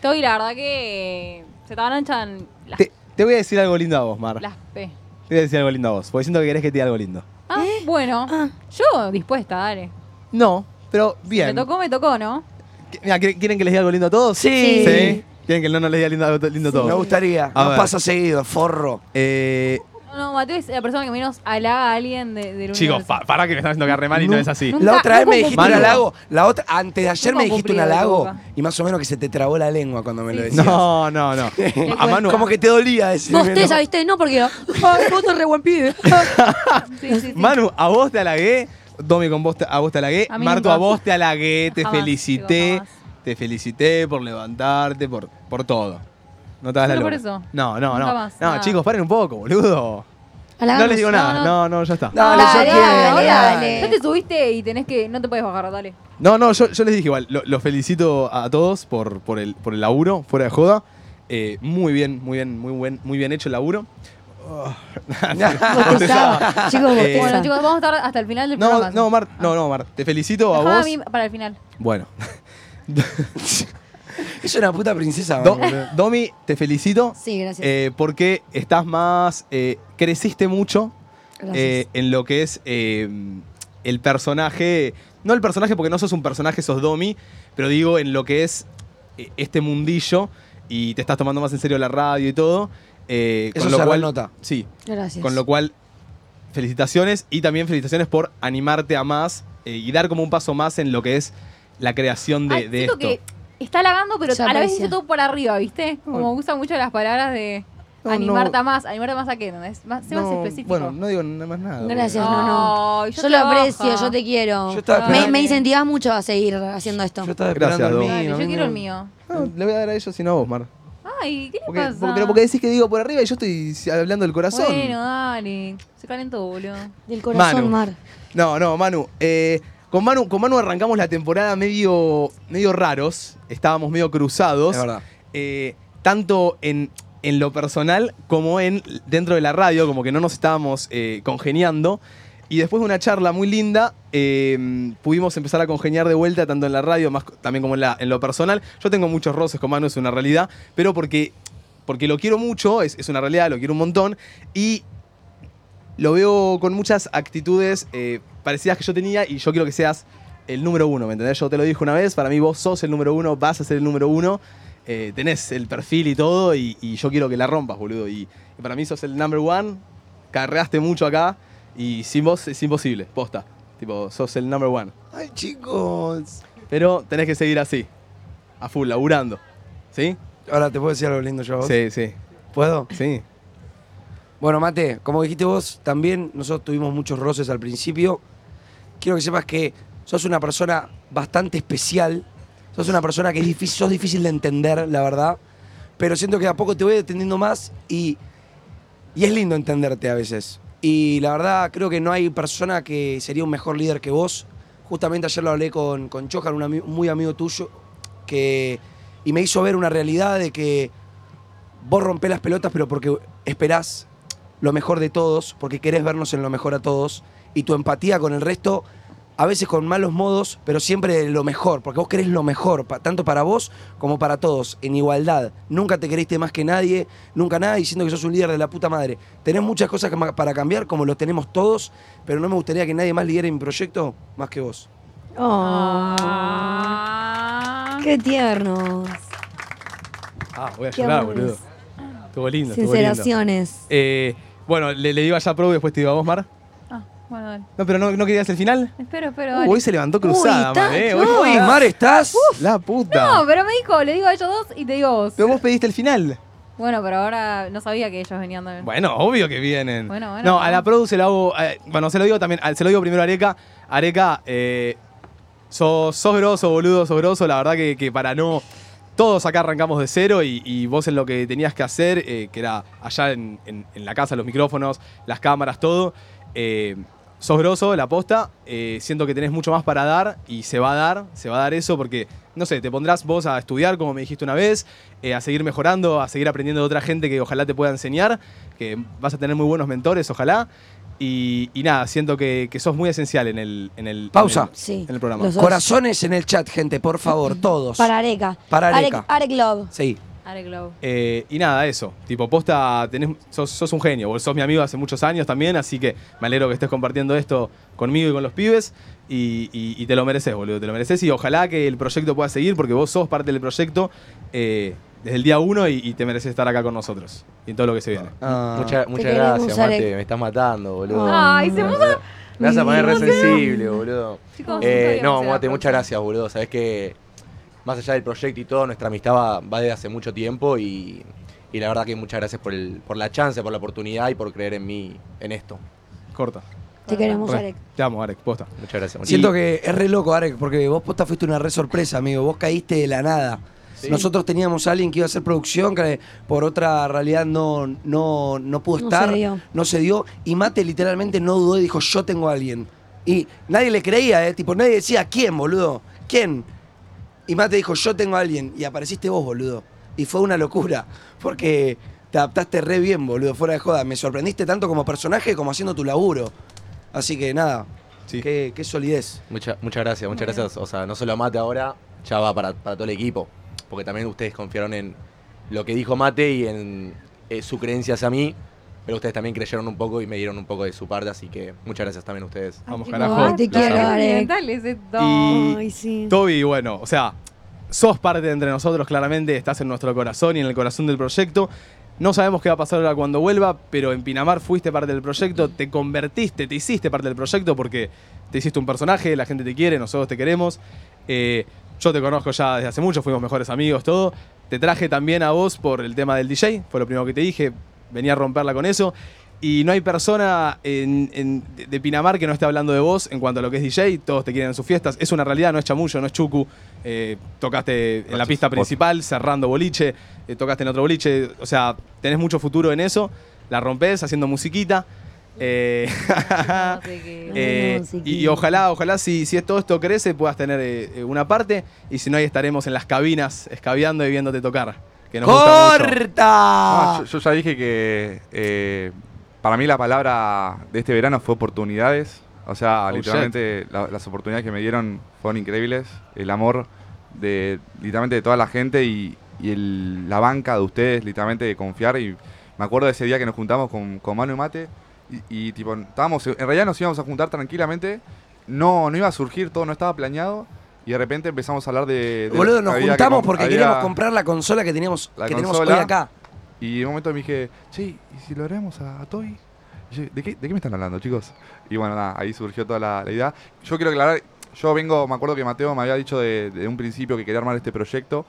Speaker 4: Toby, la verdad que se te avanchan las,
Speaker 1: Te, te voy a decir algo lindo a vos, Mar.
Speaker 4: las
Speaker 2: ¿Eh?
Speaker 4: P.
Speaker 1: Te voy a decir algo lindo a vos, porque siento que querés que te diga algo lindo.
Speaker 4: Ah, bueno.
Speaker 3: Ah.
Speaker 4: Yo dispuesta, dale.
Speaker 1: No, pero bien.
Speaker 4: Me tocó, me tocó, ¿no?
Speaker 1: Qu- mirá, ¿quieren quieren que les diga algo lindo a todos?
Speaker 2: Sí.
Speaker 1: ¿Quieren que el nono les diga lindo, algo lindo a todos?
Speaker 2: Me gustaría.
Speaker 1: A
Speaker 2: no
Speaker 1: ver.
Speaker 2: pasa seguido, forro.
Speaker 1: Eh,
Speaker 4: No, no, Mateo es la persona que menos halaga a alguien de, del
Speaker 1: chicos,
Speaker 4: universo.
Speaker 1: pa- pará que me están haciendo que mal y no es así.
Speaker 4: nunca-
Speaker 2: La otra vez me dijiste un
Speaker 1: cumplido.
Speaker 2: halago. La otra, antes de ayer
Speaker 4: Nunca
Speaker 2: me dijiste un
Speaker 4: cumplido de tu
Speaker 2: halago
Speaker 4: boca.
Speaker 2: y más o menos que se te trabó la lengua cuando me lo
Speaker 4: Sí,
Speaker 2: decías. <laughs>
Speaker 1: No, no, no. A Manu,
Speaker 2: Como que te dolía decirme.
Speaker 3: Vos te, ¿viste? No,
Speaker 2: <laughs>
Speaker 3: porque ay, vos sos re buen pibe.
Speaker 4: Sí, sí, sí.
Speaker 1: Manu, a vos te halagué. Domi, con vos te- a vos te halagué.
Speaker 4: A mí
Speaker 1: Marto,
Speaker 4: nunca.
Speaker 1: a vos te halagué. Te
Speaker 4: Jamás,
Speaker 1: felicité.
Speaker 4: chicos,
Speaker 1: te felicité por levantarte, por, por todo. No te das la
Speaker 4: Solo por
Speaker 1: lora.
Speaker 4: eso.
Speaker 1: No, no,
Speaker 4: Nunca
Speaker 1: no.
Speaker 4: más,
Speaker 1: no,
Speaker 4: nada.
Speaker 1: chicos, paren un poco, boludo. No les digo
Speaker 4: No,
Speaker 1: nada. No, no, ya está.
Speaker 2: Dale, yo
Speaker 3: Ah, Dale,
Speaker 2: quiero.
Speaker 3: dale, dale.
Speaker 4: Ya te subiste y tenés que. No te puedes bajar, dale.
Speaker 1: No, no, yo, yo les dije igual, lo- los felicito a todos por, por, el, por el laburo, fuera de joda. Eh, muy bien, muy bien, muy buen, muy bien hecho el laburo. Oh, <laughs>
Speaker 2: <laughs>
Speaker 3: Bostezaba. Chicos,
Speaker 1: Eh,
Speaker 4: Bueno, chicos, vamos a estar hasta el final del
Speaker 1: no,
Speaker 4: programa.
Speaker 1: no, Mar, no, no, Mar, te felicito a
Speaker 4: Dejá
Speaker 1: vos.
Speaker 4: mí para el final.
Speaker 1: Bueno.
Speaker 2: Es una puta princesa.
Speaker 1: Do-
Speaker 2: boludo.
Speaker 1: Domi, te felicito.
Speaker 3: Sí, gracias.
Speaker 1: eh, porque estás más. eh, creciste mucho
Speaker 3: Gracias.
Speaker 1: eh, en lo que es eh, el personaje. No el personaje, porque no sos un personaje, sos Domi, pero digo en lo que es eh, este mundillo y te estás tomando más en serio la radio y todo. eh,
Speaker 2: Eso
Speaker 1: lo
Speaker 2: se
Speaker 1: cual,
Speaker 2: nota.
Speaker 1: Sí,
Speaker 3: Gracias.
Speaker 1: con lo cual, felicitaciones y también felicitaciones por animarte a más eh, y dar como un paso más en lo que es la creación de,
Speaker 4: Ay,
Speaker 1: de
Speaker 4: Ah, siento
Speaker 1: esto.
Speaker 4: que está halagando, pero
Speaker 3: Ya
Speaker 4: a la vez
Speaker 3: parecía.
Speaker 4: dice todo por arriba, ¿viste? Como usa mucho las palabras de
Speaker 1: No,
Speaker 4: animarte
Speaker 1: no.
Speaker 4: a más. ¿Animarte más a qué? ¿no? Es más, sé más
Speaker 1: No,
Speaker 4: específico.
Speaker 1: Bueno, no digo nada más nada. porque-
Speaker 3: Gracias, no, no.
Speaker 4: Ay,
Speaker 3: yo
Speaker 4: yo
Speaker 3: lo
Speaker 4: te
Speaker 3: aprecio,
Speaker 4: baja.
Speaker 3: yo te quiero.
Speaker 2: Yo estaba
Speaker 3: me,
Speaker 2: esperando-
Speaker 3: me incentivas mucho a seguir haciendo esto.
Speaker 2: Yo estaba
Speaker 1: Gracias,
Speaker 2: esperando
Speaker 1: Domi.
Speaker 2: el
Speaker 4: Dale,
Speaker 2: mío,
Speaker 4: yo
Speaker 2: amigo.
Speaker 4: quiero el mío.
Speaker 1: No, le voy a dar a ellos y no a vos, Mar.
Speaker 4: Ay, ¿qué le
Speaker 1: Porque-
Speaker 4: pasa?
Speaker 1: porque- pero porque decís que digo por arriba y yo estoy hablando del corazón.
Speaker 4: Bueno, dale. Se calentó, boludo.
Speaker 3: Del
Speaker 1: Manu.
Speaker 3: corazón, Mar.
Speaker 1: No, no, Manu. eh, con Manu. Con Manu arrancamos la temporada medio, medio raros. Estábamos medio cruzados.
Speaker 2: Es verdad.
Speaker 1: eh, tanto en, en lo personal como en dentro de la radio, como que no nos estábamos eh, congeniando. Y después de una charla muy linda, eh, pudimos empezar a congeniar de vuelta, tanto en la radio, más co- también como en, la- en lo personal. Yo tengo muchos roces con Manu, es una realidad, pero porque, porque lo quiero mucho, es, es una realidad, lo quiero un montón. Y lo veo con muchas actitudes eh, parecidas que yo tenía y yo quiero que seas el número uno, ¿me entendés? Yo te lo dije una vez, para mí vos sos el número uno, vas a ser el número uno, eh, tenés el perfil y todo y, y yo quiero que la rompas, boludo. Y, y para mí sos el number one, carreaste mucho acá y sin vos es imposible, posta. Tipo, sos el number one.
Speaker 2: Ay, chicos.
Speaker 1: Pero tenés que seguir así, a full, laburando. ¿Sí?
Speaker 2: Ahora, ¿te puedo decir algo lindo yo a vos?
Speaker 1: Sí, sí,
Speaker 2: ¿Puedo?
Speaker 1: sí.
Speaker 2: Bueno, Mate, como dijiste vos, también nosotros tuvimos muchos roces al principio. Quiero que sepas que sos una persona bastante especial. Sos una persona que es difícil, sos difícil de entender, la verdad. Pero siento que de a poco te voy entendiendo más y, y es lindo entenderte a veces. Y la verdad, creo que no hay persona que sería un mejor líder que vos. Justamente ayer lo hablé con, con Chojan, un ami- muy amigo tuyo, que, y me hizo ver una realidad de que vos rompés las pelotas, pero porque esperás lo mejor de todos, porque querés vernos en lo mejor a todos, y tu empatía con el resto, a veces con malos modos, pero siempre lo mejor, porque vos querés lo mejor, pa- tanto para vos como para todos, en igualdad. Nunca te queriste más que nadie, nunca nada, diciendo que sos un líder de la puta madre. Tenés muchas cosas que ma- para cambiar, como lo tenemos todos, pero no me gustaría que nadie más lidere mi proyecto más que vos.
Speaker 3: Oh,
Speaker 4: Ah.
Speaker 3: Qué tiernos.
Speaker 1: Ah, voy a
Speaker 3: Qué
Speaker 1: llorar,
Speaker 3: amores.
Speaker 1: boludo. Estuvo lindo, estuvo lindo.
Speaker 3: Sinceraciones.
Speaker 1: Eh, bueno, le, le iba ya a Pro y después te iba a vos, Mar.
Speaker 4: Ah, bueno, dale.
Speaker 1: No, pero no, ¿no querías el final.
Speaker 4: Espero, espero,
Speaker 1: Uh,
Speaker 4: dale.
Speaker 1: hoy se levantó cruzada,
Speaker 3: está-
Speaker 1: Mar, eh.
Speaker 3: no.
Speaker 1: Hoy-
Speaker 3: Uy,
Speaker 1: hoy-
Speaker 2: Mar, ¿estás?
Speaker 1: La puta.
Speaker 4: No, pero me dijo, le digo a ellos dos y te digo a vos.
Speaker 1: Pero vos pediste el final.
Speaker 4: Bueno, pero ahora no sabía que ellos venían de...
Speaker 1: Bueno, obvio que vienen.
Speaker 4: eh. Bueno, bueno,
Speaker 1: no,
Speaker 4: bueno.
Speaker 1: a la Produ se la hago. eh, bueno, se lo digo también. al- Se lo digo primero a Areca. Areca, eh, sos, sos grosso, boludo, sos grosso. La verdad que, que para no. Todos acá arrancamos de cero y, y vos en lo que tenías que hacer, eh, que era allá en, en- en la casa, los micrófonos, las cámaras, todo. eh, sos grosso, la posta. eh, siento que tenés mucho más para dar y se va a dar, se va a dar eso porque, no sé, te pondrás vos a estudiar, como me dijiste una vez, eh, a seguir mejorando, a seguir aprendiendo de otra gente que ojalá te pueda enseñar, que vas a tener muy buenos mentores, ojalá. Y, y nada, siento que, que sos muy esencial en el, en el,
Speaker 2: Pausa.
Speaker 1: en el-
Speaker 3: Sí.
Speaker 1: En el programa.
Speaker 3: Los dos.
Speaker 2: Corazones en el chat, gente, por favor, todos.
Speaker 3: Para Areca.
Speaker 2: Para Areca.
Speaker 3: Arec, Arec Love.
Speaker 2: Sí.
Speaker 4: Are Glow.
Speaker 1: Eh, y nada, eso. Tipo, posta, tenés- sos, sos un genio. Vos sos mi amigo hace muchos años también, así que me alegro que estés compartiendo esto conmigo y con los pibes. Y, y- y te lo mereces, boludo. Te lo mereces. Y ojalá que el proyecto pueda seguir, porque vos sos parte del proyecto eh, desde el día uno y, y te mereces estar acá con nosotros. Y en todo lo que se viene.
Speaker 2: Ah.
Speaker 6: Mucha- muchas
Speaker 3: queremos,
Speaker 6: gracias,
Speaker 3: Alec.
Speaker 6: Mate. Me estás matando, boludo.
Speaker 4: Ay, se
Speaker 1: Ah.
Speaker 6: Me
Speaker 4: puso-
Speaker 6: vas a- Me vas a poner re
Speaker 4: Me emocioné.
Speaker 6: sensible, boludo.
Speaker 4: Chicos,
Speaker 6: Eh,
Speaker 4: nunca
Speaker 6: no,
Speaker 4: habíamos hecho
Speaker 6: Mate,
Speaker 4: la
Speaker 6: muchas
Speaker 4: próxima.
Speaker 6: gracias, boludo. Sabes que más allá del proyecto y todo, nuestra amistad va, va desde hace mucho tiempo y, y la verdad que muchas gracias por, el, por la chance, por la oportunidad y por creer en mí, en esto.
Speaker 1: Corta.
Speaker 3: Te queremos,
Speaker 1: Re.
Speaker 3: Arec.
Speaker 1: Te amo, Arek. Posta.
Speaker 6: Muchas gracias. muchas
Speaker 2: Siento que es re loco, Arek, porque vos posta fuiste una re sorpresa, amigo. Vos caíste de la nada. Nosotros teníamos a alguien que iba a hacer producción, que por otra realidad no, no, no pudo
Speaker 3: No
Speaker 2: estar,
Speaker 3: se dio.
Speaker 2: no se dio. Y Mate literalmente no dudó y dijo, yo tengo a alguien. Y nadie le creía, ¿eh? Tipo, nadie decía, ¿quién, boludo? ¿Quién? Y Mate dijo, yo tengo a alguien. Y apareciste vos, boludo. y fue una locura. Porque te adaptaste re bien, boludo, fuera de joda. Me sorprendiste tanto como personaje como haciendo tu laburo. Así que nada, qué, qué solidez.
Speaker 6: Mucha- muchas gracias, muchas gracias. O sea, no solo a Mate ahora, ya va para, para todo el equipo. Porque también ustedes confiaron en lo que dijo Mate y en eh, su creencia hacia mí. Pero ustedes también creyeron un poco y me dieron un poco de su parte, así que muchas gracias también a ustedes.
Speaker 1: Vamos,
Speaker 4: Ay, te
Speaker 1: Los
Speaker 4: quiero,
Speaker 1: amo.
Speaker 4: Arek. Ese
Speaker 1: Y
Speaker 4: Ay, sí.
Speaker 1: Toby, bueno, o sea, sos parte de entre nosotros, claramente, estás en nuestro corazón y en el corazón del proyecto. No sabemos qué va a pasar ahora cuando vuelva, pero en Pinamar fuiste parte del proyecto, te convertiste, te hiciste parte del proyecto porque te hiciste un personaje, la gente te quiere, nosotros te queremos. Eh, yo te conozco ya desde hace mucho, fuimos mejores amigos, todo. Te traje también a vos por el tema del DJ, fue lo primero que te dije, venía a romperla con eso. Y no hay persona en- en- de- de Pinamar que no esté hablando de vos en cuanto a lo que es DJ. Todos te quieren en sus fiestas. Es una realidad, no es chamullo, no es chucu. Eh, tocaste en la pista principal, cerrando boliche. eh, tocaste en otro boliche. O sea, tenés mucho futuro en eso. La rompés haciendo musiquita. Eh, <laughs> eh, y, y ojalá, ojalá si, si todo esto crece puedas tener eh, eh, una parte. Y si no, ahí estaremos en las cabinas escabeando y viéndote tocar. Que nos gusta mucho.
Speaker 2: ¡Corta!
Speaker 5: Ah, yo, yo ya dije que eh, para mí la palabra de este verano fue oportunidades. O sea,
Speaker 1: Oh,
Speaker 5: literalmente la- las oportunidades que me dieron fueron increíbles. El amor de literalmente de toda la gente y, y el- la banca de ustedes, literalmente de confiar. Y me acuerdo de ese día que nos juntamos con, con Manu y Mate y, y, tipo, estábamos, en realidad nos íbamos a juntar tranquilamente. No, no iba a surgir todo, no estaba planeado. Y de repente empezamos a hablar de... de lo
Speaker 2: Boludo,
Speaker 5: que
Speaker 2: nos
Speaker 5: Este, había que
Speaker 2: juntamos
Speaker 5: comp-
Speaker 2: porque
Speaker 5: había-
Speaker 2: queríamos comprar la consola que teníamos,
Speaker 5: la
Speaker 2: que tenemos hoy
Speaker 5: consola.
Speaker 2: acá.
Speaker 5: Y en un momento me dije, sí, ¿y si lo haremos a, a Toby? Y yo, ¿De qué, ¿De qué me están hablando, chicos? Y bueno, nada, ahí surgió toda la, la idea. Yo quiero aclarar, yo vengo, me acuerdo que Mateo me había dicho de, de un principio que quería armar este proyecto,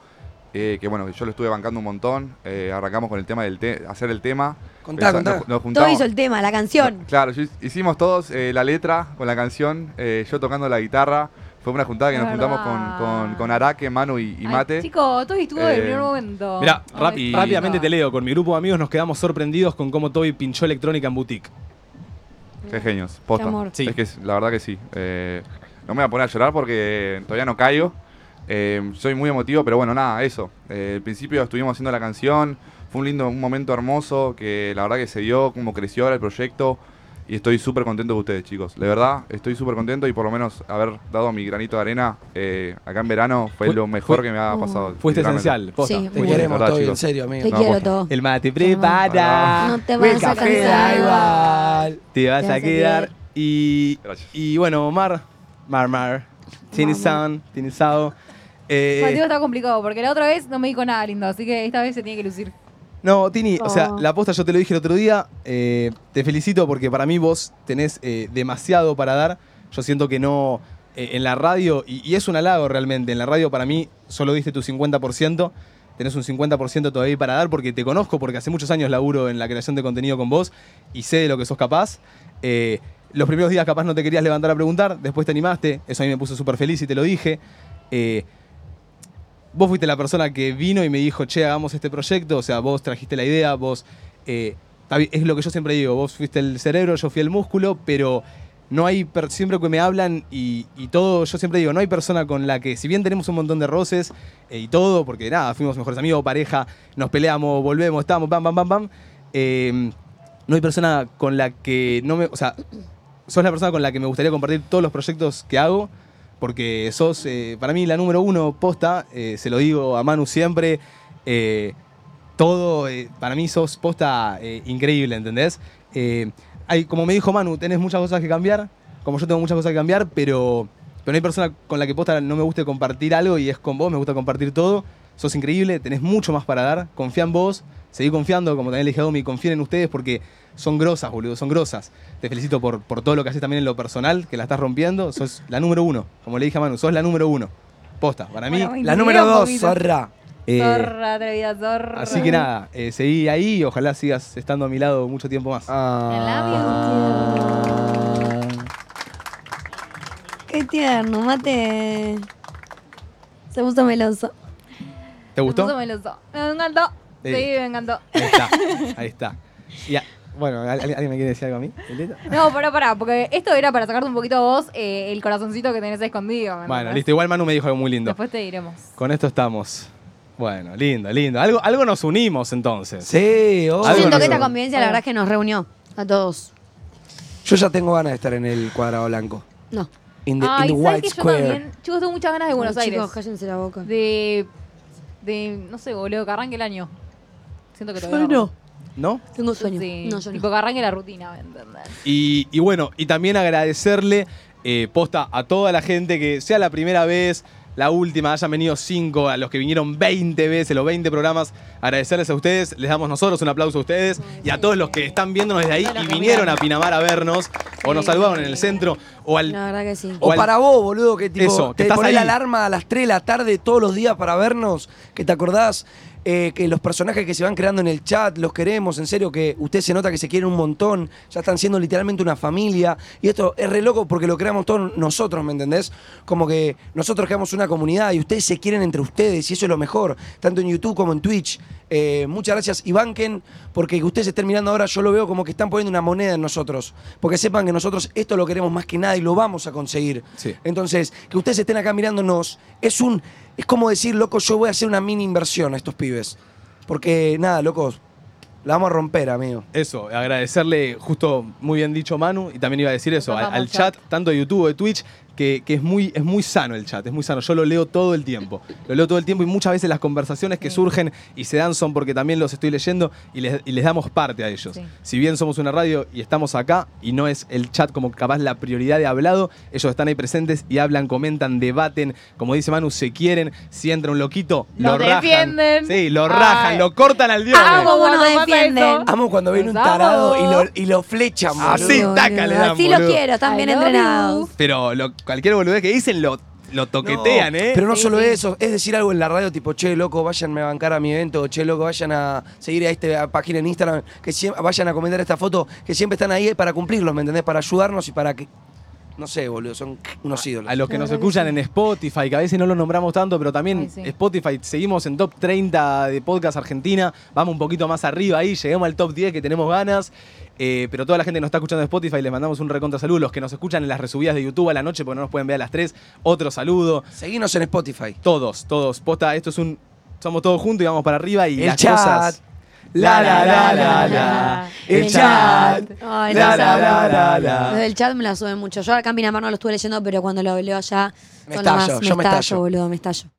Speaker 5: eh, que bueno, que yo lo estuve bancando un montón, eh, arrancamos con el tema del te- hacer el tema.
Speaker 2: Contá,
Speaker 5: Pensá-
Speaker 2: contá.
Speaker 5: nos- nos juntamos-
Speaker 3: Todo hizo el tema, la canción.
Speaker 5: Claro, yo- hicimos todos eh, la letra con la canción, eh, yo tocando la guitarra. Fue una juntada que
Speaker 4: Es
Speaker 5: nos juntamos con,
Speaker 4: verdad.
Speaker 5: con, con Araque, Manu y, y Mate.
Speaker 4: Chico, todo estuvo
Speaker 5: Eh,
Speaker 4: del primer momento.
Speaker 1: Mirá,
Speaker 4: Ay,
Speaker 1: rap-
Speaker 4: chico.
Speaker 1: rápidamente te leo. Con mi grupo de amigos nos quedamos sorprendidos con cómo Toby pinchó electrónica en boutique.
Speaker 5: Qué genios, posta.
Speaker 3: Mm. Qué amor.
Speaker 1: Sí.
Speaker 5: Es que es- la verdad que sí. Eh, no me voy a poner a llorar porque todavía no caigo. Eh, soy muy emotivo, pero bueno, nada, eso. Eh, al principio estuvimos haciendo la canción. Fue un lindo, un momento hermoso que la verdad que se dio, como creció ahora el proyecto. Y estoy súper contento de ustedes, chicos. De verdad, estoy súper contento y por lo menos haber dado mi granito de arena eh, acá en verano fue
Speaker 1: Fu-
Speaker 5: lo mejor
Speaker 1: fu-
Speaker 5: que me
Speaker 3: Oh.
Speaker 5: ha pasado.
Speaker 1: Fuiste
Speaker 5: literalmente.
Speaker 1: este esencial, posta.
Speaker 3: Sí,
Speaker 2: Te
Speaker 3: Muy
Speaker 2: queremos,
Speaker 5: bien.
Speaker 2: todo en
Speaker 5: Chicos.
Speaker 2: serio, amigo.
Speaker 3: Te
Speaker 5: No,
Speaker 3: quiero
Speaker 5: posta.
Speaker 3: todo.
Speaker 1: El mate prepara.
Speaker 3: No te
Speaker 2: Ve
Speaker 3: vas a
Speaker 2: café, ahí
Speaker 3: cansar.
Speaker 2: va.
Speaker 1: Te vas
Speaker 3: Te
Speaker 1: a quedar. Y,
Speaker 5: Gracias.
Speaker 1: y bueno, Mar, Mar, Mar, Tini Sound, Tini Sao. Eh,
Speaker 4: Mateo está complicado porque la otra vez no me dijo nada lindo, así que esta vez se tiene que lucir.
Speaker 1: No, Tini, o sea,
Speaker 4: Oh.
Speaker 1: la aposta yo te lo dije el otro día. eh, te felicito porque para mí vos tenés eh, demasiado para dar. Yo siento que no. eh, en la radio, y, y es un halago realmente, en la radio para mí solo diste tu 50%. Tenés un 50% todavía para dar porque te conozco, porque hace muchos años laburo en la creación de contenido con vos y sé de lo que sos capaz. Eh, los primeros días capaz no te querías levantar a preguntar, después te animaste, eso a mí me puso súper feliz y te lo dije. Eh, vos fuiste la persona que vino y me dijo, che, hagamos este proyecto, o sea, vos trajiste la idea, vos... eh, está bien, es lo que yo siempre digo, vos fuiste el cerebro, yo fui el músculo, pero no hay, per- siempre que me hablan y, y todo, yo siempre digo, no hay persona con la que, si bien tenemos un montón de roces eh, y todo, porque nada, fuimos mejores amigos, pareja, nos peleamos, volvemos, estamos, pam, pam, pam, pam, eh, no hay persona con la que no me... O sea, sos la persona con la que me gustaría compartir todos los proyectos que hago, porque sos, eh, para mí, la número uno posta, eh, se lo digo a Manu siempre, eh, todo, eh, para mí sos posta eh, increíble, ¿entendés? Eh, hay, como me dijo Manu, tenés muchas cosas que cambiar, como yo tengo muchas cosas que cambiar, pero, pero no hay persona con la que posta no me guste compartir algo y es con vos, me gusta compartir todo, sos increíble, tenés mucho más para dar, confía en vos, seguí confiando, como también le dije a Domi, confíen en ustedes porque son grosas, boludo, son grosas. Te felicito por, por todo lo que haces también en lo personal, que la estás rompiendo. Sos la número uno, como le dije a Manu, sos la número uno. Posta, para mí.
Speaker 4: Bueno,
Speaker 2: La
Speaker 4: Intimida
Speaker 2: número
Speaker 4: un
Speaker 2: dos,
Speaker 4: poquito.
Speaker 2: zorra.
Speaker 1: eh,
Speaker 4: zorra, atrevida, zorra.
Speaker 1: así que nada, eh, seguí ahí y ojalá sigas estando a mi lado mucho tiempo más.
Speaker 2: Ah.
Speaker 5: Ah.
Speaker 3: Qué tierno, mate. Se puso meloso.
Speaker 1: ¿Te gustó? Eh.
Speaker 4: Me puso meloso. Me encantó. Sí,
Speaker 1: Sí.
Speaker 4: me encantó.
Speaker 1: Ahí está,
Speaker 3: <laughs>
Speaker 1: ahí está. Y a- bueno, ¿al- ¿alguien alguien me quiere decir algo a mí? ¿Lilita?
Speaker 4: No, pará, pará, porque esto era para sacarte un poquito a vos eh, el corazoncito que tenés escondido. ¿me
Speaker 1: Bueno,
Speaker 4: entendés?
Speaker 1: listo, igual Manu me dijo algo muy lindo.
Speaker 4: Después te diremos.
Speaker 1: Con esto estamos. Bueno, lindo, lindo. Algo, algo nos unimos entonces.
Speaker 2: Sí, oh.
Speaker 3: Yo siento que esta
Speaker 1: convivencia
Speaker 3: convivencia la verdad es que nos reunió a todos.
Speaker 2: Yo ya tengo ganas de estar en el cuadrado blanco.
Speaker 3: No.
Speaker 2: In the, in
Speaker 4: Ay,
Speaker 2: the
Speaker 4: ¿sabes
Speaker 2: white
Speaker 4: que yo
Speaker 2: square.
Speaker 4: también? Chicos, tengo muchas ganas de Buenos
Speaker 3: Ay,
Speaker 4: Aires.
Speaker 3: Chicos, cállense la boca.
Speaker 4: De, de, no sé, boludo, que arranque el año. Siento que
Speaker 3: Yo
Speaker 4: todavía
Speaker 3: no.
Speaker 1: ¿No?
Speaker 3: Tengo sueño.
Speaker 4: Sí,
Speaker 3: No, yo no.
Speaker 4: tipo que arranque la rutina, ¿me entendés?
Speaker 1: Y, y bueno, y también agradecerle eh, posta a toda la gente que sea la primera vez, la última, hayan venido cinco, a los que vinieron 20 veces, los 20 programas, agradecerles a ustedes, les damos nosotros un aplauso a ustedes y a todos los que están viéndonos desde ahí y vinieron a Pinamar a vernos, o nos saludaron en el centro, o al...
Speaker 3: La verdad que sí.
Speaker 2: O
Speaker 1: o al-
Speaker 2: para vos, boludo, que tipo,
Speaker 1: Eso, que
Speaker 2: te
Speaker 1: estás
Speaker 2: ponés
Speaker 1: ahí.
Speaker 2: la alarma a las 3 de la tarde todos los días para vernos, que te acordás eh, que los personajes que se van creando en el chat, los queremos, en serio, que usted se nota que se quieren un montón, ya están siendo literalmente una familia, y esto es re loco porque lo creamos todos nosotros, ¿me entendés? Como que nosotros creamos una comunidad y ustedes se quieren entre ustedes, y eso es lo mejor, tanto en YouTube como en Twitch. Eh, muchas gracias y banquen, porque que ustedes estén mirando ahora, yo lo veo como que están poniendo una moneda en nosotros, porque sepan que nosotros esto lo queremos más que nada y lo vamos a conseguir.
Speaker 1: Sí.
Speaker 2: Entonces, que ustedes estén acá mirándonos es un. Es como decir, loco, yo voy a hacer una mini inversión a estos pibes. Porque, nada, locos, la vamos a romper, amigo.
Speaker 1: Eso, agradecerle, justo muy bien dicho Manu, y también iba a decir eso, al,
Speaker 4: Vamos,
Speaker 1: al chat, tanto de YouTube como de Twitch, que, que es, muy, es muy sano el chat, es muy sano. Yo lo leo todo el tiempo. Lo leo todo el tiempo y muchas veces las conversaciones que surgen y se dan son porque también los estoy leyendo y les, y les damos parte a ellos.
Speaker 4: Sí.
Speaker 1: Si bien somos una radio y estamos acá y no es el chat como capaz la prioridad de hablado, ellos están ahí presentes y hablan, comentan, debaten. Como dice Manu, se quieren. Si entra un loquito,
Speaker 4: Lo
Speaker 1: lo, rajan.
Speaker 4: defienden.
Speaker 1: Sí, lo rajan,
Speaker 4: Ay. Ah,
Speaker 1: lo cortan al dios.
Speaker 3: Amo cómo
Speaker 4: Cuando
Speaker 3: nos
Speaker 4: pasa
Speaker 3: defienden.
Speaker 4: eso.
Speaker 2: Amo cuando viene un
Speaker 4: Nos amo.
Speaker 2: tarado y lo, y lo flechan, boludo.
Speaker 4: Ah,
Speaker 1: Así,
Speaker 3: Boludo,
Speaker 1: taca, le
Speaker 3: boludo.
Speaker 1: dan,
Speaker 3: Así los
Speaker 1: boludo.
Speaker 3: quiero, están
Speaker 4: I
Speaker 3: bien
Speaker 4: love you.
Speaker 3: entrenados.
Speaker 1: Pero lo- cualquier boludez que dicen lo, lo toquetean,
Speaker 2: No,
Speaker 1: ¿eh?
Speaker 2: Pero no
Speaker 4: Sí,
Speaker 2: solo
Speaker 4: sí.
Speaker 2: eso, es decir algo en la radio tipo, che, loco, vayan a bancar a mi evento, o, che, loco, vayan a seguir a esta página en Instagram, que siem- vayan a comentar esta foto, que siempre están ahí para cumplirlos, ¿me entendés? Para ayudarnos y para que. No sé, boludo, son unos ídolos.
Speaker 1: A los que
Speaker 3: La
Speaker 1: nos
Speaker 3: verdad que
Speaker 1: escuchan
Speaker 3: sí.
Speaker 1: en Spotify, que a veces no lo nombramos tanto, pero también
Speaker 4: Ay, sí.
Speaker 1: Spotify, seguimos en top 30 de podcast Argentina, vamos un poquito más arriba ahí, llegamos al top 10 que tenemos ganas, eh, pero toda la gente que nos está escuchando en Spotify, les mandamos un recontra saludo, los que nos escuchan en las resubidas de YouTube a la noche, porque no nos pueden ver a las 3, otro saludo,
Speaker 2: Seguinos en Spotify.
Speaker 1: todos, todos, posta, esto es un, somos todos juntos y vamos para arriba y
Speaker 2: El
Speaker 1: las
Speaker 2: chat.
Speaker 1: cosas...
Speaker 2: La, la, la, la,
Speaker 4: la.
Speaker 2: El chat.
Speaker 3: Ay,
Speaker 2: La,
Speaker 3: los
Speaker 2: la,
Speaker 3: amo.
Speaker 2: la, la, la.
Speaker 3: Los del chat me la suben mucho. Yo acá en Pinamar no lo estuve leyendo, pero cuando lo leo allá,
Speaker 2: Me
Speaker 3: son lo más-
Speaker 2: estallo, yo me estallo.
Speaker 3: boludo, me estallo.